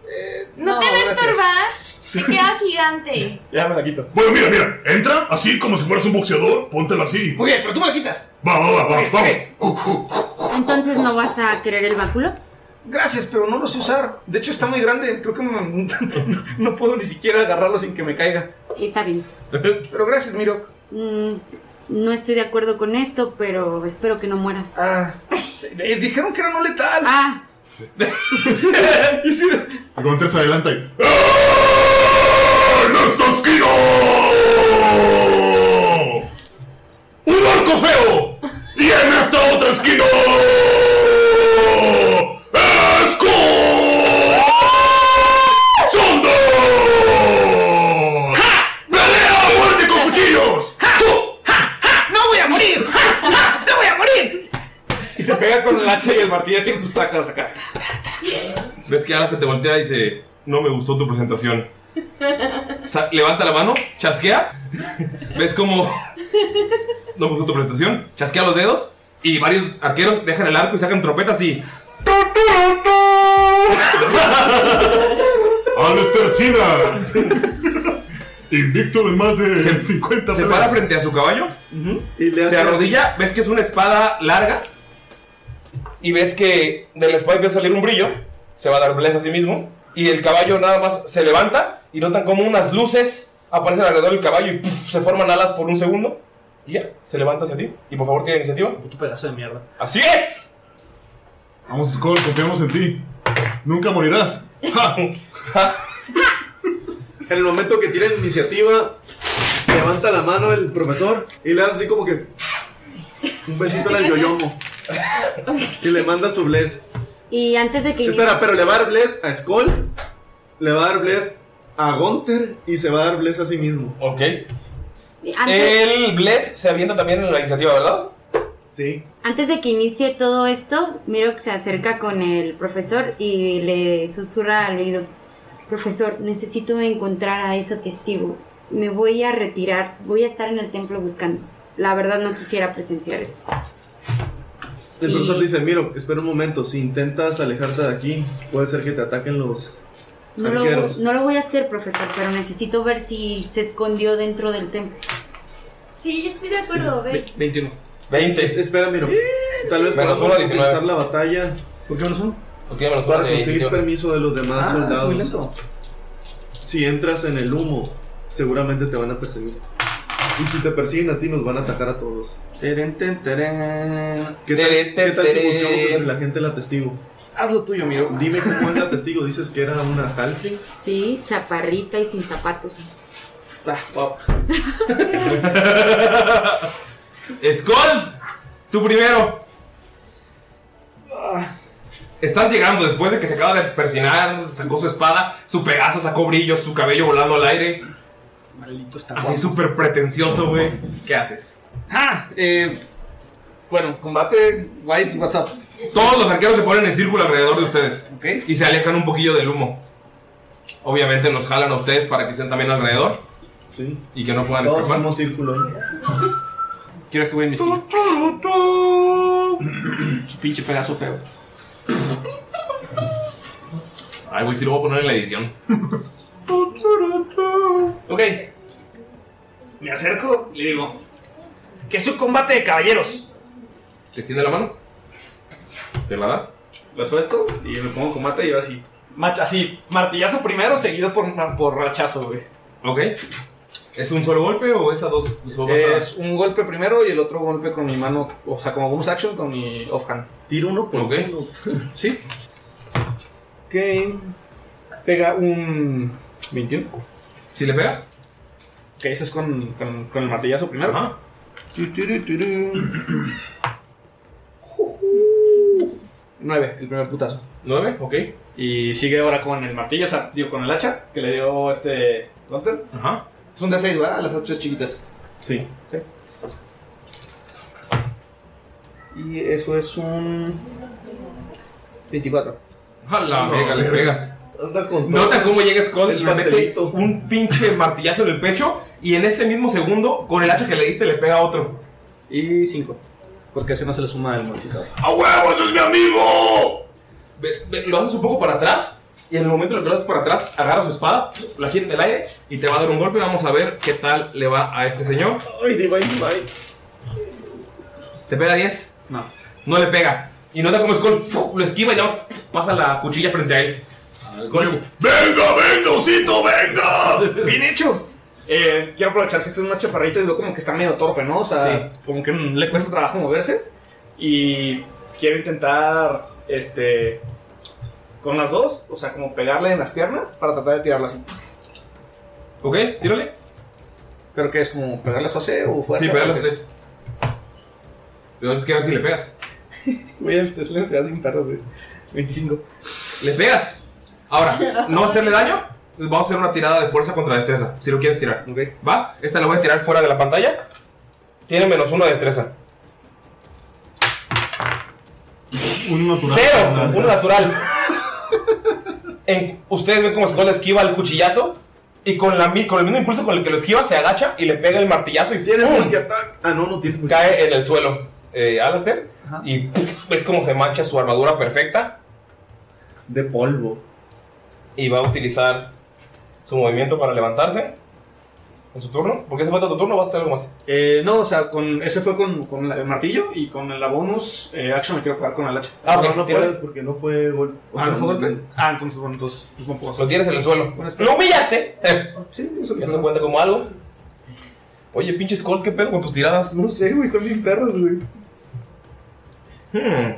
S3: No,
S5: No,
S3: te va a
S5: gracias.
S3: estorbar, te queda gigante.
S5: Ya me la quito.
S9: Bueno, mira, mira, entra así como si fueras un boxeador, póntela así.
S5: Muy bien, pero tú me la quitas.
S9: Va, va, va, va, vamos.
S5: *laughs*
S4: Entonces no vas a querer el báculo.
S5: Gracias, pero no lo sé usar. De hecho, está muy grande. Creo que me- no *laughs* puedo ni siquiera agarrarlo sin que me caiga.
S4: Está bien.
S5: Pero gracias, Miro.
S4: Mm, no estoy de acuerdo con esto, pero espero que no mueras.
S5: Ah, eh, dijeron que era no letal.
S4: Ah,
S5: *laughs*
S2: Gunter se adelanta y.
S9: ¡En esta esquina! ¡Un barco feo! ¡Y en esta otra esquina! ¡Esco! ¡Sondo! ¡Pelea a muerte con cuchillos!
S5: ¡No voy a morir! ¡Ja! ¡Ja! ¡No voy a morir! Y se pega con el hacha y el martillo así en sus tacas acá.
S1: Ves que Alas se te voltea y dice: No me gustó tu presentación. Sa- levanta la mano, chasquea. ¿Ves cómo.? *laughs* No me gustó tu presentación. Chasquea los dedos. Y varios arqueros dejan el arco y sacan trompetas y.
S2: ¡Alestercina! Invicto de más de 50
S1: Se para frente a su caballo.
S7: Y le hace
S1: Se arrodilla, ves que es una espada larga. Y ves que del espada empieza a salir un brillo. Se va a dar bless a sí mismo. Y el caballo nada más se levanta. Y notan como unas luces aparecen alrededor del caballo. Y ¡puf! se forman alas por un segundo. Y ya, se levanta hacia ti. Y por favor, tiene iniciativa.
S5: Puto pedazo de mierda.
S1: ¡Así es!
S2: Vamos, Skull, confiamos en ti. Nunca morirás.
S7: *laughs*
S2: ¡Ja!
S7: En el momento que tira la iniciativa, levanta la mano el profesor y le hace así como que. Un besito en el yoyomo. Y le manda su bless.
S4: y antes de que inicie-
S7: Espera, pero le va a dar bless a Skull, le va a dar bless a Gunter y se va a dar bless a sí mismo.
S1: Ok.
S4: antes,
S1: El bless se avienta también en la iniciativa, ¿verdad?
S7: Sí.
S4: antes de que inicie todo esto, Miro que se acerca con el profesor y le susurra al oído, profesor, necesito encontrar a ese testigo. Me voy a retirar, voy a estar en el templo buscando. La verdad no quisiera presenciar esto.
S7: El
S4: Sí.
S7: profesor dice, miro, espera un momento, si intentas alejarte de aquí, puede ser que te ataquen los
S4: No lo,
S7: arqueros.
S4: no lo voy a hacer, profesor, pero necesito ver si se escondió dentro del templo.
S3: Sí, yo estoy de acuerdo, ve.
S5: 21.
S1: 20.
S7: Es- espera, miro, tal vez
S1: Menos
S7: podamos
S1: uno, 19.
S7: utilizar la batalla
S5: ¿Por qué no son?
S1: Pues tiene menos
S7: para
S1: uno de
S7: conseguir
S1: iniciativa.
S7: permiso de los demás
S5: Ah, es muy
S7: soldados.
S5: lento.
S7: Si entras en el humo, seguramente te van a perseguir. Y si te persiguen a ti, nos van a atacar a todos.
S5: Teren, ten, teren.
S7: ¿Qué tal,
S1: Tere,
S7: qué tal si
S1: tere.
S7: buscamos entre la gente la testigo?
S5: Haz lo tuyo, Miro.
S7: Dime cómo es la testigo, dices que era una halfling.
S4: Sí, chaparrita y sin zapatos.
S5: Ah, wow.
S1: Skull, tú primero. Estás llegando después de que se acaba de persinar, sacó su espada, su pegaso sacó brillo, su cabello volando al aire.
S5: Maldito está
S1: Así súper pretencioso, güey. ¿Qué haces?
S5: ¡Ja! Eh, bueno, combate, Wise y WhatsApp.
S1: Todos los arqueros se ponen en círculo alrededor de ustedes. Y se alejan un poquillo del humo. Obviamente nos jalan a ustedes para que estén también alrededor. Y que no puedan
S7: Todos
S1: escapar.
S7: somos círculo.
S5: Quiero estuve en mis Su pinche pedazo feo.
S1: Ay, güey, sí lo voy a poner en la edición. Ok.
S5: Me acerco y le digo: Que es un combate de caballeros.
S1: ¿Te extiende la mano? ¿Te la da?
S5: La suelto y me pongo en combate y yo así. Mach, así, martillazo primero, seguido por, por rachazo, güey.
S1: Ok. ¿Es un solo golpe o es a dos? o vas a-
S5: Es un golpe primero y el otro golpe con mi mano, o sea, como bonus action con mi offhand.
S7: Tiro uno por
S5: uno. Sí. Ok. Pega un 21.
S1: ¿Sí le pega?
S5: Ok, ese es con, con, con el martillazo primero. Tu, tu, tu, tu, tu. 9, el primer putazo.
S1: 9, ok.
S5: Y sigue ahora con el martillo, o sea, digo, con el hacha que le dio este Gunter.
S1: Ajá.
S5: Es un D6, ¿verdad? Las hachas chiquitas.
S7: Sí.
S5: Y eso es un 24.
S1: Ojalá, pega, le pegas.
S5: con todo.
S1: Nota cómo llega Skull y
S5: El
S1: le mete
S5: pastelito.
S1: un pinche martillazo en el pecho y en ese mismo segundo, con el hacha que le diste, le pega otro.
S5: Y 5. Porque ese no se le suma el modificador.
S1: ¡A huevo, ese es mi amigo! lo haces un poco para atrás y en el momento en el que lo haces para atrás, agarra su espada, la gira en el aire y te va a dar un golpe. Vamos a ver qué tal le va a este señor.
S7: Ay, Divine Smite.
S1: ¿Te pega 10?
S5: No.
S1: No le pega. Y nota como Skull ¡fu! lo esquiva y luego pasa la cuchilla frente a él. Skull.
S5: ¡Venga, venga, osito, venga! ¡Bien hecho! Eh, quiero aprovechar que esto es más chaparrito y veo como que está medio torpe, ¿no? O sea, como que mm, le cuesta trabajo moverse. Y quiero intentar, este, con las dos, o sea, como pegarle en las piernas para tratar de tirarla así.
S1: Ok, tírale.
S5: ¿Pero qué es? ¿Como pegarle suave o fuerza?
S1: Sí, pegarle
S5: ¿O qué?
S1: suave. Pero es que a ver si le pegas.
S5: *laughs* Güey, este, a ustedes le pegas sin perros, güey. 25.
S1: Le pegas. Ahora, no hacerle daño. Vamos a hacer una tirada de fuerza contra destreza. Si lo quieres tirar. ¿Va? Esta la voy a tirar fuera de la pantalla. Tiene menos uno de destreza.
S2: Uno natural.
S1: Cero. Uno natural. En- ustedes ven cómo Skull esquiva el cuchillazo. Y con, la, mi- con el mismo impulso con el que lo esquiva, se agacha y le pega el martillazo. Y tiene
S7: Ah, no, no tiene
S1: Cae en el suelo. Eh, Alastair. Y ¡puf! ves cómo se mancha su armadura perfecta.
S7: De polvo.
S1: Y va a utilizar su movimiento para levantarse. En su turno. Porque ese fue todo tu turno, vas a hacer algo más.
S5: Eh, no, o sea, con, ese fue con, con la- el martillo y con la bonus eh, action me quiero pegar con la hacha.
S7: Ah, no, no puedes porque no fue golpe.
S5: Ah, ¿no fue golpe? Ah, entonces, bueno, entonces pues no puedo hacer.
S1: Lo tienes en el suelo.
S5: Bueno, espera.
S1: ¡Lo humillaste! Eh,
S5: *laughs* Sí, eso me
S1: Eso
S5: pasa.
S1: cuenta como algo. Oye, pinche Skull, ¿qué pedo con tus tiradas?
S5: No sé, güey, están bien perros, güey.
S1: Hmm.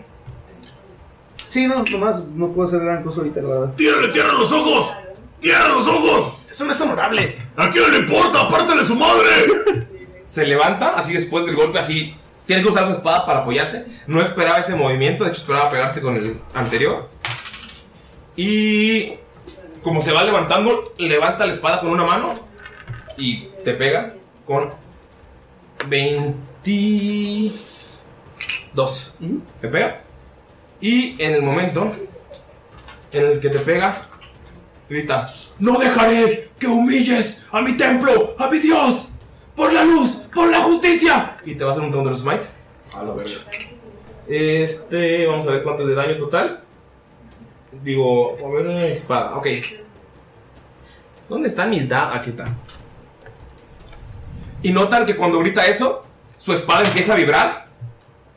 S5: Sí, no, nomás no puedo hacer gran cosa ahorita, la verdad.
S9: ¡Tírale, tierra los ojos! ¡Tierra los ojos!
S5: Eso no es honorable.
S9: ¿A quién le importa? ¡Apártale su madre!
S1: Se levanta, así después del golpe, así. Tiene que usar su espada para apoyarse. No esperaba ese movimiento, de hecho esperaba pegarte con el anterior. Y como se va levantando, levanta la espada con una mano y te pega con 22. Te pega. Y en el momento en el que te pega, grita, no dejaré que humilles a mi templo, a mi Dios, por la luz, por la justicia. Y te va a hacer un Thunder Smite.
S2: A la verga.
S1: Este, vamos a ver cuánto es de daño total. Digo, a ver, eh, espada, ok. ¿Dónde están mis da? Aquí están. Y notan que cuando grita eso, su espada empieza a vibrar.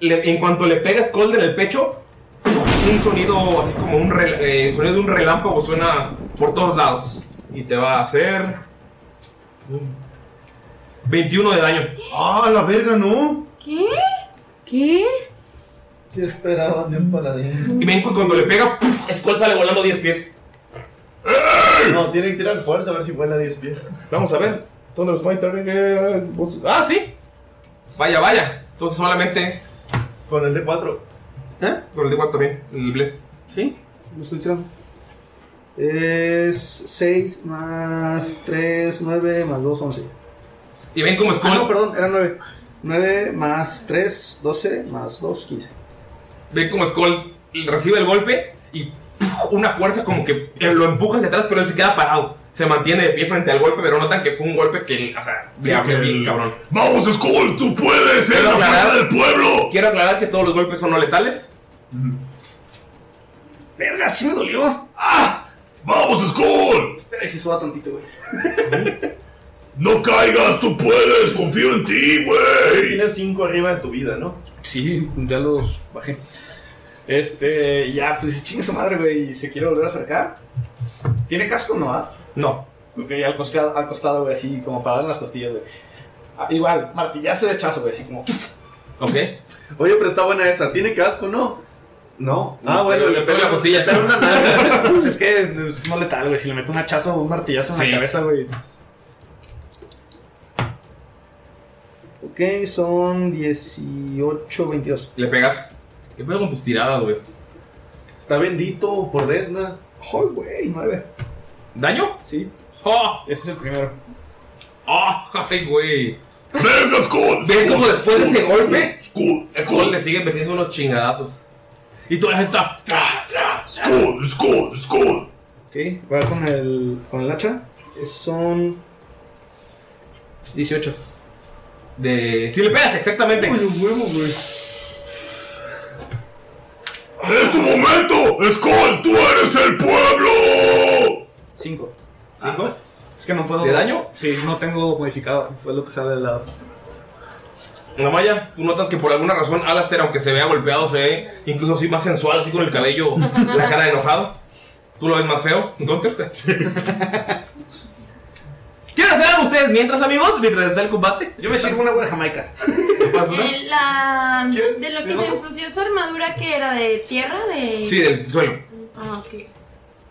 S1: Le- en cuanto le pega Scold en el pecho, un sonido así como un rel- eh, el sonido de un relámpago suena por todos lados. Y te va a hacer. 21 de daño.
S2: ¡Ah, la verga, no!
S3: ¿Qué? ¿Qué?
S7: ¿Qué esperaban de un paladín?
S1: Y ven que cuando le pega, ¡puf! Skull sale volando 10 pies.
S7: No, tiene que tirar fuerza a ver si vuela 10 pies.
S1: Vamos a ver. Thunder Smite. eh, vos- Ah, sí. Vaya, vaya. Entonces solamente.
S7: Con el D4.
S1: ¿Eh? Con el D4 también. El Bless.
S5: Sí, lo estoy tirando. Es 6 más 3, 9 más 2, 11.
S1: Y ven cómo es
S5: Ah, no, perdón, era 9. 9 más 3, 12 más 2, 15.
S1: Ven como Skull recibe el golpe y ¡puf! una fuerza como que eh, lo empuja hacia atrás, pero él se queda parado. Se mantiene de pie frente al golpe, pero notan que fue un golpe que, o sea, le
S9: Sí,
S1: abrió
S9: que
S1: bien,
S9: el-
S1: cabrón.
S9: ¡Vamos, Skull! ¡Tú puedes! ¡Es
S1: Quiero
S9: la fuerza
S1: aclarar-
S9: del pueblo!
S1: Quiero aclarar que todos los golpes son no letales.
S5: Verga, sí me dolió. ¡Ah!
S9: ¡Vamos, Skull!
S5: Espera, y si suba tantito, güey.
S9: ¡No caigas! ¡Tú puedes! ¡Confío en ti, güey!
S5: Tienes 5 arriba de tu vida, ¿no? Sí, ya los bajé. Este, ya, pues chinga su madre, güey. y Se quiere volver a acercar. ¿Tiene casco o no? ah?
S1: No.
S5: Ok, al costado, al costado, güey, así como para darle las costillas, güey. Ah, igual, martillazo de hachazo, güey, así como.
S1: Ok.
S7: Oye, pero está buena esa. ¿Tiene casco, no? No. Ah, bueno.
S1: le pego la costilla. *laughs*
S5: *laughs* Pues es que es no letal, güey. Si le meto un hachazo o un martillazo en
S1: Sí.
S5: la cabeza, güey. Ok, son 18, 22.
S1: Le pegas. ¿Qué pedo con tus tiradas, güey?
S7: Está bendito por Desna.
S5: ¡Ay, güey! 9.
S1: ¿Daño?
S5: Sí.
S1: ¡Oh!
S5: Ese es el primero.
S1: ¡Oh! ¡Ay, güey!
S9: ¡Venga, Skull!
S1: Ven como después de ese golpe,
S9: ¡Skull!
S1: Skull le sigue metiendo unos chingadazos. Y toda la gente está. ¡tra, tra!
S9: ¡Skull! ¡Skull! ¡Skull!
S5: Ok, voy a ver con el, con el hacha. Esos son 18.
S1: De. Si le pegas, exactamente.
S9: ¡Es tu este momento! ¡Skull! ¡Tú eres el pueblo!
S5: 5. ¿5? Es que no puedo.
S1: Ah, ¿De daño?
S5: Sí, no tengo modificado. Fue lo que sale del lado.
S1: No vaya, tú notas que por alguna razón Alastair, aunque se vea golpeado, se ve incluso así más sensual, así con el cabello, la cara de enojado. Tú lo ves más feo, Gunter. ¿Qué harán ustedes mientras, amigos? Mientras está el combate.
S5: Yo me sirvo un agua de Jamaica.
S1: ¿Qué pasa?
S3: De, Eh, la,
S5: ¿Quieres?
S3: de lo que
S5: ¿Le
S3: se
S5: vas a-
S3: ensució su armadura, que era de tierra, de.
S1: Sí, del suelo.
S3: Ah, ok.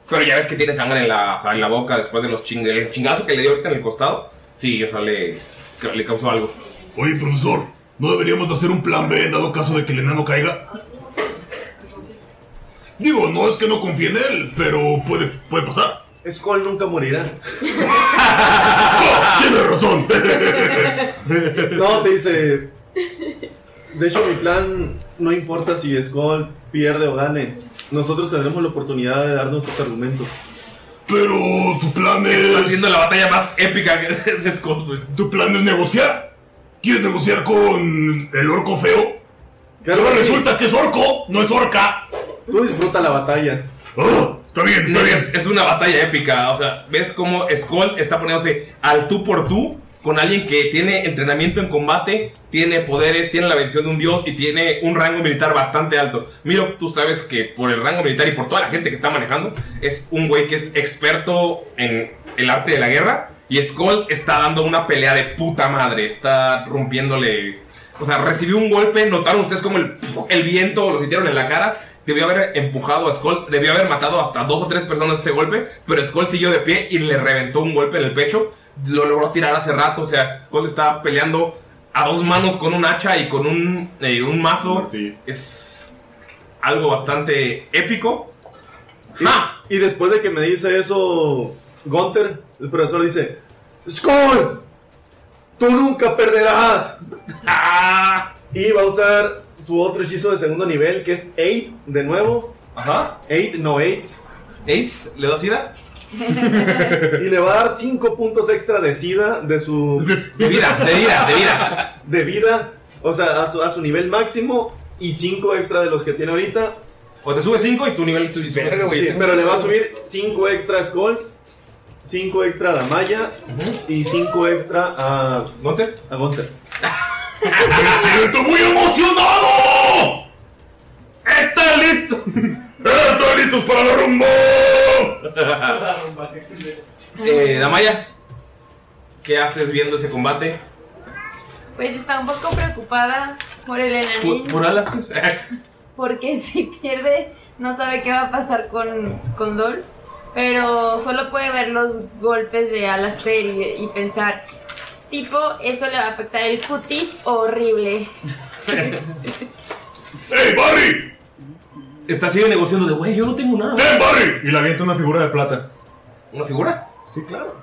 S1: Pero ya ves que tiene sangre en la, o sea, en la boca después de los ching el chingazo que le dio ahorita en el costado. Sí, o sea, le, que le causó algo.
S9: Oye, profesor, ¿no deberíamos de hacer un plan B en dado caso de que el enano caiga? Digo, no es que no confíe en él, pero puede, puede pasar.
S7: Skull nunca
S9: *laughs*
S7: morirá.
S9: Tienes
S7: *laughs*
S9: razón.
S7: *laughs* No, te dice. De hecho, mi plan no importa si Skull pierde o gane. Nosotros tendremos la oportunidad de dar nuestros argumentos.
S9: Pero tu plan
S1: Está haciendo
S9: es.
S1: la batalla más épica que *laughs* de Scott, güey.
S9: Tu plan es negociar. ¿Quieres negociar con el orco feo?
S7: Claro
S9: Ahora
S7: que sí.
S9: resulta que es orco, no es orca.
S7: Tú disfruta la batalla.
S9: Ah, está bien, está bien.
S1: Es, es una batalla épica, o sea, ves cómo Skull está poniéndose al tú por tú con alguien que tiene entrenamiento en combate, tiene poderes, tiene la bendición de un dios y tiene un rango militar bastante alto. Miro, tú sabes que por el rango militar y por toda la gente que está manejando, es un güey que es experto en el arte de la guerra y Skull está dando una pelea de puta madre, está rompiéndole o sea, recibió un golpe, notaron ustedes como el, el viento lo sintieron en la cara. Debió haber empujado a Skull, debió haber matado hasta dos o tres personas ese golpe, pero Skull siguió de pie y le reventó un golpe en el pecho. Lo logró tirar hace rato, o sea, Skull estaba peleando a dos manos con un hacha y con un, eh, un mazo.
S7: Martillo.
S1: Es algo bastante épico. ¡Ah!
S7: Y después de que me dice eso, Gunther, el profesor dice: ¡Skull! ¡Tú nunca perderás!
S1: ¡Ah!
S7: Y va a usar su otro hechizo de segundo nivel, que es Aid, de nuevo.
S1: Ajá.
S7: Aid, no Aids.
S1: ¿Aids? ¿Le da sida?
S7: Y le va a dar 5 puntos extra de SIDA de su
S1: De vida, de vida, de vida.
S7: de vida, o sea, a su, a su nivel máximo y 5 extra de los que tiene ahorita.
S1: O te sube 5 y tu nivel sube.
S5: Verga, güey.
S7: Sí,
S5: tengo-
S7: pero le va a subir 5 extra a Skull, 5 extra a Damaya y 5 extra a,
S1: ¿Gunter?
S7: a Gunther.
S9: ¡Me siento muy emocionado!
S1: ¡Está
S9: *laughs*
S1: listo!
S9: ¡Están listos para la rumba!
S1: *laughs* Eh, Damaya, ¿qué haces viendo ese combate?
S3: Pues está un poco preocupada por el
S1: Pu-
S3: enanito.
S1: ¿Pura Alastair?
S3: Porque *laughs* si pierde, no sabe qué va a pasar con, con Dolph. Pero solo puede ver los golpes de Alastair y, y pensar: tipo, eso le va a afectar el cutis horrible.
S9: ¡Ey, Barry!
S1: Está sigue negociando de, güey, yo no tengo nada.
S2: Y le avienta una figura de plata.
S1: ¿Una figura?
S2: Sí, claro.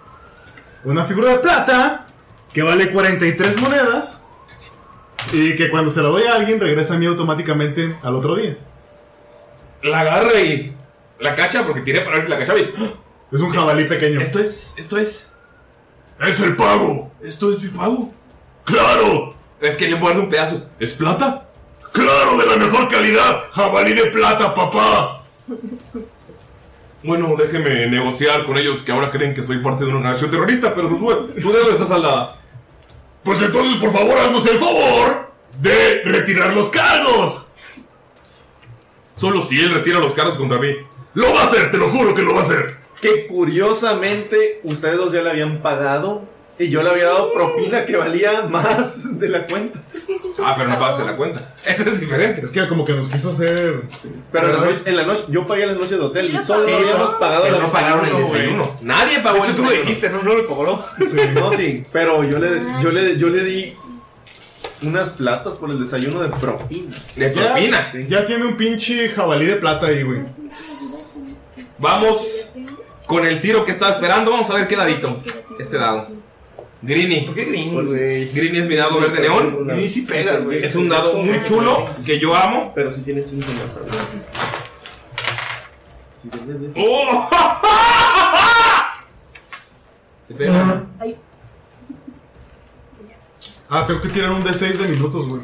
S2: Una figura de plata que vale 43 monedas y que cuando se la doy a alguien regresa a mí automáticamente al otro día.
S1: La agarra y la cacha porque tiré para ver si la cachaba y... ¡Ah!
S2: Es un jabalí pequeño.
S1: Esto es, esto es...
S9: ¡Es el pago!
S1: ¿Esto es mi pago?
S9: ¡Claro!
S1: Es que yo puedo dar un pedazo. ¿Es plata?
S9: ¡Claro, de la mejor calidad! ¡Jabalí de plata, papá!
S1: Bueno, déjeme negociar con ellos que ahora creen que soy parte de una organización terrorista, pero su, su dedo está saldada.
S9: Pues entonces, por favor, haznos el favor de retirar los cargos.
S1: Solo si él retira los cargos contra mí.
S9: ¡Lo va a hacer! ¡Te lo juro que lo va a hacer!
S7: Que curiosamente ustedes dos ya le habían pagado y yo le había dado propina que valía más de la cuenta.
S3: Es que sí,
S1: Ah, pero no pagaste la cuenta. Eso es diferente.
S2: Es que como que nos quiso hacer.
S7: Pero en la noche, en la noche- yo pagué las noches de hotel.
S1: Sí lo
S7: solo
S1: pagó.
S7: habíamos pagado
S1: Pero
S7: la
S1: no pagaron el
S7: güey.
S1: desayuno. Nadie pagó
S7: De hecho,
S1: el
S7: tú lo
S1: desayuno.
S7: dijiste, no, no lo cobró. No, sí, pero yo le, yo le, yo le di unas platas por el desayuno de propina.
S1: De
S2: Ya, ya tiene un pinche jabalí de plata ahí, güey.
S1: Vamos con el tiro que estaba esperando. Vamos a ver qué dadito. Este dado. Greeny. ¿Por qué Greeny? Greeny es mi dado verde neón.
S5: Greeny sí pega, güey.
S1: Es un dado muy chulo que yo amo.
S7: Pero si tienes cinco más,
S1: *laughs* ¡Oh! Te pega.
S2: Ah, tengo que tirar un D6 de minutos, güey.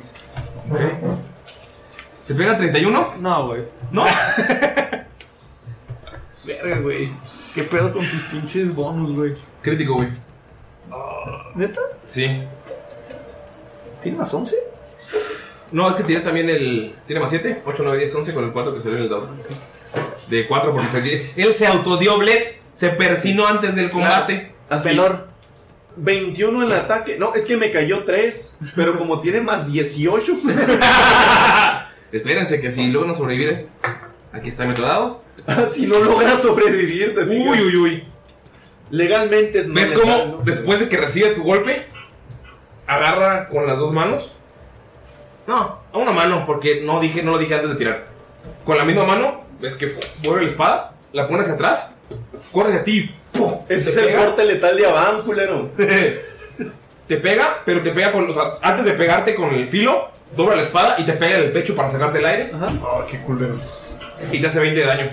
S1: ¿Te pega 31?
S5: No, güey.
S1: ¿No?
S5: *laughs* Verga, güey. ¿Qué pedo con sus pinches bonus, güey?
S1: Crítico, güey.
S5: ¿Neta?
S1: Sí.
S5: ¿Tiene más 11?
S1: No, es que tiene también el. Tiene más 7, 8, 9, 10, 11 con el 4 que salió en el dado. De 4 por Él se autodió bless, se persinó antes del combate.
S7: Así. 21 en el ataque. No, es que me cayó 3. Pero
S1: *laughs*
S7: como tiene más 18.
S1: Espérense que si logran sobrevivir esto. Aquí está mi otro
S7: *laughs*
S1: dado.
S7: Ah, si no logra sobrevivir, te fijas.
S1: Uy, uy, uy.
S7: Legalmente es no
S1: ¿Ves
S7: letal,
S1: cómo
S7: ¿no?
S1: después de que recibe tu golpe, agarra con las dos manos? No, a una mano, porque no dije, no lo dije antes de tirar. Con la misma mano, ves que fu- mueve la espada, la pones atrás, corre hacia ti. ¡pum!
S7: Ese
S1: Te
S7: es el
S1: pega.
S7: corte letal de Avan, culero.
S1: *laughs* Te pega, pero te pega con. O sea, antes de pegarte con el filo, dobla la espada y te pega en el pecho para sacarte el aire.
S7: Ajá.
S2: Ah, qué culero.
S1: Y te hace 20 de daño.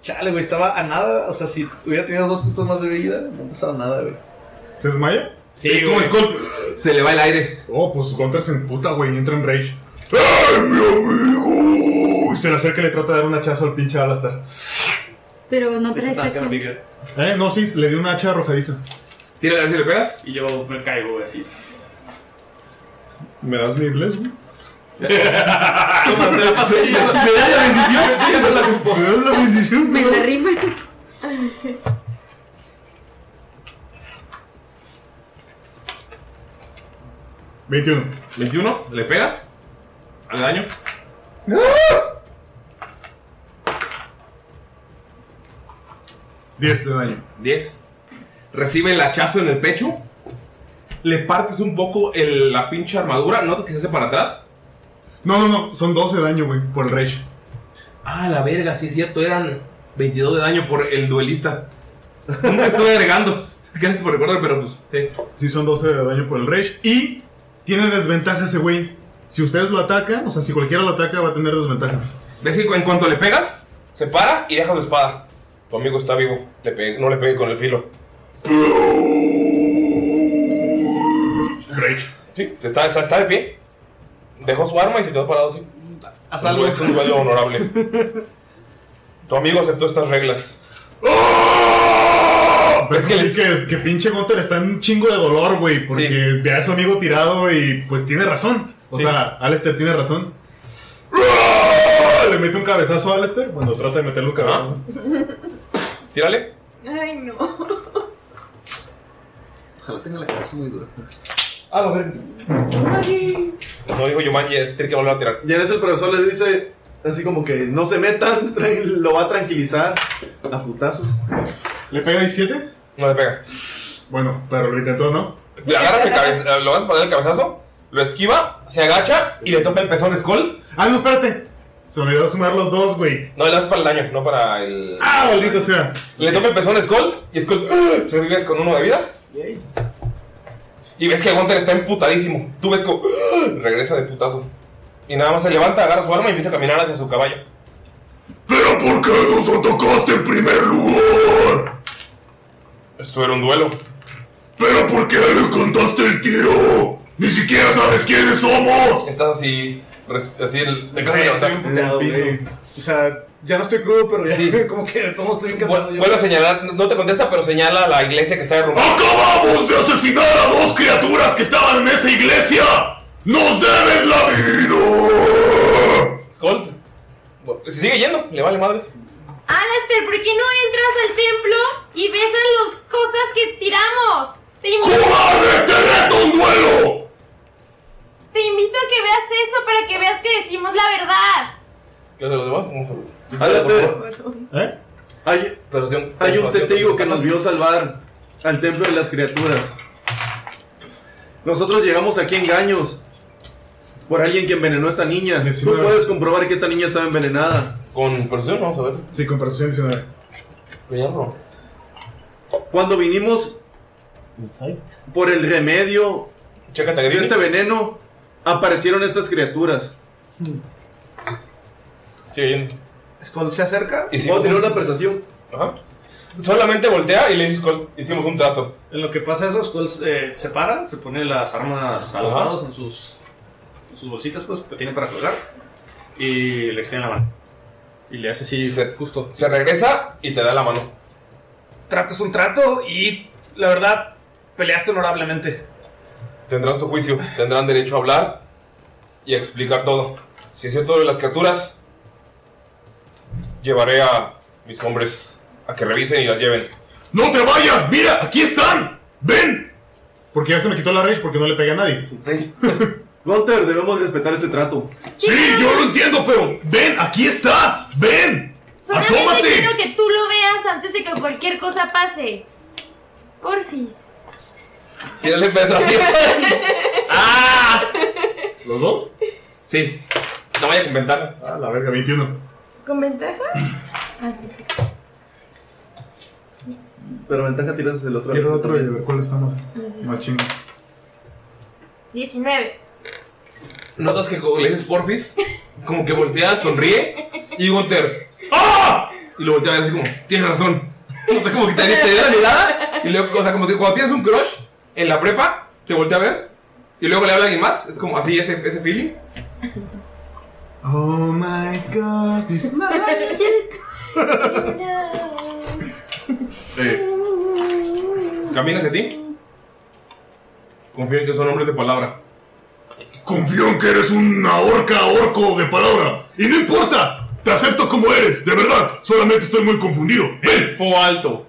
S5: Chale, güey, estaba a nada. O sea, si hubiera tenido dos puntos más de vida, no pasaba nada, güey.
S2: ¿Se desmaya?
S5: Sí, Es como güey. Skull.
S1: Se le va el aire.
S2: Oh, pues Gunter se emputa, güey, y entra en rage. ¡Ay, mi amigo! Y se le acerca y le trata de dar un hachazo al pinche Alastar.
S4: Pero no traes hacha.
S2: Eh, no, sí, le dio una hacha arrojadiza.
S1: Tira a ver si le pegas.
S5: Y yo me caigo,
S1: *laughs*
S5: güey, así.
S2: ¿Me das mi bless, güey?
S5: Toma, te la paso.
S1: Me da la bendición, me da la bendición.
S2: ¿Me das la bendición?
S4: *laughs* Me la rima.
S2: güey? 21.
S1: 21, le pegas. Al daño.
S2: ¡Ah! 10 de daño.
S1: 10. Recibe el hachazo en el pecho. Le partes un poco el- la pinche armadura. Notas que se hace para atrás.
S2: No, no, no, son 12 de daño, güey, por el rage.
S1: Ah, la verga, sí es cierto. Eran 22 de daño por el duelista. *laughs* Nunca estoy agregando. Gracias por recordar, pero pues. eh.
S2: Sí, son 12 de daño por el rage. Y tiene desventaja ese güey. Si ustedes lo atacan, o sea, si cualquiera lo ataca, va a tener desventaja.
S1: ¿Ves que en cuanto le pegas, se para y deja su espada? Tu amigo está vivo. Le pegues- no le pegues con el filo.
S2: Rage.
S1: Sí, está, está, está de pie. Dejó su arma y se quedó parado así.
S5: Haz algo.
S1: Es un duelo honorable. tu amigo aceptó estas reglas.
S2: Pues que, sí que, que pinche Gunter está en un chingo de dolor, güey, porque ve a su amigo tirado y pues tiene razón. O
S1: Sí.
S2: sea, Alistair tiene razón. Le mete un cabezazo a Alistair cuando trata de meterle un cabezazo.
S1: ¿Ah? Tírale.
S3: Ay, no.
S5: Ojalá tenga la cabeza muy dura.
S7: Ah, a ver.
S1: No dijo Yumanji, es tiene que volver a tirar.
S7: Y en eso el profesor le dice, así como que no se metan, *laughs* tra- lo va a tranquilizar a putazos.
S2: ¿Le pega 17?
S1: No le pega.
S2: Bueno, pero lo intentó, ¿no?
S1: eh, Le agarras el cabezazo, lo vas a poner el cabezazo Lo esquiva, se agacha y le toca el pezón Skull.
S2: Ah, no, espérate. Se olvidó sumar los dos, güey.
S1: No, le das para el daño, no para el.
S2: Ah, maldita sea.
S1: Le toca el pezón Skull y Skull ¡ah! revives con uno de vida. Y ves que Gunter está emputadísimo. Tú ves como ¡ah! regresa de putazo. Y nada más se levanta, agarra su arma y empieza a caminar hacia su caballo.
S9: ¿Pero por qué nos atacaste en primer lugar?
S1: Esto era un duelo.
S9: ¿Pero por qué le contaste el tiro? Ni siquiera sabes quiénes somos.
S1: Estás así. res- Así el. Te
S5: Güey,
S1: de
S5: estoy bien puteado, güey. O sea, ya no estoy crudo, pero ya *laughs* como que de todos modos estoy bien cansado. yo.
S1: Vuelve a señalar, no te contesta, pero señala la iglesia que está derrumbada.
S9: ¡Acabamos de asesinar a dos criaturas que estaban en esa iglesia! ¡Nos debes la vida!
S1: Skull. Bueno, Se sigue yendo, le vale madres.
S3: Alastair, ¿por qué no entras al templo y ves a las cosas que tiramos? Te invito,
S9: ¡Te reto un duelo!
S3: te invito a que veas eso para que veas que decimos la verdad.
S1: ¿Qué de los demás? Vamos a
S7: Alastair. ¿Eh? Hay, hay un testigo que nos vio salvar al templo de las criaturas. Nosotros llegamos aquí a engaños por alguien que envenenó a esta niña. Tú puedes comprobar que esta niña estaba envenenada.
S1: Con percepción, vamos a ver.
S7: Sí, con percepción 19.
S1: Veamos.
S7: Cuando vinimos por el remedio de este veneno, aparecieron estas criaturas.
S1: Sigue yendo.
S5: Skull se acerca.
S1: Y
S5: Puedo tirar
S7: una prestación.
S1: Ajá. Solamente voltea y le dices, "Col- hicimos un trato.
S5: En lo que pasa eso, Skull eh, se para, se pone las armas a los
S1: Ajá.
S5: lados en sus, en sus bolsitas pues, que tiene para colgar y le extiende la mano. Y le hace así
S1: justo. Se regresa y te da la mano.
S5: Trato es un trato y la verdad, peleaste honorablemente.
S1: Tendrán su juicio, tendrán derecho a hablar y a explicar todo. Si es cierto de las criaturas, llevaré a mis hombres a que revisen y las lleven.
S9: ¡No te vayas! ¡Mira! ¡Aquí están! ¡Ven!
S2: Porque ya se me quitó la rage porque no le pegué
S7: *laughs*
S2: a nadie.
S7: Walter, debemos respetar este trato.
S9: Sí, yo lo entiendo, pero ven, aquí estás. Ven.
S3: Solamente
S9: Asómate.
S3: quiero que tú lo veas antes de que cualquier cosa pase. Porfis.
S1: Tírale peso
S5: *laughs*
S1: así.
S5: ¡Ah!
S2: ¿Los dos?
S1: Sí. No vaya con ventana.
S2: Ah, la verga, 21.
S3: ¿Con
S9: *laughs*
S3: ventaja? Ah, sí, sí.
S7: Pero ventaja tiras el otro.
S2: Quiero otro y a ver cuál está más,
S3: Ah, sí, sí.
S2: más chingo.
S3: 19.
S1: Notas que como le dices porfis, como que voltea, sonríe y Gunter ¡Ah! Y lo voltea a ver así como, tienes razón. O sea, como que te, te da la mirada y luego, o sea, como que cuando tienes un crush en la prepa, te voltea a ver y luego le habla a alguien más. Es como así ese, ese feeling.
S2: Oh my god, this
S1: Camina hacia ti. Confío en que son hombres de palabra.
S9: Confío en que eres una orca orco de palabra. Y no importa. Te acepto como eres, de verdad. Solamente estoy muy confundido.
S1: Elfo
S9: *laughs*
S1: alto.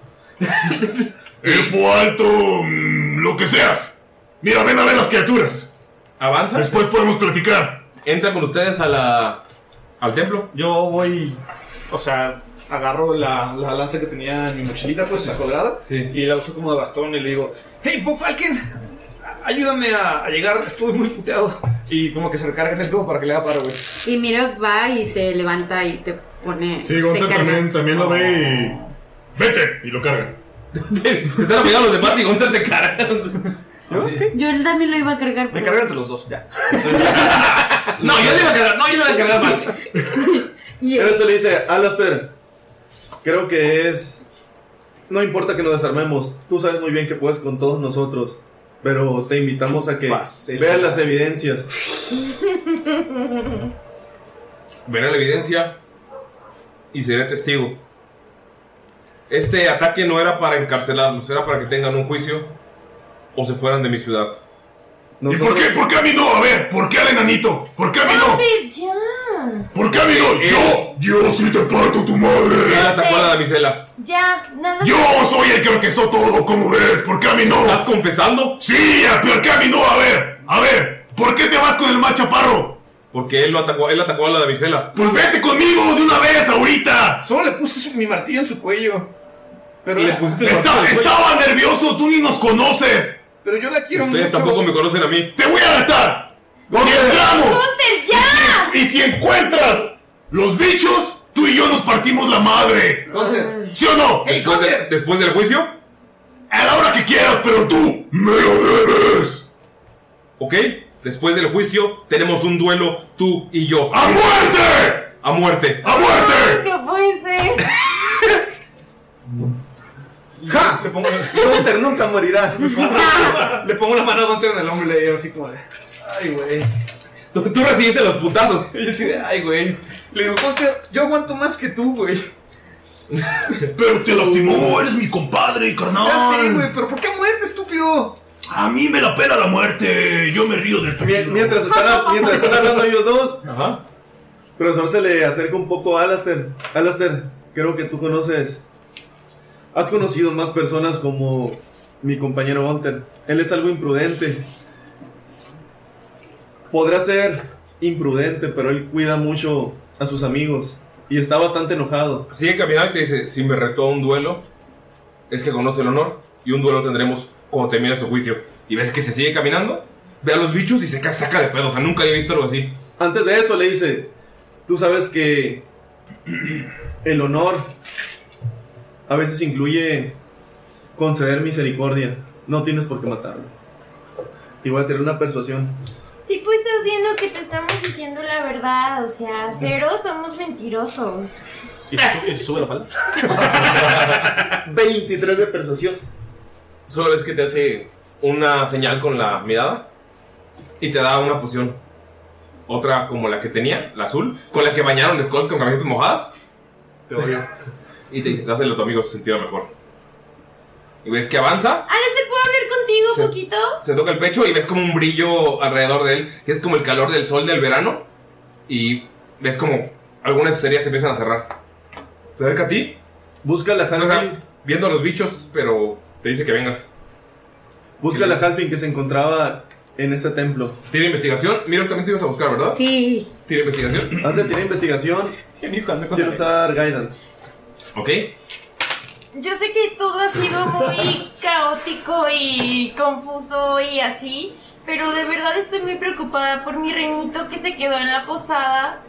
S9: Elfo alto. mm, Lo que seas. Mira, ven a ver las criaturas.
S1: Avanza.
S9: Después podemos platicar.
S1: Entra con ustedes a la, al templo.
S5: Yo voy, o sea, agarro la, la lanza que tenía en mi mochilita, pues, colgada, y la uso como de bastón y le digo, hey, Bob Falken, ayúdame a, a llegar, estoy muy puteado. Y como que se recarga en el tubo para que le haga paro, güey.
S4: Y Mirok va y te levanta y te pone.
S2: Sí, Gonta
S4: te carga.
S2: también, *laughs* también lo ve y. ¡Vete! Y lo carga.
S1: *laughs* Están apoyando los demás y Gunter te carga.
S4: Yo él también lo iba a cargar.
S5: Me cargas entre los dos, ya.
S1: No, yo le iba a cargar, no, yo le iba a
S3: *laughs*
S1: cargar más.
S4: Y
S7: Pero eso le dice, Alastair, creo que es... No importa que nos desarmemos, tú sabes muy bien que puedes con todos nosotros, pero te invitamos a que veas las evidencias.
S1: Verá la evidencia y seré testigo. Este ataque no era para encarcelarlos, era para que tengan un juicio o se fueran de mi ciudad.
S9: ¿Y por qué? ¿Por qué a mí no? A ver, ¿por qué al enanito? ¿Por qué a mí no?
S3: ¡Walter, ya!
S9: ¿Por qué a mí no? Yo, yo sí te parto tu madre.
S1: Eh, Ya la atacó a la damisela.
S3: Ya, nada
S9: Yo soy el que orquestó todo, como ves? ¿Por qué a mí no? ¿Estás
S1: confesando?
S9: Sí, ¿por qué a mí no? A ver, a ver, ¿por qué te vas con el machaparro?
S1: Porque él lo atacó, él atacó a la damisela.
S9: Pues vete conmigo de una vez ahorita.
S5: Solo le puse su- mi martillo en su cuello. Pero
S1: Le pusiste el
S9: Está-
S1: martillo en el cuello.
S9: estaba nervioso, tú ni nos conoces.
S5: Pero yo la quiero
S1: Ustedes
S5: mucho.
S1: tampoco me conocen a mí.
S9: Te voy a hartar. ¡Donde entramos!
S3: ¡Hunter,
S5: ¡Ah!
S3: ya!
S9: Y si encuentras los bichos, tú y yo nos partimos la madre. ¿Sí o no?
S1: Después, de- después del juicio.
S9: A la hora que quieras, pero tú me lo debes.
S1: ¿Ok? Después del juicio tenemos un duelo tú y yo. ¡A muerte! ¡A muerte! ¡A muerte!
S3: *laughs* No puede ser.
S5: ¡Ja! Le pongo. Gunter nunca morirá. *laughs* Le pongo, le pongo la mano a Gunter en el hombro y le digo así como de. Ay, güey.
S1: Tú, tú recibiste los putazos.
S5: Y yo así de, ay, güey. Le digo, Gunter, yo aguanto más que tú, güey.
S9: Pero te lastimó, eres mi compadre, carnal.
S5: Mm. Ya sé, güey, pero ¿por qué a muerte, estúpido?
S9: A mí me la pela la muerte. Yo me río del peligro.
S7: Mientras están, mientras están hablando ellos dos. Pero solo se le acerca un poco a Alastair. Alastair, creo que tú conoces. Has conocido más personas como mi compañero Hunter. Él es algo imprudente. Podrá ser imprudente, pero él cuida mucho a sus amigos. Y está bastante enojado.
S1: Sigue caminando y te dice, si me retó a un duelo, es que conoce el honor y un duelo tendremos cuando termine su juicio. Y ves que se sigue caminando, ve a los bichos y se ca- saca de pedo. O sea, nunca había visto algo así.
S7: Antes de eso le dice, tú sabes que el honor a veces incluye conceder misericordia. No tienes por qué matarlo. Y voy a tener una persuasión.
S3: Tipo, estás viendo que te estamos diciendo la verdad. O sea, cero somos mentirosos.
S5: Y se, sube la falda.
S7: 23 de persuasión.
S1: Solo ves que te hace una señal con la mirada y te da una poción. Otra como la que tenía, la azul, con la que bañaron el Skull con camisetas mojadas. Te odio. y te dice, dáselo a tu amigo, se sentirá mejor. Y ves que avanza
S3: Ale, ¿se puedo hablar contigo
S1: Sí.
S3: poquito?
S1: se toca el pecho y ves como un brillo alrededor de él, que es como el calor del sol del verano. Y ves como algunas heridas se empiezan a cerrar. Se acerca a ti.
S7: Busca la
S1: Halfling. viendo a los bichos, pero te dice que vengas.
S7: Busca la Halfling que se encontraba en este templo.
S1: Tiene investigación. Mira, también te ibas a buscar, ¿verdad?
S4: Sí.
S1: Tiene investigación.
S7: Antes tiene
S1: *laughs*
S7: investigación. Quiero usar guidance.
S1: Ok.
S3: Yo sé que todo ha sido muy caótico y confuso y así, pero de verdad estoy muy preocupada por mi reinito que se quedó en la posada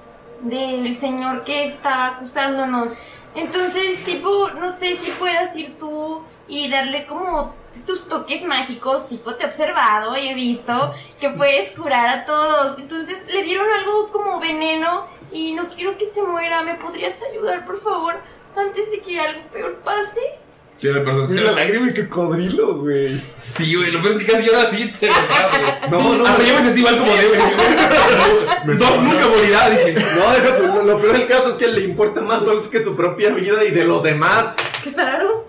S3: del señor que está acusándonos. Entonces, tipo, no sé si puedas ir tú y darle como tus toques mágicos, tipo, te he observado y he visto que puedes curar a todos. Entonces, le dieron algo como veneno y no quiero que se muera. ¿Me podrías ayudar, por favor? Antes de que algo peor pase. *laughs*
S1: Tiene percepción.
S5: la lágrima de cocodrilo, güey.
S1: Sí, güey, lo peor es que casi llora así. Te lo
S7: No, no.
S1: Hasta yo me sentí mal como
S7: *laughs*
S1: de, güey. Doc nunca morirá, dije.
S7: No, deja tú. Lo, lo peor del caso es que le importa más Dolph que su propia vida y de los demás.
S3: Claro.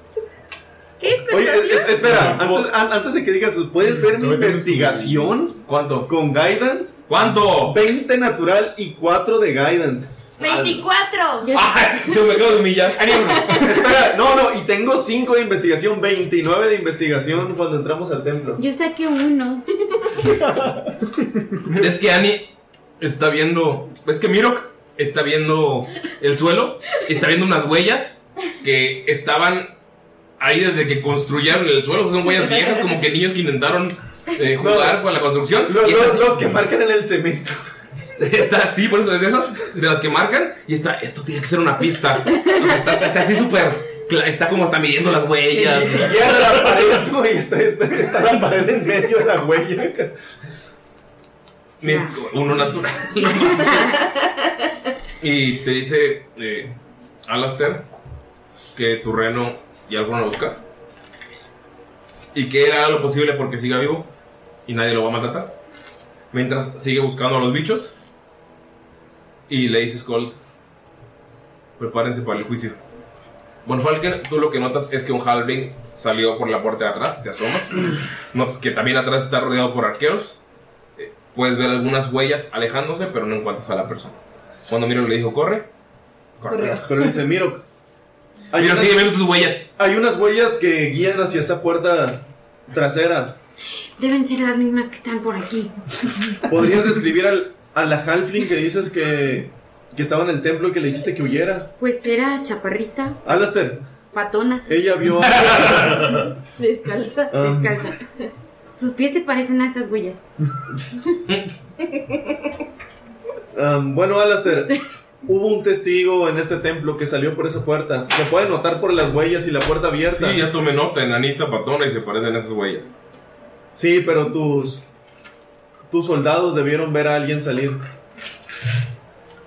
S3: ¿Qué
S7: Oye,
S3: expectativas?
S7: es- espera, antes, an- antes de que digas, ¿puedes ver mi investigación?
S1: ¿Cuánto?
S7: ¿Con guidance?
S1: ¿Cuánto?
S7: 20 natural y 4 de guidance.
S3: 24.
S1: Te me acabo de humillar.
S7: espera, no, no, y tengo 5 de investigación, 29 de investigación cuando entramos al templo.
S4: *laughs* Yo saqué uno.
S1: Es que Annie está viendo. Es que Mirok está viendo el suelo. Está viendo unas huellas que estaban ahí desde que construyeron el suelo. Son huellas viejas, como que niños que intentaron eh, jugar con la construcción.
S7: Los,
S1: Y está
S7: los-
S1: así- *laughs*
S7: los que marcan en el cemento.
S1: Está así, por eso es de esas, de las que marcan. Y está, esto tiene que ser una pista. O sea, Está, está así súper. cla- Está como está midiendo las huellas.
S7: Y era la pared, ¿no? Y está, está- está la pared en medio de la huella.
S1: Me- Uno natural. *laughs* y te dice eh, Alastair que tu reno ya lo fueron a buscar. Y que él hará lo posible porque siga vivo y nadie lo va a maltratar. Mientras sigue buscando a los bichos. Y le dice Skull, prepárense para el juicio. Bueno, Falken, tú lo que notas es que un Halbling salió por la puerta de atrás, te asomas. *clears throat* Notas que también atrás está rodeado por arqueros. Eh, Puedes ver algunas huellas alejándose, pero no encuentras a la persona. Cuando Miro le dijo, corre.
S7: Corrió. Pero dice, Miro.
S1: Miro sigue viendo sus huellas.
S7: Hay unas huellas que guían hacia esa puerta trasera.
S4: Deben ser las mismas que están por aquí.
S7: ¿Podrías describir al, a la Halfling que dices que, que estaba en el templo y que le dijiste que huyera?
S4: Pues era chaparrita,
S7: Alastair,
S4: patona,
S7: ella vio a...
S1: *laughs*
S4: descalza,
S7: Ah.
S4: descalza. Sus pies se parecen a estas huellas.
S7: Am, bueno, Alastair, hubo un testigo en este templo que salió por esa puerta. Se puede notar por las huellas y la puerta abierta.
S1: Sí, ya tomé nota, enanita patona y se parecen esas huellas.
S7: Sí, pero tus tus soldados debieron ver a alguien salir.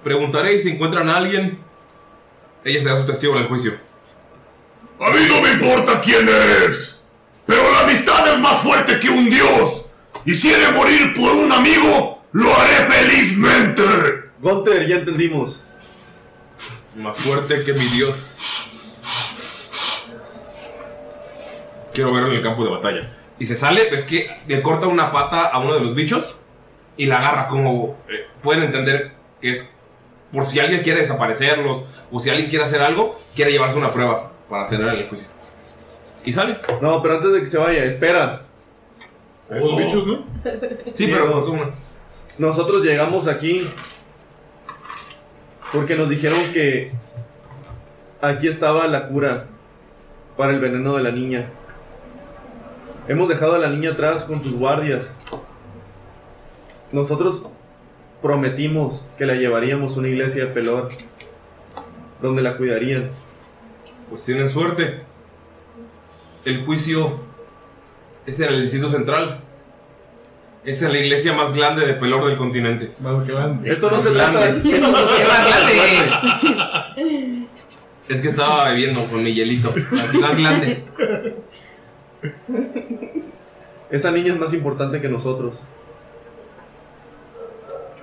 S1: Preguntaré y si encuentran a alguien, ella será su testigo en el juicio.
S9: A mí no me importa quién eres, pero la amistad es más fuerte que un dios. Y si he de morir por un amigo, lo haré felizmente.
S7: Gunter, ya entendimos.
S1: Más fuerte que mi dios. Quiero verlo en el campo de batalla. Y se sale, es que le corta una pata a uno de los bichos y la agarra como... eh, pueden entender que es por si alguien quiere desaparecerlos o si alguien quiere hacer algo, quiere llevarse una prueba para tener el juicio. Y sale.
S7: No, pero antes de que se vaya, espera.
S1: dos bichos,
S7: ¿no?
S1: Sí, pero
S7: dos. Nosotros llegamos aquí porque nos dijeron que aquí estaba la cura para el veneno de la niña. Hemos dejado a la niña atrás con tus guardias. Nosotros prometimos que la llevaríamos a una iglesia de Pelor, donde la cuidarían.
S1: Pues tienen suerte. El juicio es en el distrito central. Es en la iglesia más grande de Pelor del continente.
S2: Más grande.
S7: Esto no se trata.
S1: Esto no se trata. Es que estaba bebiendo con mi hielito. Más grande.
S7: Esa niña es más importante que nosotros.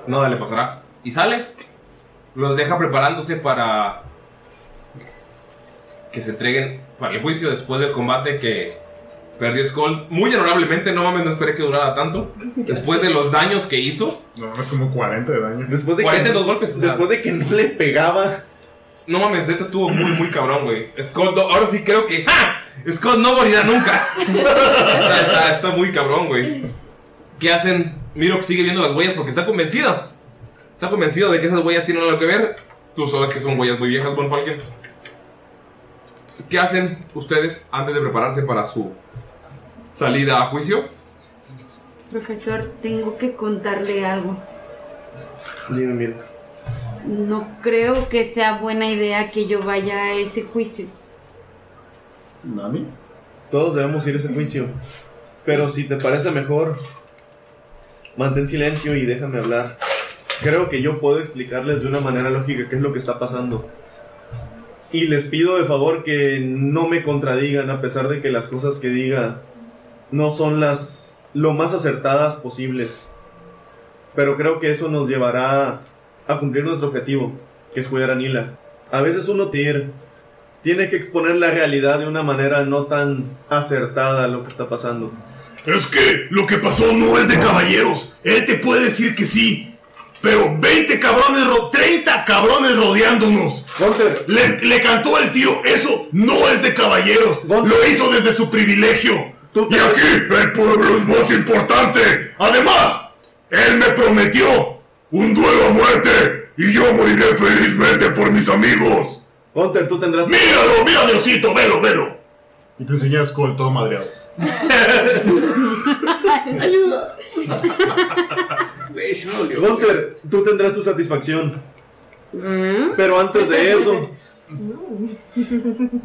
S1: Nada le pasará. Y sale. Los deja preparándose para que se entreguen para el juicio después del combate que perdió Skull. Muy honorablemente, no mames, no esperé que durara tanto. Después de los daños que hizo.
S2: No, es como 40 de daño.
S7: Después de
S1: 40
S7: que,
S1: los golpes.
S7: Después de que no le pegaba.
S1: No mames, neta estuvo muy, muy cabrón, güey. Scott, no- ahora sí creo que. ¡Ja! Scott no morirá nunca. está, está- está muy cabrón, güey. ¿Qué hacen? Miro que sigue viendo las huellas porque está convencido. Está convencido de que esas huellas tienen algo que ver. Tú sabes que son huellas muy viejas, Von Falken. ¿Qué hacen ustedes antes de prepararse para su salida a juicio?
S4: Profesor, tengo que contarle algo.
S7: Dime, mira.
S4: No creo que sea buena idea que yo vaya a ese juicio.
S7: ¿Nami? Todos debemos ir a ese juicio. Pero si te parece mejor, mantén silencio y déjame hablar. Creo que yo puedo explicarles de una manera lógica qué es lo que está pasando. Y les pido de favor que no me contradigan a pesar de que las cosas que diga no son las lo más acertadas posibles. Pero creo que eso nos llevará a cumplir nuestro objetivo, que es cuidar a Nila. A veces uno tiene tiene que exponer la realidad de una manera no tan acertada a lo que está pasando.
S9: Es que lo que pasó no es de caballeros. Él te puede decir que sí. Pero 20 cabrones, ro- 30 cabrones rodeándonos. Le, le cantó el tiro. Eso no es de caballeros. Lo hizo desde su privilegio. Y aquí el pueblo es más importante. Además, él me prometió un duelo a muerte. Y yo moriré felizmente por mis amigos.
S7: Hunter, tú tendrás.
S9: ¡Míralo, mira, Diosito! ¡Velo, velo!
S2: Y te enseñas con todo madreado.
S7: Ayuda. Gunter, tú tendrás tu satisfacción. Pero antes de eso,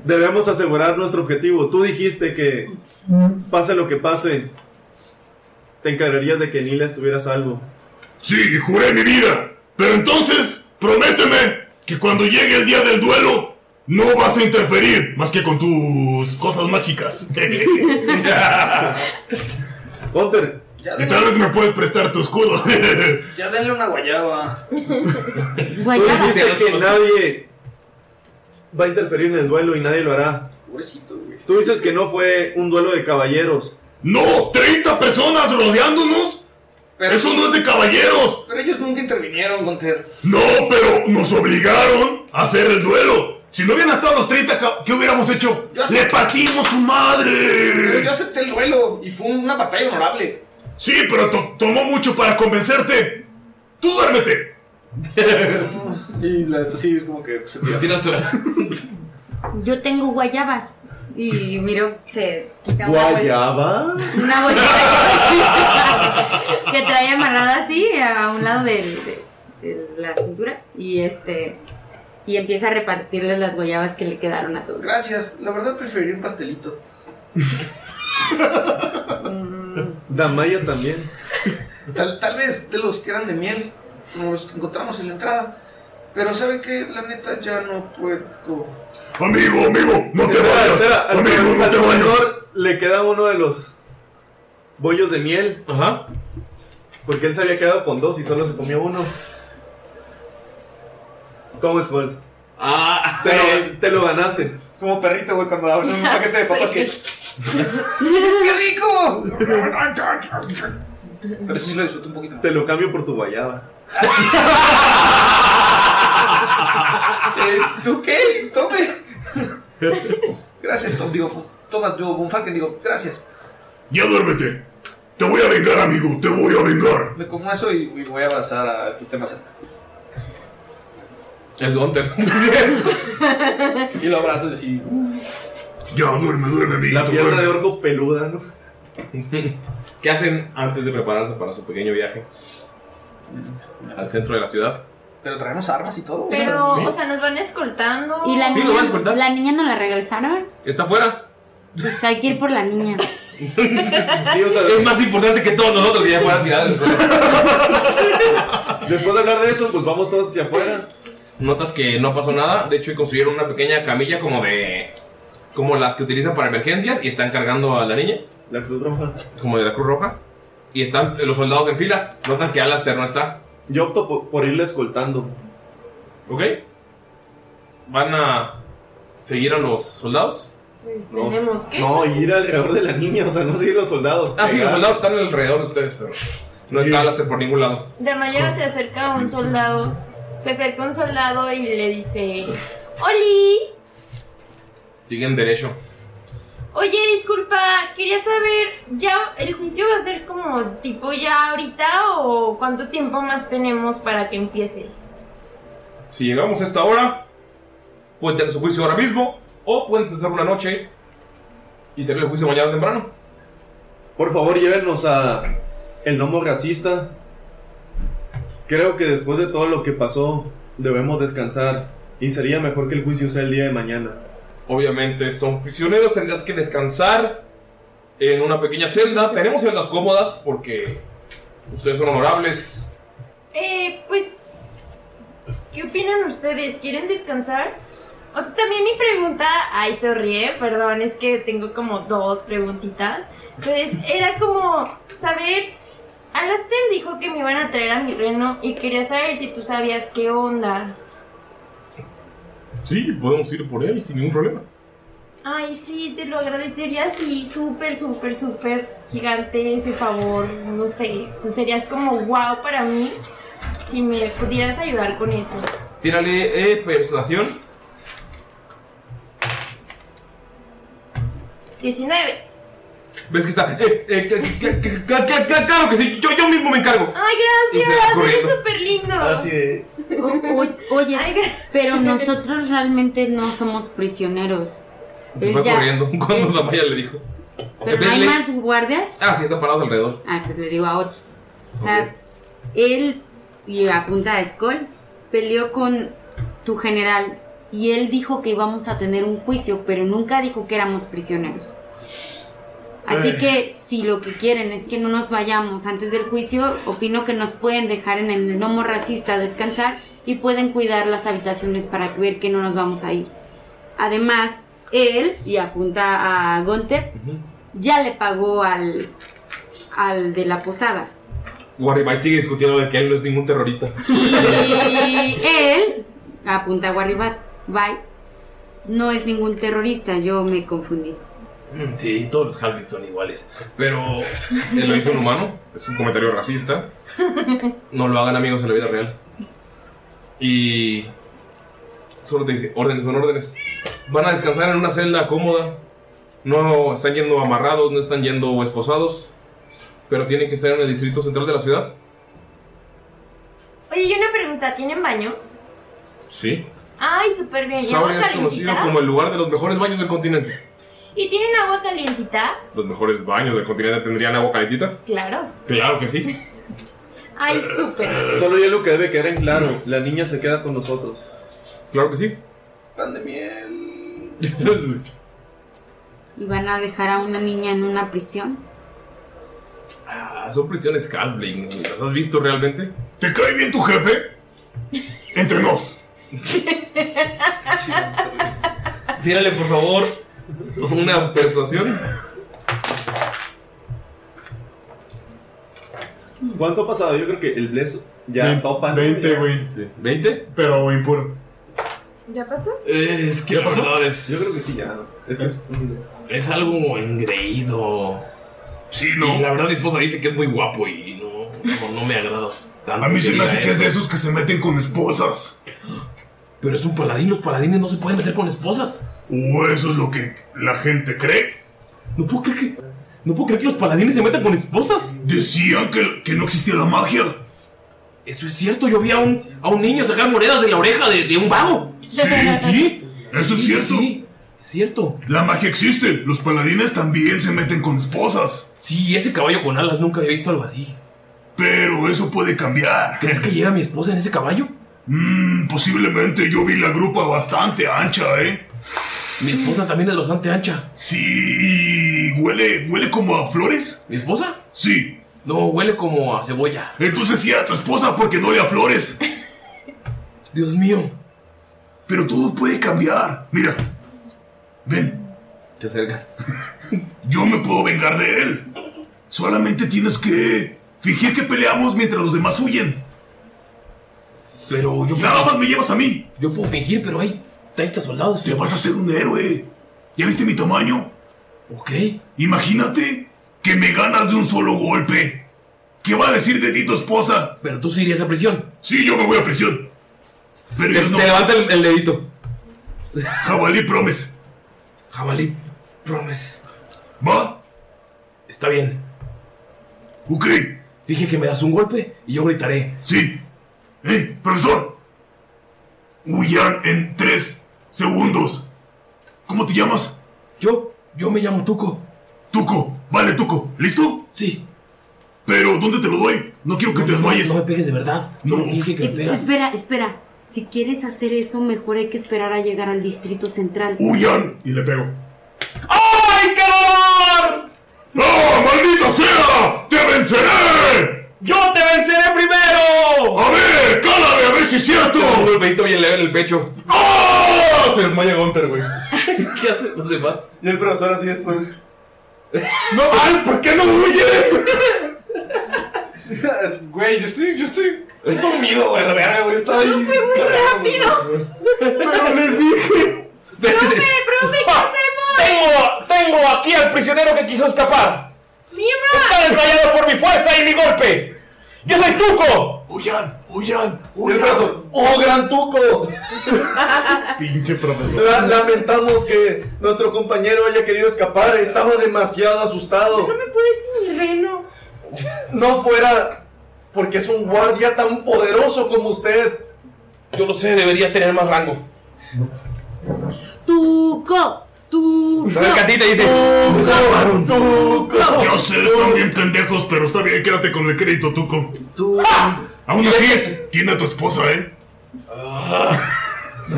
S7: debemos asegurar nuestro objetivo. Tú dijiste que, pase lo que pase, te encargarías de que Nila estuviera a salvo.
S9: Sí, juré mi vida. Pero entonces, prométeme que cuando llegue el día del duelo, no vas a interferir más que con tus cosas mágicas.
S8: *laughs*
S7: Hunter.
S9: Y tal vez me puedes prestar tu escudo. *laughs*
S8: Ya denle una guayaba.
S7: Tú dijiste que nadie va a interferir en el duelo y nadie lo hará. Tú dices que no fue un duelo de caballeros.
S9: ¡No! ¡30 personas rodeándonos! ¡Eso no es de caballeros!
S8: Pero ellos nunca intervinieron, Gunter.
S9: No, pero nos obligaron a hacer el duelo. Si no hubieran estado los 30, ca- ¿qué hubiéramos hecho?
S8: Yo
S9: ¡Le
S8: acepto.
S9: partimos su
S8: Pero
S9: madre!
S8: yo acepté el duelo y fue una batalla honorable.
S9: Sí, pero to- tomó mucho para convencerte. ¡Tú
S8: *laughs*
S9: duérmete!
S5: *laughs* y la neta sí es como que se tira.
S4: Yo tengo guayabas. Y miro, se quita una bolsa,
S7: ¿Guayaba?
S4: una bolsa que trae amarrada así a un lado del- de, de la cintura y este y empieza a repartirle las guayabas que le quedaron a todos.
S8: Gracias, la verdad preferiría un pastelito.
S7: Damaya también.
S8: Tal, tal vez de los que eran de miel, como los que encontramos en la entrada. Pero ¿saben que La neta ya no
S5: *laughs*
S8: puedo.
S12: Amigo, amigo, no te
S7: Espera,
S12: vayas.
S7: espera, al
S12: Amigo,
S7: profesor-
S12: no
S7: al
S12: te vayas.
S7: profesor le queda uno de los bollos de miel.
S13: Ajá.
S7: Porque él se había quedado con dos y solo se comió uno. ¿Cómo es, Gold?
S13: Ah,
S7: te
S5: *laughs*
S7: lo, te lo ganaste.
S5: Como perrito, güey, cuando habla un paquete de papas que.
S8: ¡Qué
S5: *laughs*
S8: rico!
S7: Pero eso sí lo disfruto un poquito. Te lo cambio por tu guayaba.
S8: Eh, *laughs* ¿Tú qué? Tome. Gracias, Tom. Digo, fu- tomas digo, Bonfalken, digo, gracias.
S12: Ya duérmete. Te voy a vengar, amigo. Te voy a vengar.
S5: Me como eso y, y voy a avanzar a que esté más cerca.
S7: *laughs*
S1: Es Gunter.
S5: *laughs* Y lo abrazo y así.
S12: Ya, duerme, duerme, amiguito.
S5: La pierna
S12: duerme.
S5: de orco peluda, ¿no?
S1: *laughs* ¿Qué hacen antes de prepararse para su pequeño viaje al centro de la ciudad?
S5: Pero traemos armas y todo.
S3: Pero,
S1: Sí.
S3: o sea, nos van escoltando.
S4: Y la
S1: Sí, lo
S4: niña,
S1: van a escoltar.
S4: la niña no la regresaron.
S12: *laughs*
S1: Está afuera.
S4: Pues hay que ir por la niña.
S3: *laughs*
S1: es más importante que todos nosotros que ya fueran tirados.
S7: Después de hablar de eso, pues vamos todos hacia afuera.
S1: Notas que no pasó nada. De hecho, construyeron una pequeña camilla como de. como las que utilizan para emergencias y están cargando a la niña.
S7: La Cruz Roja.
S1: Como de la Cruz Roja. Y están los soldados en fila. Notan que Alastair no está.
S7: Yo opto por, por irle escoltando.
S1: ¿Ok? ¿Van a seguir a los soldados?
S3: Pues tenemos que.
S7: No, ir alrededor de la niña, o sea, no seguir los soldados.
S1: Ah, sí, los
S7: Pegar.
S1: soldados están alrededor de ustedes, pero no está Alastair por ningún lado.
S3: De mañana se acerca a un soldado. Se acerca un soldado y le dice: ¡Oli!
S1: Siguen derecho.
S3: Oye, disculpa, quería saber, ¿ya el juicio va a ser como tipo ya ahorita o cuánto tiempo más tenemos para que empiece?
S1: Si llegamos a esta hora, pueden tener su juicio ahora mismo o pueden cesar una noche y tener el juicio mañana temprano.
S7: Por favor, llévenos a el gnomo racista. Creo que después de todo lo que pasó, debemos descansar. Y sería mejor que el juicio sea el día de mañana.
S1: Obviamente son prisioneros, tendrás que descansar en una pequeña celda. Tenemos celdas cómodas porque ustedes son honorables.
S3: Eh, pues, ¿qué opinan ustedes? ¿Quieren descansar? O sea, también mi pregunta, ay, sorry, eh, perdón, es que tengo como dos preguntitas. Entonces, era como saber, Alastair dijo que me iban a traer a mi reno y quería saber si tú sabías qué onda.
S1: Sí, podemos ir por él sin ningún problema.
S3: Ay, sí, te lo agradecería, sí, súper, súper, súper gigante ese favor, no sé, o sea, serías como wow para mí si me pudieras ayudar con eso.
S1: Tírale eh, persuasión.
S3: 19.
S1: ¿Ves que está? eh, eh, cl- cl- cl- cl- cl- cl- claro que sí, yo, yo mismo me encargo.
S3: Ay,
S1: Y se va
S3: gracias,
S1: corriendo. Ah,
S3: eres súper lindo.
S7: de...
S4: O- o- oye, pero nosotros realmente no somos prisioneros.
S1: Se
S4: Él
S1: fue
S4: ya-
S1: corriendo *laughs* cuando la Maya le dijo.
S4: Pero no hay
S1: Venle.
S4: más guardias.
S1: Ah, sí, están parados alrededor.
S4: Ah, pues le digo a otro. O sea, él, y apunta a Skoll, peleó con tu general y él dijo que íbamos a tener un juicio, pero nunca dijo que éramos prisioneros. Así
S7: Ay.
S4: que si lo que quieren es que no nos vayamos antes del juicio, opino que nos pueden dejar en el gnomo racista descansar y pueden cuidar las habitaciones para ver que no nos vamos a ir. Además, él, y apunta a Gunther, ya le pagó al, al de la posada.
S1: Warribai sigue discutiendo de que él no es ningún terrorista.
S4: Y él, apunta a Guarribat, bye, no es ningún terrorista, yo me confundí.
S1: Mm, Sí, todos los Halbits son iguales. Pero él lo hizo un humano, es un comentario racista. No lo hagan amigos en la vida real. Y solo te dice, órdenes son órdenes. Van a descansar en una celda cómoda. No están yendo amarrados, no están yendo esposados. Pero tienen que estar en el distrito central de la ciudad.
S3: Oye, y una pregunta, ¿tienen baños?
S1: Sí.
S3: Ay, súper bien, ¿y agua
S1: Sauria es conocido
S3: calentita?
S1: como el lugar de los mejores baños del continente.
S3: ¿Y tienen agua calientita?
S11: Los mejores baños del continente tendrían agua calentita.
S3: Claro.
S11: Claro que sí.
S3: Ay, súper.
S7: Solo ya lo que debe quedar en claro. La niña se queda con nosotros.
S11: Claro que sí.
S8: Pan de miel.
S4: ¿Y van a dejar a una niña en una prisión?
S11: Ah, son prisiones Hellblade, ¿no? ¿Las has visto realmente?
S9: ¿Te cae bien tu jefe? Entre nos.
S1: Tírale, por favor, una persuasión.
S7: ¿Cuánto ha pasado? Yo creo que el Bless ya topa. 20,
S2: güey.
S1: ¿20?
S2: Pero impuro.
S3: ¿Ya pasó?
S1: Es que
S7: Ya pasó.
S1: no, es-
S7: Yo creo que sí, ya. Es que es-
S1: Es algo engreído.
S9: Sí,
S1: no. Y la verdad, mi esposa dice que es muy guapo y no, no, no me agrada tanto.
S9: A mí se me
S1: diga
S9: hace que es de
S1: eso.
S9: esos que se meten con esposas.
S1: Pero es un paladín, los paladines no se pueden meter con esposas.
S9: O Uh, eso es lo que la gente cree.
S1: No puedo creer que, no puedo creer que los paladines se metan con esposas.
S9: Decían que, que no existía la magia.
S1: Eso es cierto, yo vi a un, a un niño sacar monedas de la oreja de, de un vago. Sí, sí.
S9: Eso es cierto.
S1: es cierto.
S9: La magia existe. Los paladines también se meten con esposas.
S1: Sí, ese caballo con alas nunca había visto algo así.
S9: Pero eso puede cambiar.
S1: ¿Crees que lleva mi esposa en ese caballo?
S9: Mmm, posiblemente yo vi la grupa bastante ancha, ¿eh?
S1: Mi esposa también es bastante ancha.
S9: Sí, y huele, huele como a flores.
S1: ¿Mi esposa?
S9: Sí.
S1: No, huele como a cebolla.
S9: Entonces sí, a tu esposa porque no le a flores.
S1: Dios mío.
S9: Pero todo puede cambiar. Mira. Ven.
S1: Te acercas.
S9: Yo me puedo vengar de él. Solamente tienes que fingir que peleamos mientras los demás huyen.
S1: Pero yo.
S9: Nada más me llevas a mí.
S1: Yo puedo fingir, pero hay 30 soldados.
S9: Te vas a hacer un héroe. ¿Ya viste mi tamaño?
S1: Ok.
S9: Imagínate que me ganas de un solo golpe. ¿Qué va a decir de ti tu esposa?
S1: Pero tú sí irías a prisión.
S9: Sí, yo me voy a prisión. Pero
S1: Te-
S9: ellos no.
S1: te levanta el, el dedito.
S9: Jabalí Promes.
S1: Jabalí Promes.
S9: ¿Va?
S1: Está bien.
S9: Ok.
S1: Dije que me das un golpe y yo gritaré.
S9: Sí. ¡Eh, profesor! Huyan en tres segundos. ¿Cómo te llamas?
S1: Yo, yo me llamo Tuco.
S9: Tuco, vale, Tuco. ¿Listo?
S1: Sí.
S9: Pero, ¿dónde te lo doy? No quiero que te desmayes.
S1: No me pegues de verdad. No. Finge que me
S4: Es-
S1: pegas.
S4: espera, espera. Si quieres hacer eso, mejor hay que esperar a llegar al distrito central.
S9: ¡Huyan! Y le pego.
S1: ¡Ay, qué dolor!
S9: ¡Ah, maldita sea! ¡Te venceré!
S1: ¡Yo te venceré primero!
S9: ¡A ver! ¡Cálame! ¡A ver si es cierto!
S11: Un golpeito bien leve en el
S1: *laughs*
S11: pecho.
S9: ¡Ah!
S2: Se desmaya Gunter,
S9: *laughs*
S2: güey.
S1: ¿Qué haces los demás?
S7: Y el profesor así después. *laughs*
S9: ¡No ay, ¿Por qué no huye?
S5: Güey, yo estoy, yo estoy
S9: dormido, güey.
S5: a la verga, güey. Está ahí.
S3: ¡Rápido!
S9: Pero les dije.
S1: ¿Ves que se-
S3: ¡Profe, profe, ¿qué hacemos?
S1: Ah, Tengo, tengo aquí al prisionero que quiso escapar.
S3: ¡Miembro!
S1: desmayado por mi fuerza y mi golpe. ¡Yo soy Tuco!
S9: ¡Huyan! ¡Huyan!
S5: Y el
S9: ¡Huyan!
S5: profesor, ¡Oh, gran tuco!
S2: Pinche profesor.
S7: La- lamentamos que nuestro compañero haya querido escapar. Estaba demasiado asustado.
S3: No *laughs* me puedo ir sin mi reno.
S7: No fuera porque es un guardia tan poderoso como usted.
S11: Yo lo sé, deberías tener más rango.
S4: ¡Tuco!
S7: Pues
S4: ¡Tuco!
S11: Se acerca a ti y te dice: "Me salvaron".
S9: Yo sé, están bien pendejos, pero está bien, quédate con el crédito, Tuco.
S5: Tú.
S9: Aún así, tiene a tu esposa, ¿eh?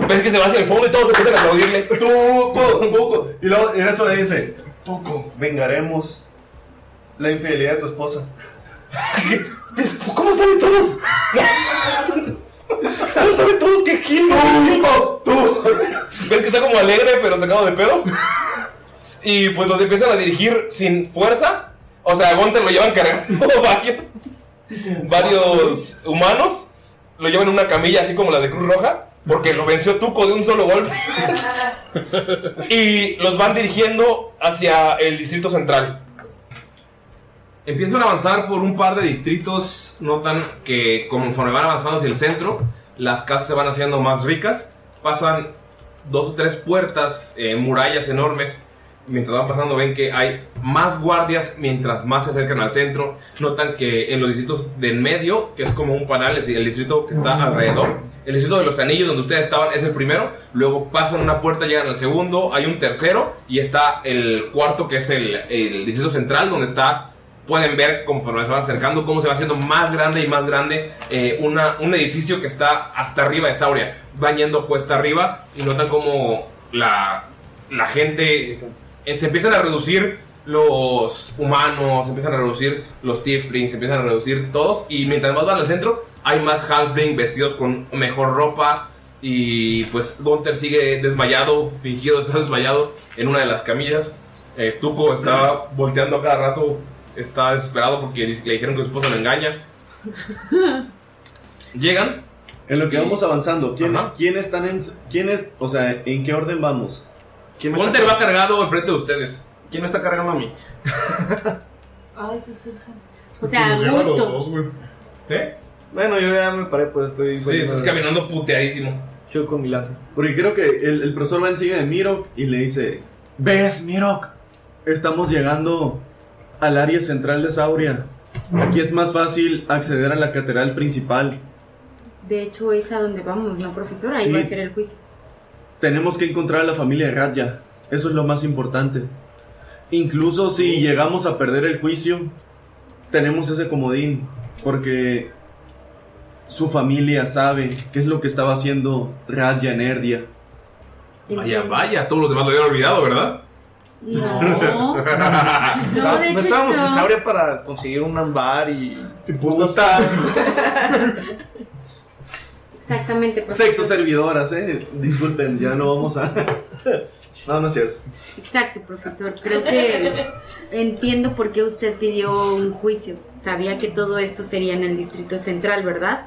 S11: Ves que se va hacia el fondo y todos empiezan a aplaudirle.
S7: Tuco, tuco. Y luego en eso le dice, Tuco, vengaremos la infidelidad de tu esposa.
S1: ¿Cómo saben todos? ¿Cómo saben todos que aquí
S7: Tuco, tuco.
S11: Ves que está como alegre, pero sacado de pedo. Y pues los empiezan a dirigir sin fuerza. O sea, a Gunter lo llevan cargando *laughs* varios, varios humanos. Lo llevan en una camilla, así como la de Cruz Roja. Porque lo venció Tuco de un solo golpe. Y los van dirigiendo hacia el distrito central.
S1: Empiezan a avanzar por un par de distritos. Notan que conforme van avanzando hacia el centro, las casas se van haciendo más ricas. Pasan dos o tres puertas, eh, murallas enormes. Mientras van pasando ven que hay más guardias mientras más se acercan al centro. Notan que en los distritos de en medio, que es como un panal, es decir, el distrito que está alrededor, El distrito de los anillos donde ustedes estaban es el primero. Luego pasan una puerta, llegan al segundo. Hay un tercero y está el cuarto que es el, el distrito central donde está... Pueden ver conforme se van acercando cómo se va haciendo más grande y más grande eh, una, un edificio que está hasta arriba de Sauria. Van yendo cuesta arriba y notan cómo la, la gente eh, se empiezan a reducir los humanos, se empiezan a reducir los tieflings, se empiezan a reducir todos y mientras más van al centro hay más halfling vestidos con mejor ropa y pues Gunther sigue desmayado, fingido estar desmayado en una de las camillas. Eh, Tuco está volteando a cada rato, está desesperado porque dis- le dijeron que su esposa lo engaña. Llegan.
S7: En lo que
S1: Y-
S7: vamos avanzando, ¿quién,
S1: Ajá.
S7: ¿quién están en. ¿Quién es, o sea, en qué orden vamos? ¿Quién
S1: Gunther va cargado enfrente de ustedes.
S7: ¿Quién me está cargando a mí?
S3: Ay, se suelta. O sea, a *laughs*
S5: lleva los
S3: gusto.
S1: ¿Eh?
S5: Bueno, yo ya me paré, pues estoy.
S1: Sí, estás caminando puteadísimo.
S5: Yo con mi lanza.
S7: Porque creo que el, el profesor va enseguida de Mirok y le dice: ¿Ves, Mirok? Estamos llegando al área central de Sauria. Aquí es más fácil acceder a la catedral principal.
S4: De hecho, es a donde vamos, ¿no, profesora? Ahí
S7: Sí.
S4: va a ser
S7: *laughs*
S4: el juicio.
S7: Tenemos que encontrar a la familia de Radya. Eso es lo más importante. Incluso si llegamos a perder el juicio, tenemos ese comodín. Porque su familia sabe qué es lo que estaba haciendo Radya en Erdia.
S1: Vaya, vaya, todos los demás lo habían olvidado, ¿verdad? *laughs*
S4: No.
S5: Está-
S4: de
S5: no
S4: hecho,
S5: estábamos
S4: no.
S5: en Sauria para conseguir un ambar y. putas.
S4: Exactamente, profesora.
S7: Sexo servidoras, eh. Disculpen, ya no vamos a. *laughs* No, no es cierto.
S4: Exacto, profesor. Creo que entiendo por qué usted pidió un juicio. Sabía que todo esto sería en el Distrito Central, ¿verdad?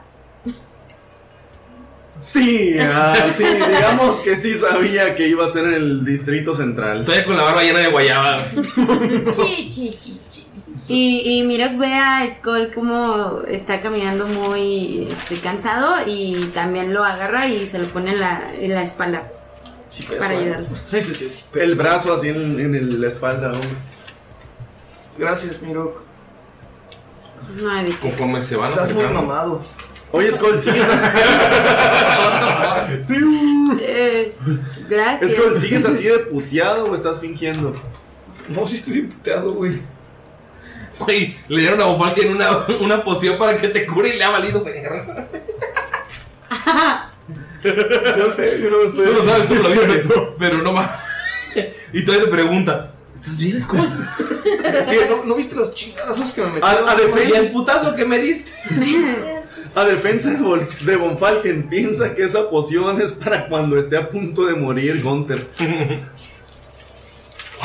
S7: Sí, ah, sí, digamos que sí sabía que iba a ser en el distrito central.
S1: Todavía con la barba llena de guayaba.
S4: Chi, chi, chi, chi. Y, y Mirok ve a Skull como está caminando muy este, cansado y también lo agarra y se lo pone en la, en la espalda
S5: ¿eh? *laughs*
S4: para ayudarlo.
S7: El brazo así en, en el- la espalda, hombre.
S5: Gracias, Mirok.
S4: Ay, de-
S1: Conforme se van
S5: Estás muy
S1: acercando.
S5: mamado.
S7: Oye, Skull, ¿sigues,
S4: *laughs*
S7: Sí,
S4: Eh, gracias.
S7: Skull,
S3: *laughs*
S7: ¿sigues así de puteado o estás fingiendo?
S5: No, sí estoy bien puteado, güey.
S1: Güey, le dieron a Bonfalque en una, una poción para que te cure y le ha valido, güey.
S5: *laughs* Yo sé, yo no estoy.
S1: Tú lo sabes, tú lo viste, pero no más. Y todavía te pregunta: ¿Estás bien, Skull?
S5: Sí, ¿no, ¿no viste los chingazos que me metieron?
S7: A, a
S5: güey?
S7: defensa,
S1: el putazo que me diste.
S7: A defensa de Von- de Von Falken, piensa que esa poción es para cuando esté a punto de morir Gunther.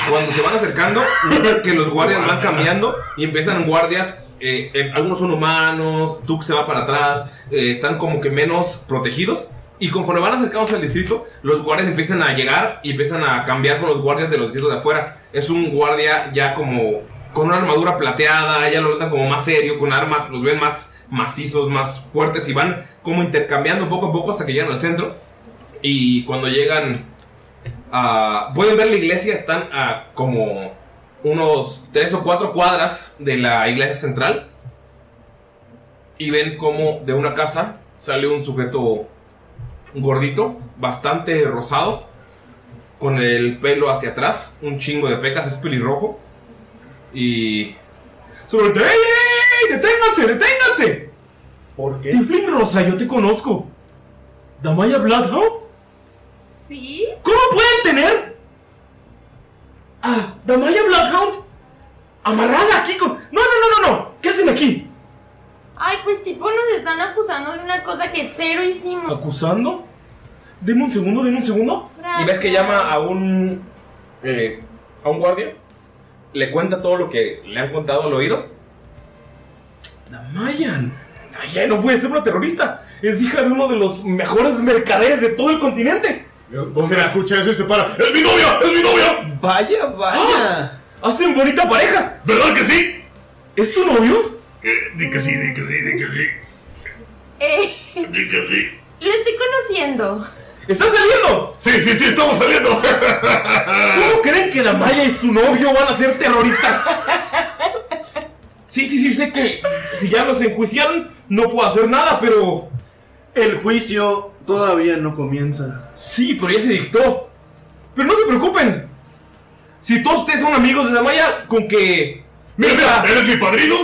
S1: Cuando se van acercando, notan que los guardias van cambiando y empiezan guardias. eh, eh, algunos son humanos, Tuk se va para atrás, eh, están como que menos protegidos. Y conforme van acercados al distrito, los guardias empiezan a llegar y empiezan a cambiar con los guardias de los distritos de afuera. Es un guardia ya como con una armadura plateada, ya lo notan como más serio, con armas, los ven más macizos, más fuertes y van como intercambiando poco a poco hasta que llegan al centro. Y cuando llegan Ah, pueden ver la iglesia, están a como unos tres o cuatro cuadras de la iglesia central. Y ven como de una casa sale un sujeto gordito, bastante rosado, con el pelo hacia atrás, un chingo de pecas, es pelirrojo. Y... ¡Sobre ¡Ey, ey, ey! ¡Deténganse, deténganse!
S5: ¿Por qué?
S1: Tiflin Rosa, yo te conozco. ¿Damaya Bloodhound?
S3: ¿Sí?
S1: ¿Cómo pueden tener a Damaya Bloodhound amarrada aquí con... No, no, no, no, no. ¿Qué hacen aquí?
S3: Ay, pues tipo nos están acusando de una cosa que cero hicimos.
S1: ¿Acusando? Deme un segundo, deme un segundo. Y ves que llama a un... eh, a un guardia. Le cuenta todo lo que le han contado al oído. Damayan. Damaya no puede ser una terrorista. Es hija de uno de los mejores mercaderes de todo el continente.
S2: Entonces escucha eso y se para. ¡Es mi novia! ¡Es mi novia!
S1: Vaya, vaya. ¡Ah! Hacen bonita pareja.
S9: ¿Verdad que sí? Eh,
S1: ¿Es tu novio?
S9: di que sí, di que sí, di que sí.
S3: Eh,
S9: Di que sí.
S3: lo estoy conociendo.
S1: ¿Están saliendo?
S9: Sí, sí, sí, estamos saliendo.
S1: ¿Cómo creen que Damaya y su novio van a ser terroristas? Sí, sí, sí, sé que si ya los enjuiciaron no puedo hacer nada, Pues pero
S7: El juicio todavía no comienza.
S1: Sí, pero ya se dictó. Pero no se preocupen. Si todos ustedes son amigos de Damaya, con que.
S9: Mira, mira, ¿eres mi padrino?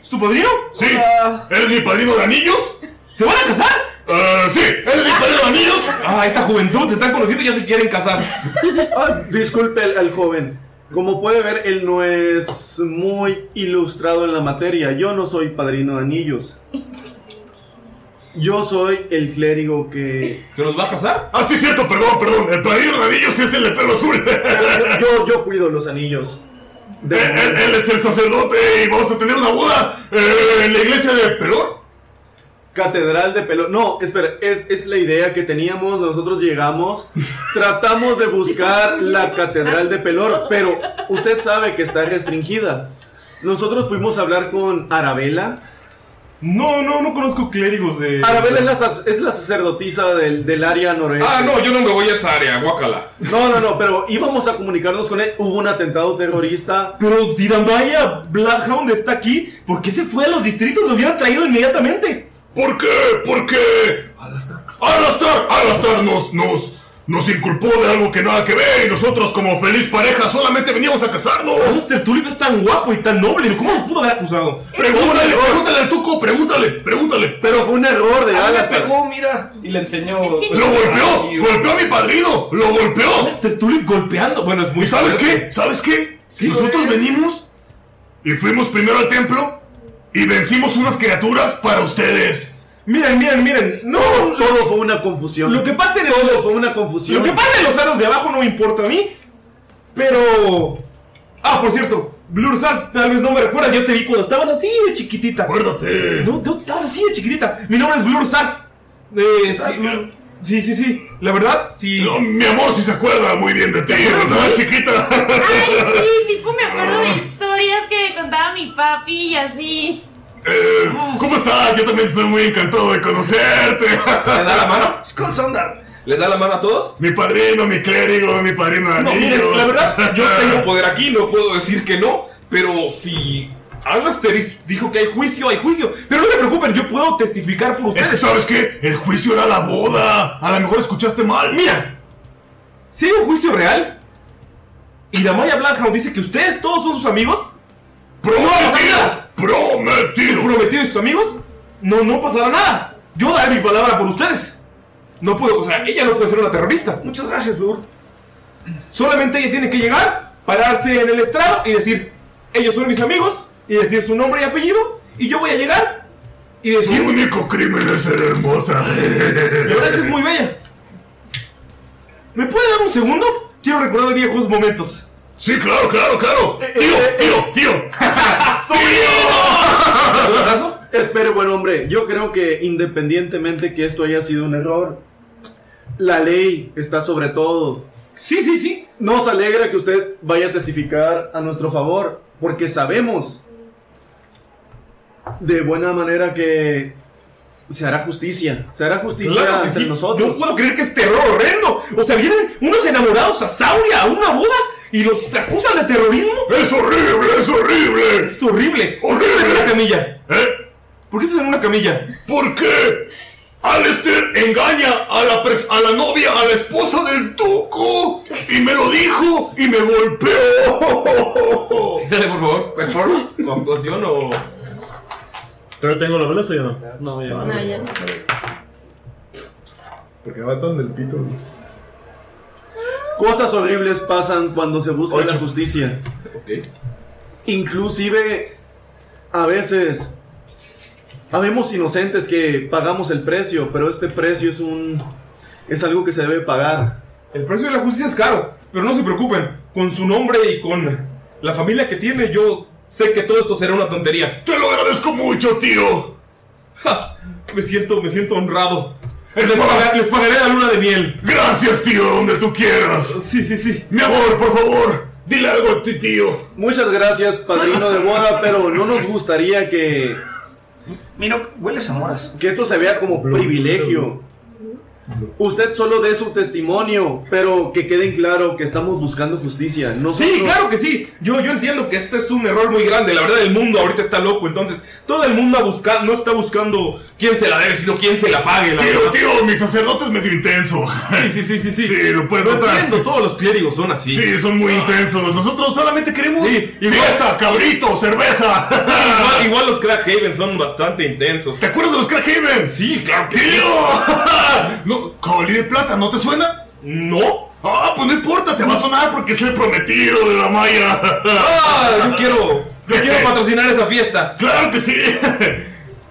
S1: ¿Es tu padrino?
S9: Sí. ¿Eres mi padrino de anillos?
S1: ¿Se van a casar?
S9: Eh, sí, eres mi padrino de anillos.
S1: Ah, esta juventud se están conociendo y ya se quieren casar.
S7: *laughs* Ah, disculpe al, al joven. Como puede ver, él no es muy ilustrado en la materia. Yo no soy padrino de anillos. Yo soy el clérigo que...
S1: ¿Que los va a casar?
S9: Ah, sí, cierto, perdón, perdón. El padrino de anillos es el de pelo azul.
S7: *laughs* Yo, yo cuido los anillos.
S9: Él, Eh, él- él es el sacerdote y vamos a tener una boda eh, en la iglesia de Pelón.
S7: Catedral de pelo. No, espera, es, es la idea que teníamos. Nosotros
S9: *laughs*
S7: llegamos, tratamos de buscar la Catedral de Pelor, pero usted sabe que está restringida. Nosotros fuimos a hablar con Arabella.
S1: No, no, no conozco clérigos de.
S7: Arabella es la, sac- es la sacerdotisa del, del área noreste.
S1: Ah, no, yo nunca voy a esa área, guácala.
S7: No, no, no, pero íbamos a comunicarnos con él. Hubo un atentado terrorista.
S1: Pero si Damaya Blackhound está aquí, ¿por qué se fue a los distritos? Lo hubieran traído inmediatamente.
S9: ¿Por qué? ¿Por qué? Alastar, Alastar nos, nos, nos inculpó de algo que nada que ver y nosotros como feliz pareja solamente veníamos a casarnos.
S1: Alastar Tulip es tan guapo y tan noble, ¿cómo lo pudo haber acusado?
S9: Pregúntale, pregúntale al Tuco, pregúntale, pregúntale.
S7: Pero fue un error de
S5: Alastar. pegó, mira. Y le enseñó.
S9: Lo golpeó, golpeó a mi padrino, lo golpeó.
S1: Alastar Tulip golpeando, bueno, es muy...
S9: ¿Y sabes
S1: fuerte.
S9: qué? ¿Sabes qué?
S1: Sí,
S9: Nosotros
S1: lo es.
S9: venimos y fuimos primero al templo y vencimos unas criaturas para ustedes.
S1: Miren, miren, miren. No,
S7: todo fue una confusión.
S1: Lo que pase de
S7: Todo fue una confusión.
S1: Lo que pase en los aros de abajo no me importa a mí, pero... Ah, por cierto, Blur Sass, tal vez no me recuerdas, yo te vi cuando estabas así de chiquitita.
S9: Acuérdate.
S1: No, no, estabas así de chiquitita. Mi nombre es Blur Sass. Eh, sí, sí, sí, sí. La verdad, sí.
S9: No, mi amor, si se acuerda muy bien de ti, ¿verdad, chiquita?
S3: Ay, sí, tipo me acuerdo de historias que me contaba mi papi y así.
S9: Eh, ¿Cómo estás? Yo también soy muy encantado de conocerte.
S1: ¿Le da la mano?
S5: Skull Sondar.
S1: ¿Les da la mano a todos?
S9: Mi padrino, mi clérigo, mi padrino de
S1: No, miren,
S9: anillos.
S1: la verdad, yo tengo poder aquí, no puedo decir que no, pero si Alastair dijo que hay juicio, hay juicio. Pero no se preocupen, yo puedo testificar por ustedes.
S9: Es que, ¿sabes qué? El juicio era la boda. A lo mejor escuchaste mal.
S1: Mira, si hay un juicio real y Damaya Blackhound dice que ustedes todos son sus amigos,
S9: ¡Prometido! ¡Prometido!
S1: prometidos sus amigos, no, no pasará nada. Yo daré mi palabra por ustedes. No puedo, o sea, ella no puede ser una terrorista.
S5: Muchas gracias, Blur.
S1: Solamente ella tiene que llegar, pararse en el estrado y decir, ellos son mis amigos, y decir su nombre y apellido, y yo voy a llegar y
S9: Su
S1: decir,
S9: único crimen es ser hermosa.
S1: la verdad es que es muy bella. ¿Me puede dar un segundo? Quiero recordar viejos momentos.
S9: Sí, claro, claro,
S1: *laughs*
S9: claro.
S7: Eh,
S9: Tío, tío, tío.
S7: Espere, buen hombre, yo creo que independientemente que esto haya sido un error, la ley está sobre todo.
S1: Sí, sí, sí.
S7: Nos alegra que usted vaya a testificar a nuestro favor, porque sabemos de buena manera que se hará justicia. Se hará justicia
S1: Claro que
S7: entre
S1: sí.
S7: nosotros.
S1: No puedo creer que es terror horrendo. O sea, vienen unos enamorados a Sauria a una boda y los acusan de terrorismo.
S9: ¡Es horrible, es horrible!
S1: Es horrible. ¿Por qué están en una
S9: ¡Horrible!
S1: camilla?
S9: ¿Eh?
S1: ¿Por qué están en una camilla?
S9: ¿Por qué? Alistair engaña a la, pres- a la novia, a la esposa del Tuco. Y me lo dijo y me golpeó.
S1: Dale, por favor, performance o actuación o.
S2: ¿Todavía tengo la velas o ya no? Ah,
S5: No, ya
S3: No, ya no.
S2: Porque me matan del pito.
S7: Cosas horribles pasan cuando se busca la justicia.
S1: Ok.
S7: Inclusive, a veces, habemos inocentes que pagamos el precio, pero este precio es un... es algo que se debe pagar.
S1: El precio de la justicia es caro, pero no se preocupen. Con su nombre y con la familia que tiene, yo sé que todo esto será una tontería.
S9: Te lo agradezco mucho, tío.
S1: Ja, me siento, me siento honrado.
S9: Es
S1: Les
S9: más-
S1: pagaré- les pagaré la luna de miel.
S9: Gracias, tío, donde tú quieras.
S1: Sí, sí, sí.
S9: Mi amor, por favor, dile algo a ti, tío.
S7: Muchas gracias, padrino de boda, pero no nos gustaría que,
S5: Mira, hueles a moras.
S7: que esto se vea como privilegio. Usted solo dé su testimonio, pero que queden claro que estamos buscando justicia. Nosotros-
S1: Sí, claro que sí. Yo, yo entiendo que este es un error muy grande. La verdad, el mundo ahorita está loco. Entonces, todo el mundo a buscar, no está buscando quién se la debe, sino quién se la pague. La
S9: Tío,
S1: verdad.
S9: tío, mi sacerdote es medio intenso.
S1: Sí, sí, sí, sí.
S9: Sí, lo puedes
S1: Lo
S9: notar.
S1: entiendo, todos los clérigos son así.
S9: Sí, son muy intensos. Nosotros solamente queremos
S1: y
S9: fiesta, cabrito, cerveza.
S1: Sí, igual, igual los Crackhaven son bastante intensos.
S9: ¿Te acuerdas de los Crackhaven?
S1: Sí, claro que
S9: ¡Tío! *laughs* no, Jabalí de Plata, ¿no te suena?
S1: No.
S9: Ah, pues no importa, te va a sonar porque es el prometido de la Maya.
S1: ah,
S9: *laughs*
S1: yo quiero. Yo quiero patrocinar esa fiesta.
S9: ¡Claro que sí! *laughs*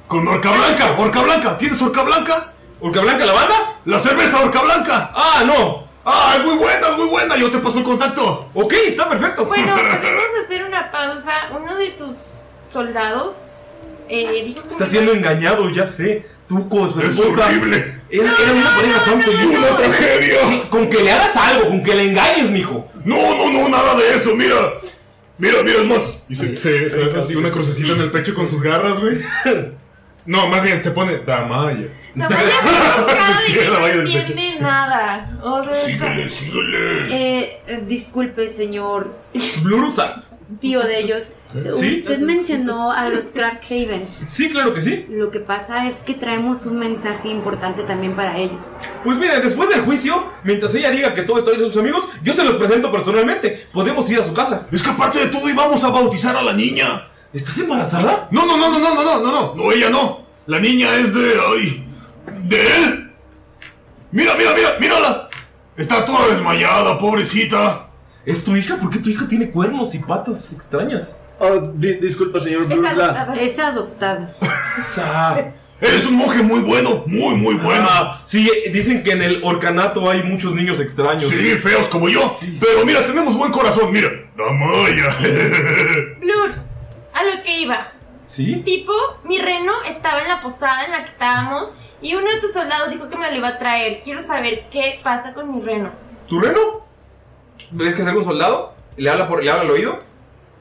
S9: Con Orca Blanca, Orca Blanca, ¿tienes Orca Blanca?
S1: ¿Orca Blanca la banda?
S9: La cerveza Orca Blanca.
S1: ¡Ah, no!
S9: ¡Ah, es muy buena, es muy buena! Yo te paso el contacto.
S1: Ok, está
S9: *laughs*
S1: perfecto.
S3: Bueno, podemos hacer una pausa. Uno de tus soldados eh, dijo como-
S1: Está siendo engañado, ya sé. Tú con su esposa.
S9: horrible.
S1: Era, era una pareja tan feliz.
S9: Una tragedia.
S1: Sí, con que le hagas algo, con que le engañes, mijo.
S9: No, no, no, nada de eso, mira. Mira, mira, es más.
S2: Y se, se, se hace así una crucecita en el pecho con sus garras, güey. No, más bien, se pone Damaya.
S3: Damaya
S2: *laughs* Es que era Damaya
S3: No
S2: del pecho.
S3: entiende nada. O sea, está-
S4: Eh, eh, disculpe, señor
S1: Blurusa.
S4: tío de ellos.
S1: ¿Sí?
S4: Usted mencionó a los Crackhaven.
S1: Sí, claro que sí.
S4: Lo que pasa es que traemos un mensaje importante también para ellos.
S1: Pues mira, después del juicio, mientras ella diga que todo está bien de sus amigos, yo se los presento personalmente. Podemos ir a su casa.
S9: Es que aparte de todo íbamos a bautizar a la niña.
S1: ¿Estás embarazada?
S9: No, no, no, no, no, no, no, no, no. No, ella no. La niña es de. Ay. ¿De él? Mira, mira, mira, mírala. Está toda desmayada, pobrecita.
S1: ¿Es tu hija? ¿Por qué tu hija tiene cuernos y patas extrañas?
S7: Ah, di- disculpa, señor Bruce. la-
S4: Es adoptada.
S9: Eres un monje muy bueno, muy, muy bueno.
S1: Ah, sí, eh, dicen que en el orcanato hay muchos niños extraños.
S9: Sí, feos como yo. Pero mira, tenemos buen corazón, mira. Damaya.
S3: Blur, a lo que iba.
S1: ¿Sí?
S3: Tipo, mi reno estaba en la posada en la que estábamos y uno de tus soldados dijo que me lo iba a traer. Quiero saber qué pasa con mi reno.
S1: ¿Tu reno? ¿Ves que es un soldado? Le habla, por, le habla al oído.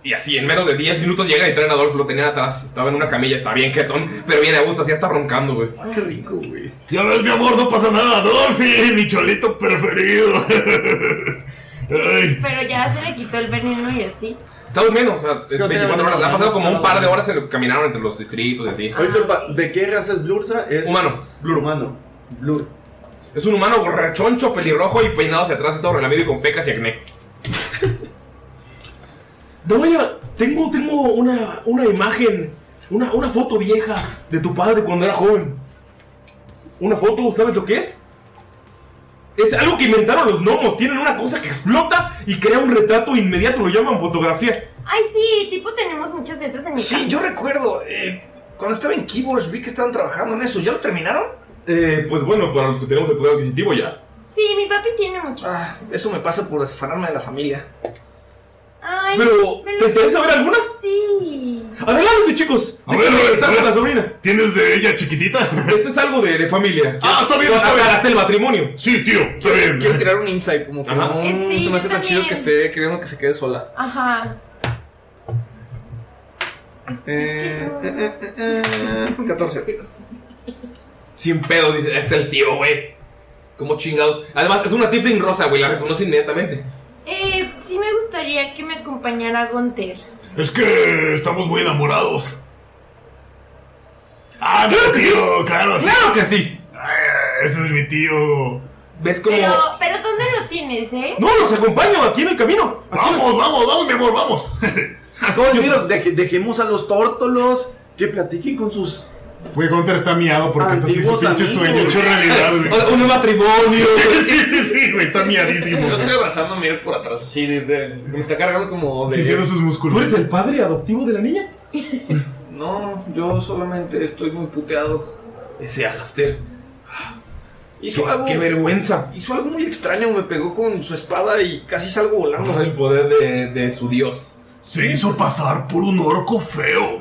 S1: Y así, en menos de 10 minutos llega y traen a Adolfo. Lo tenían atrás. Estaba en una camilla, está bien jetón, pero bien a gusto, así está roncando, güey.
S8: Ah,
S5: Qué rico, güey.
S9: Ya ves, mi amor, no pasa nada, Dolphy, mi cholito preferido. *laughs* Ay.
S3: Pero ya se le quitó el veneno y así.
S1: Está durmiendo, o sea, es
S7: no tiene
S1: 24 horas. Le ha
S7: veneno,
S1: pasado como
S7: no
S1: un par de
S7: está
S1: horas, se caminaron entre los distritos y así.
S7: Ahorita, pa- ¿de qué raza es Blursa? Es
S1: Humano, blur.
S7: humano. Blur.
S1: Es un humano gorrachoncho, pelirrojo y peinado hacia atrás y todo relamido y con pecas y acné. Doña, tengo, tengo una, una imagen, una, una foto vieja de tu padre cuando era joven. Una foto, ¿sabes lo que es? Es algo que inventaron los gnomos. Tienen una cosa que explota y crea un retrato inmediato. Lo llaman fotografía.
S3: Ay, sí, tipo, tenemos muchas de esas en mi casa.
S8: Sí, yo recuerdo. eh, cuando estaba en Keyboards vi que estaban trabajando en eso. ¿Ya lo terminaron?
S1: Eh, pues bueno, para los que tenemos el poder adquisitivo ya.
S3: Sí, mi papi tiene muchos.
S8: Eso me pasa por desafanarme de la familia.
S3: Ay,
S1: pero,
S3: me lo-
S1: ¿te interesa ver alguna?
S3: Sí.
S1: Adelante, chicos.
S9: A ver,
S1: Déjenme
S9: a ver,
S1: estar
S9: a ver.
S1: con la sobrina.
S9: ¿Tienes de ella chiquitita?
S1: Esto es algo de, de familia.
S9: Ah, está bien,
S1: Ya
S9: está bien.
S1: agarraste el matrimonio.
S9: Sí, tío, está bien.
S5: *laughs* Quiero tirar un insight, como que
S1: Ajá.
S5: no
S3: Eh, sí,
S5: se me
S3: yo
S5: hace tan
S3: también.
S5: chido que esté queriendo que se quede sola.
S3: Ajá.
S5: Eh, eh, eh, eh, 14.
S1: Sin pedo, dice. Es el tío, güey. Como chingados. Además, es una tiefling rosa, güey. La reconoce inmediatamente.
S3: Eh, sí me gustaría que me acompañara Gonter.
S9: Es que estamos muy enamorados. Ah, no, tío, claro. tío.
S1: ¡Claro que sí!
S9: Ay, ese es mi tío.
S1: ¿Ves cómo.?
S3: Pero, pero ¿dónde lo tienes, eh?
S1: No, los acompaño aquí en el camino.
S9: Vamos, vamos, vamos, mi amor,
S7: *laughs*
S9: vamos.
S7: Todo, mira, deje- dejemos a los tórtolos que platiquen con sus
S2: Güey, Gunter está miado porque es así su
S7: Antiguos
S2: pinche
S7: amigos.
S2: sueño hecho realidad,
S1: O sea,
S2: güey. *laughs*
S1: Un matrimonio.
S7: *laughs*
S9: Sí, sí, sí, güey, está miadísimo.
S5: Yo estoy abrazando a Mir por atrás, así de, de- me está cargando como de.
S2: Sintiendo sus músculos.
S1: ¿Tú eres el padre adoptivo de la niña?
S5: No, yo solamente estoy muy puteado. Ah,
S1: Ese Alastair.
S5: Hizo
S1: Qué,
S5: algo.
S1: qué vergüenza.
S5: Hizo algo muy extraño, me pegó con su espada y casi salgo volando.
S1: El poder de, de su dios.
S9: Se hizo pasar por un orco feo.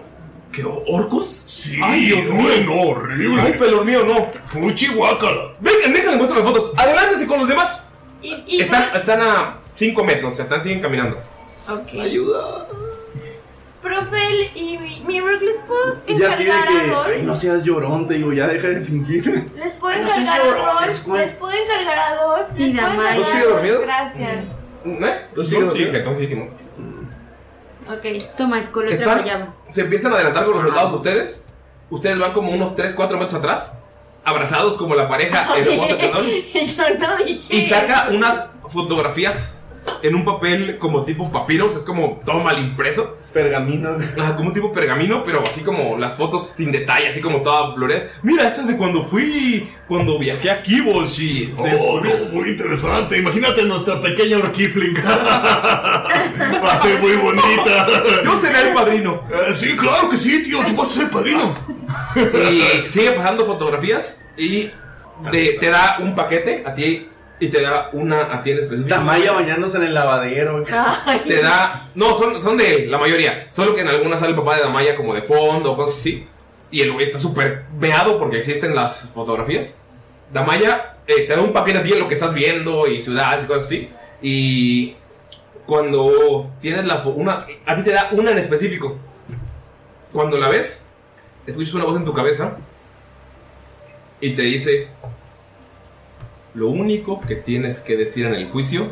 S1: ¿Qué orcos?
S9: Sí,
S1: Ay, Dios mío.
S9: bueno,
S1: Ay,
S9: horrible.
S1: pelor mío, no.
S9: Fuchi guácala.
S1: Vengan, déjenme muestro las fotos. Adelántense con los demás.
S3: Y, y
S1: Están,
S3: bueno,
S1: están a 5 metros, se están siguen caminando.
S3: Ok.
S5: Ayuda.
S3: Profe, y mi- Mirror, ¿les puedo
S7: Y así de
S3: encargar a
S7: que,
S3: dos?
S7: ay, no seas llorón, te digo, ya deja de *laughs* fingir.
S3: ¿Les puedo
S7: Ay, no seas
S3: encargar
S7: llorón,
S3: a dos?
S7: Squall.
S3: ¿Les puedo encargar a dos?
S4: Sí, Mm.
S3: ¿Les puedo encargar
S4: Damaya. ¿Tú sigues
S3: a dos?
S4: dormido?
S3: Gracias.
S1: Tú sigues dormido. Sí, que estamos hicimos.
S4: Ok, toma, Skull, otra
S1: Están-
S4: guayaba.
S1: se empiezan a adelantar con los soldados ustedes. Ustedes van como unos 3, 4 metros atrás, abrazados como la
S3: *laughs*
S1: pareja
S7: eh,
S1: hermosa que son.
S3: Yo no dije.
S1: Y saca unas fotografías en un papel como tipo papiros, es como todo mal impreso.
S7: Pergamino.
S1: como un tipo pergamino, pero así como las fotos sin detalle, así como toda floreada. Mira, esta es de cuando fui, cuando viajé a Kibbles y...
S2: Oh, no, muy interesante. Imagínate nuestra pequeña Orkifling. *laughs* Va a ser muy bonita. Eh,
S1: Yo seré el padrino.
S2: sí, claro que sí, tío. Tú vas a ser padrino.
S1: Y sigue pasando fotografías y te, te da un paquete a ti y te da una a ti en específico.
S7: Tamaya bañándose en el lavadero.
S3: Ay.
S1: Te da. No, son, son de la mayoría. Solo que en algunas sale el papá de Damaya como de fondo o cosas así. Y el güey está súper veado porque existen las fotografías. Damaya eh, te da un paquete a ti de lo que estás viendo y ciudades y cosas así. Y cuando tienes la. fo- Una, a ti te da una en específico. Cuando la ves, escuchas una voz en tu cabeza y te dice: Lo único que tienes que decir en el juicio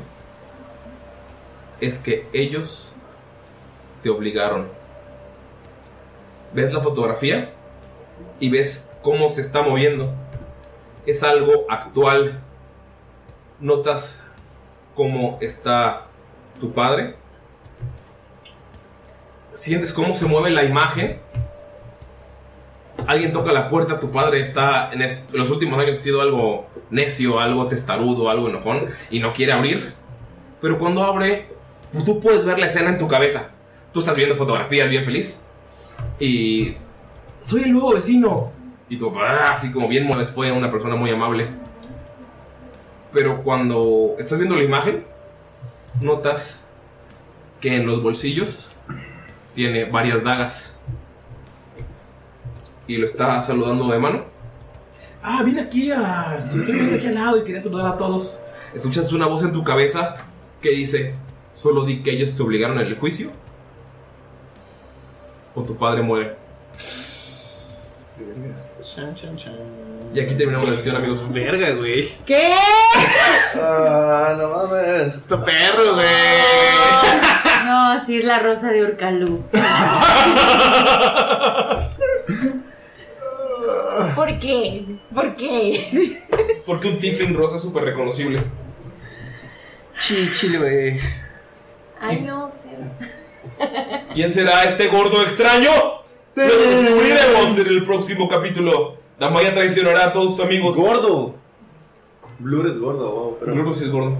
S1: es que ellos te obligaron. Ves la fotografía y ves cómo se está moviendo. Es algo actual. Notas cómo está tu padre. Sientes cómo se mueve la imagen. Alguien toca la puerta, tu padre está en, es- en los últimos años ha sido algo necio, algo testarudo, algo enojón y no quiere abrir. Pero cuando abre, tú puedes ver la escena en tu cabeza. Tú estás viendo fotografías bien feliz. Y. Soy el nuevo vecino. Y tu papá, así como bien mueves, fue una persona muy amable. Pero cuando estás viendo la imagen, notas que en los bolsillos tiene varias dagas. Y lo está saludando de mano. Ah, vine aquí a. Estoy viendo aquí al lado y quería saludar a todos. Escuchas una voz en tu cabeza que dice: Solo di que ellos te obligaron en el juicio. O tu padre muere. Y aquí terminamos la sesión, amigos.
S5: Verga, güey.
S7: *laughs*
S4: ¿Qué?
S5: Ah, no mames. Esto perro, güey.
S4: No, sí es la rosa de
S7: *laughs*
S4: Urcalú.
S3: ¿Por qué? ¿Por qué?
S1: Porque un Tiflin rosa es súper reconocible.
S5: Sí, chile, güey.
S3: Ay, no sé.
S1: ¿Quién será este gordo extraño? Lo descubriremos en el próximo capítulo. Damaya traicionará a todos sus amigos.
S7: Gordo. Blur es gordo, wow, pero.
S1: Blur sí es gordo.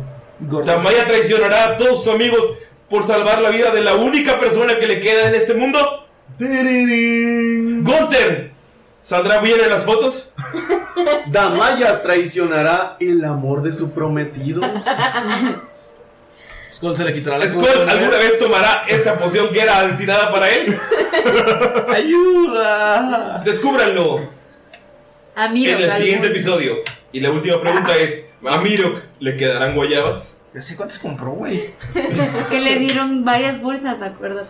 S1: Damaya traicionará a todos sus amigos por salvar la vida de la única persona que le queda en este mundo. Gunther saldrá bien en las
S7: *laughs*
S1: fotos.
S7: Damaya traicionará el amor de su *laughs* prometido.
S5: Skull se le quitará
S7: la
S1: Skull alguna vez tomará esa poción que era destinada para
S5: *laughs*
S1: él.
S5: Ayuda.
S1: Descúbranlo
S4: Amigo,
S1: en el
S4: Calú.
S1: siguiente episodio. Y la última pregunta es, ¿a Mirok le quedarán guayabas?
S5: Ya sé cuántas compró, güey.
S4: Que le dieron *laughs* varias bolsas, acuérdate.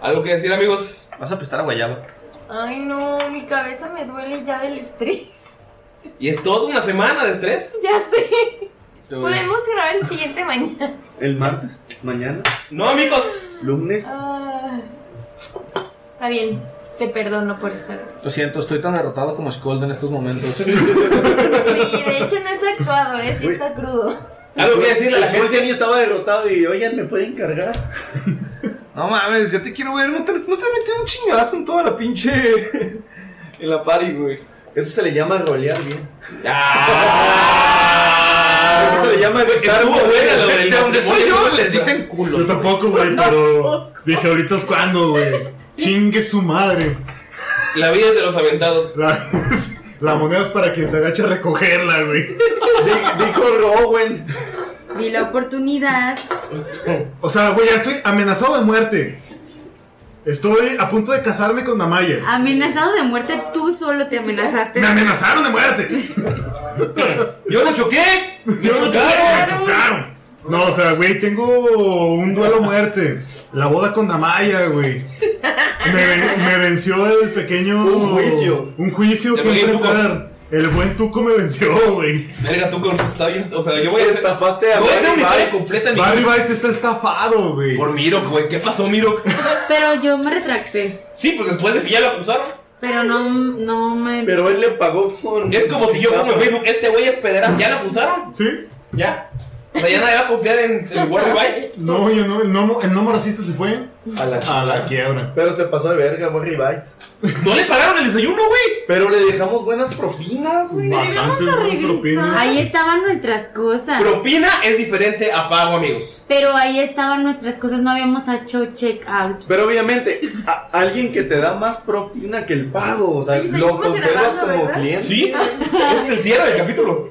S1: ¿Algo que decir, amigos?
S5: Vas a apestar a guayaba.
S3: Ay, no, mi cabeza me duele ya del estrés.
S1: ¿Y es todo una semana de estrés?
S3: Ya sé. Podemos grabar el siguiente mañana.
S7: El martes, mañana.
S1: No, amigos.
S7: Lunes.
S3: Ah. Está bien, te perdono por esta vez.
S5: Lo siento, estoy tan derrotado como Skull en estos momentos.
S3: Sí, de hecho no es actuado, ¿eh? Sí está crudo.
S1: *laughs* Algo que decirle a la
S7: gente. ni estaba derrotado y, oigan, ¿me pueden cargar?
S5: No mames, yo te quiero ver. No te, no te has metido un chingazo en toda la pinche.
S1: *laughs*
S5: en la party, güey.
S7: Eso se le llama rolear bien.
S1: Eso
S7: se le llama evitar
S1: Ah, Estuvo buena lo del
S7: De donde soy yo,
S1: les dicen
S2: Yo
S1: culos.
S2: tampoco, güey, pero dije, ahorita es cuando, güey. Chingue su madre.
S1: La vida es de los aventados.
S2: La, *laughs* la moneda es para quien se agacha a recogerla, güey.
S7: Dijo Rowen.
S4: Vi la oportunidad.
S2: O sea, güey, ya estoy amenazado de muerte. Estoy a punto de casarme con Namaya.
S4: Amenazado de muerte, tú solo te amenazaste.
S2: Me amenazaron de muerte.
S1: *laughs* Yo no choqué.
S2: Yo no choqué, me chocaron. No, o sea, güey, tengo un duelo a muerte. La boda con Damaya, güey. Me, ven- me venció el pequeño.
S5: Un juicio.
S2: Un juicio
S1: El
S2: que
S1: buen tuco.
S2: enfrentar. El buen tuco me venció, güey.
S1: Verga, tú con está bien. O sea, yo voy a. Estafaste
S2: a
S1: Voy a hacer
S2: Barry
S1: una historia
S2: White.
S1: completa en mi
S2: Barry
S1: cabeza.
S2: White está estafado, güey.
S1: Por Miro, güey. ¿Qué pasó, Miro?
S4: Pero yo me retracté.
S1: Sí, pues después de que ya lo acusaron.
S4: Pero no, no me.
S5: Pero él le pagó por.
S1: Es como si yo pongo en Facebook, este güey es pederasta. ¿Ya lo acusaron?
S2: Sí.
S1: ¿Ya? O sea, ya nadie va a confiar en
S5: *laughs*
S1: el Barry White.
S2: No, yo no, el gnomo, el gnomo racista se fue.
S5: A la,
S2: quiebra.
S5: Pero se pasó de verga, Morri Bite.
S1: No le pagaron el desayuno, güey.
S5: Pero le dejamos buenas propinas, güey.
S4: Vamos a regresar. Ahí estaban nuestras cosas.
S1: Propina es diferente a pago, amigos.
S4: Pero ahí estaban nuestras cosas, no habíamos hecho check out.
S7: Pero obviamente, a- alguien que te da más propina que el pago, o sea,
S4: Oye,
S7: lo
S4: seguimos
S7: conservas
S4: grabando,
S7: como
S4: ¿verdad?
S7: cliente.
S4: Sí,
S1: ese es el cierre del capítulo.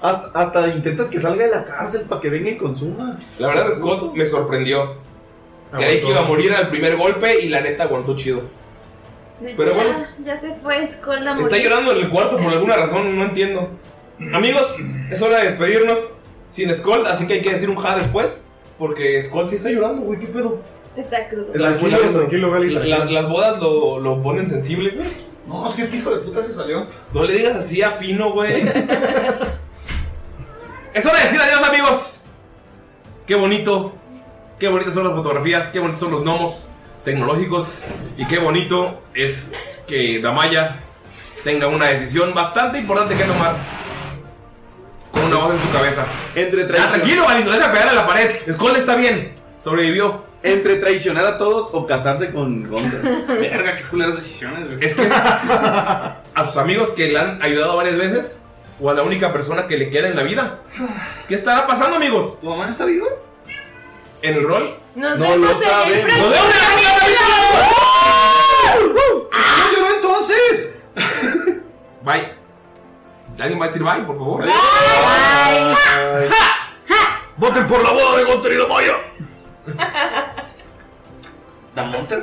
S7: Hasta, hasta intentas que salga de la cárcel para que venga y consuma.
S1: La verdad, Scott me sorprendió. Creí que iba a morir al primer golpe y la neta aguantó chido. Pero
S3: ya,
S1: bueno.
S3: ya se fue Skull la
S1: Está
S3: morir.
S1: llorando en el cuarto por alguna razón, no entiendo. Amigos, es hora de despedirnos sin Skull, así que hay que decir un ja después. Porque Skull sí está llorando, güey, qué pedo.
S3: Está crudo.
S1: bodas-
S2: tranquilo, Gali,
S1: la-
S2: tranquilo.
S1: la- las bodas lo, lo ponen sensible, güey. No, es que este hijo de puta se salió. No le digas así a Pino, güey.
S2: *laughs*
S1: es hora de decir adiós, amigos. Qué bonito. Qué bonitas son las fotografías, qué bonitos son los gnomos tecnológicos. Y qué bonito es que Damaya tenga una decisión bastante importante que tomar. Con una voz en su cabeza.
S7: Entre
S1: Ah, tranquilo, Galindo, deja pegar a la pared. Skull está bien. Sobrevivió.
S7: Entre traicionar a todos o casarse con Gondor.
S1: Verga, qué culeras decisiones, Es que *laughs* a sus amigos que le han ayudado varias veces, o a la única persona que le queda en la vida. ¿Qué estará pasando, amigos? ¿Tu mamá está viva? ¿En el rol?
S3: Nos
S1: No
S3: vemos
S1: lo
S3: en el
S1: sabemos.
S3: próximo
S1: ¡Nos vemos en el próximo
S3: capítulo!
S5: ¡Ah!
S1: ¿Qué lloró entonces? Bye. ¿Alguien va a decir bye, por favor? Bye.
S9: ¡Voten por la boda de Gonter y Damaya!
S5: ¿Damonte?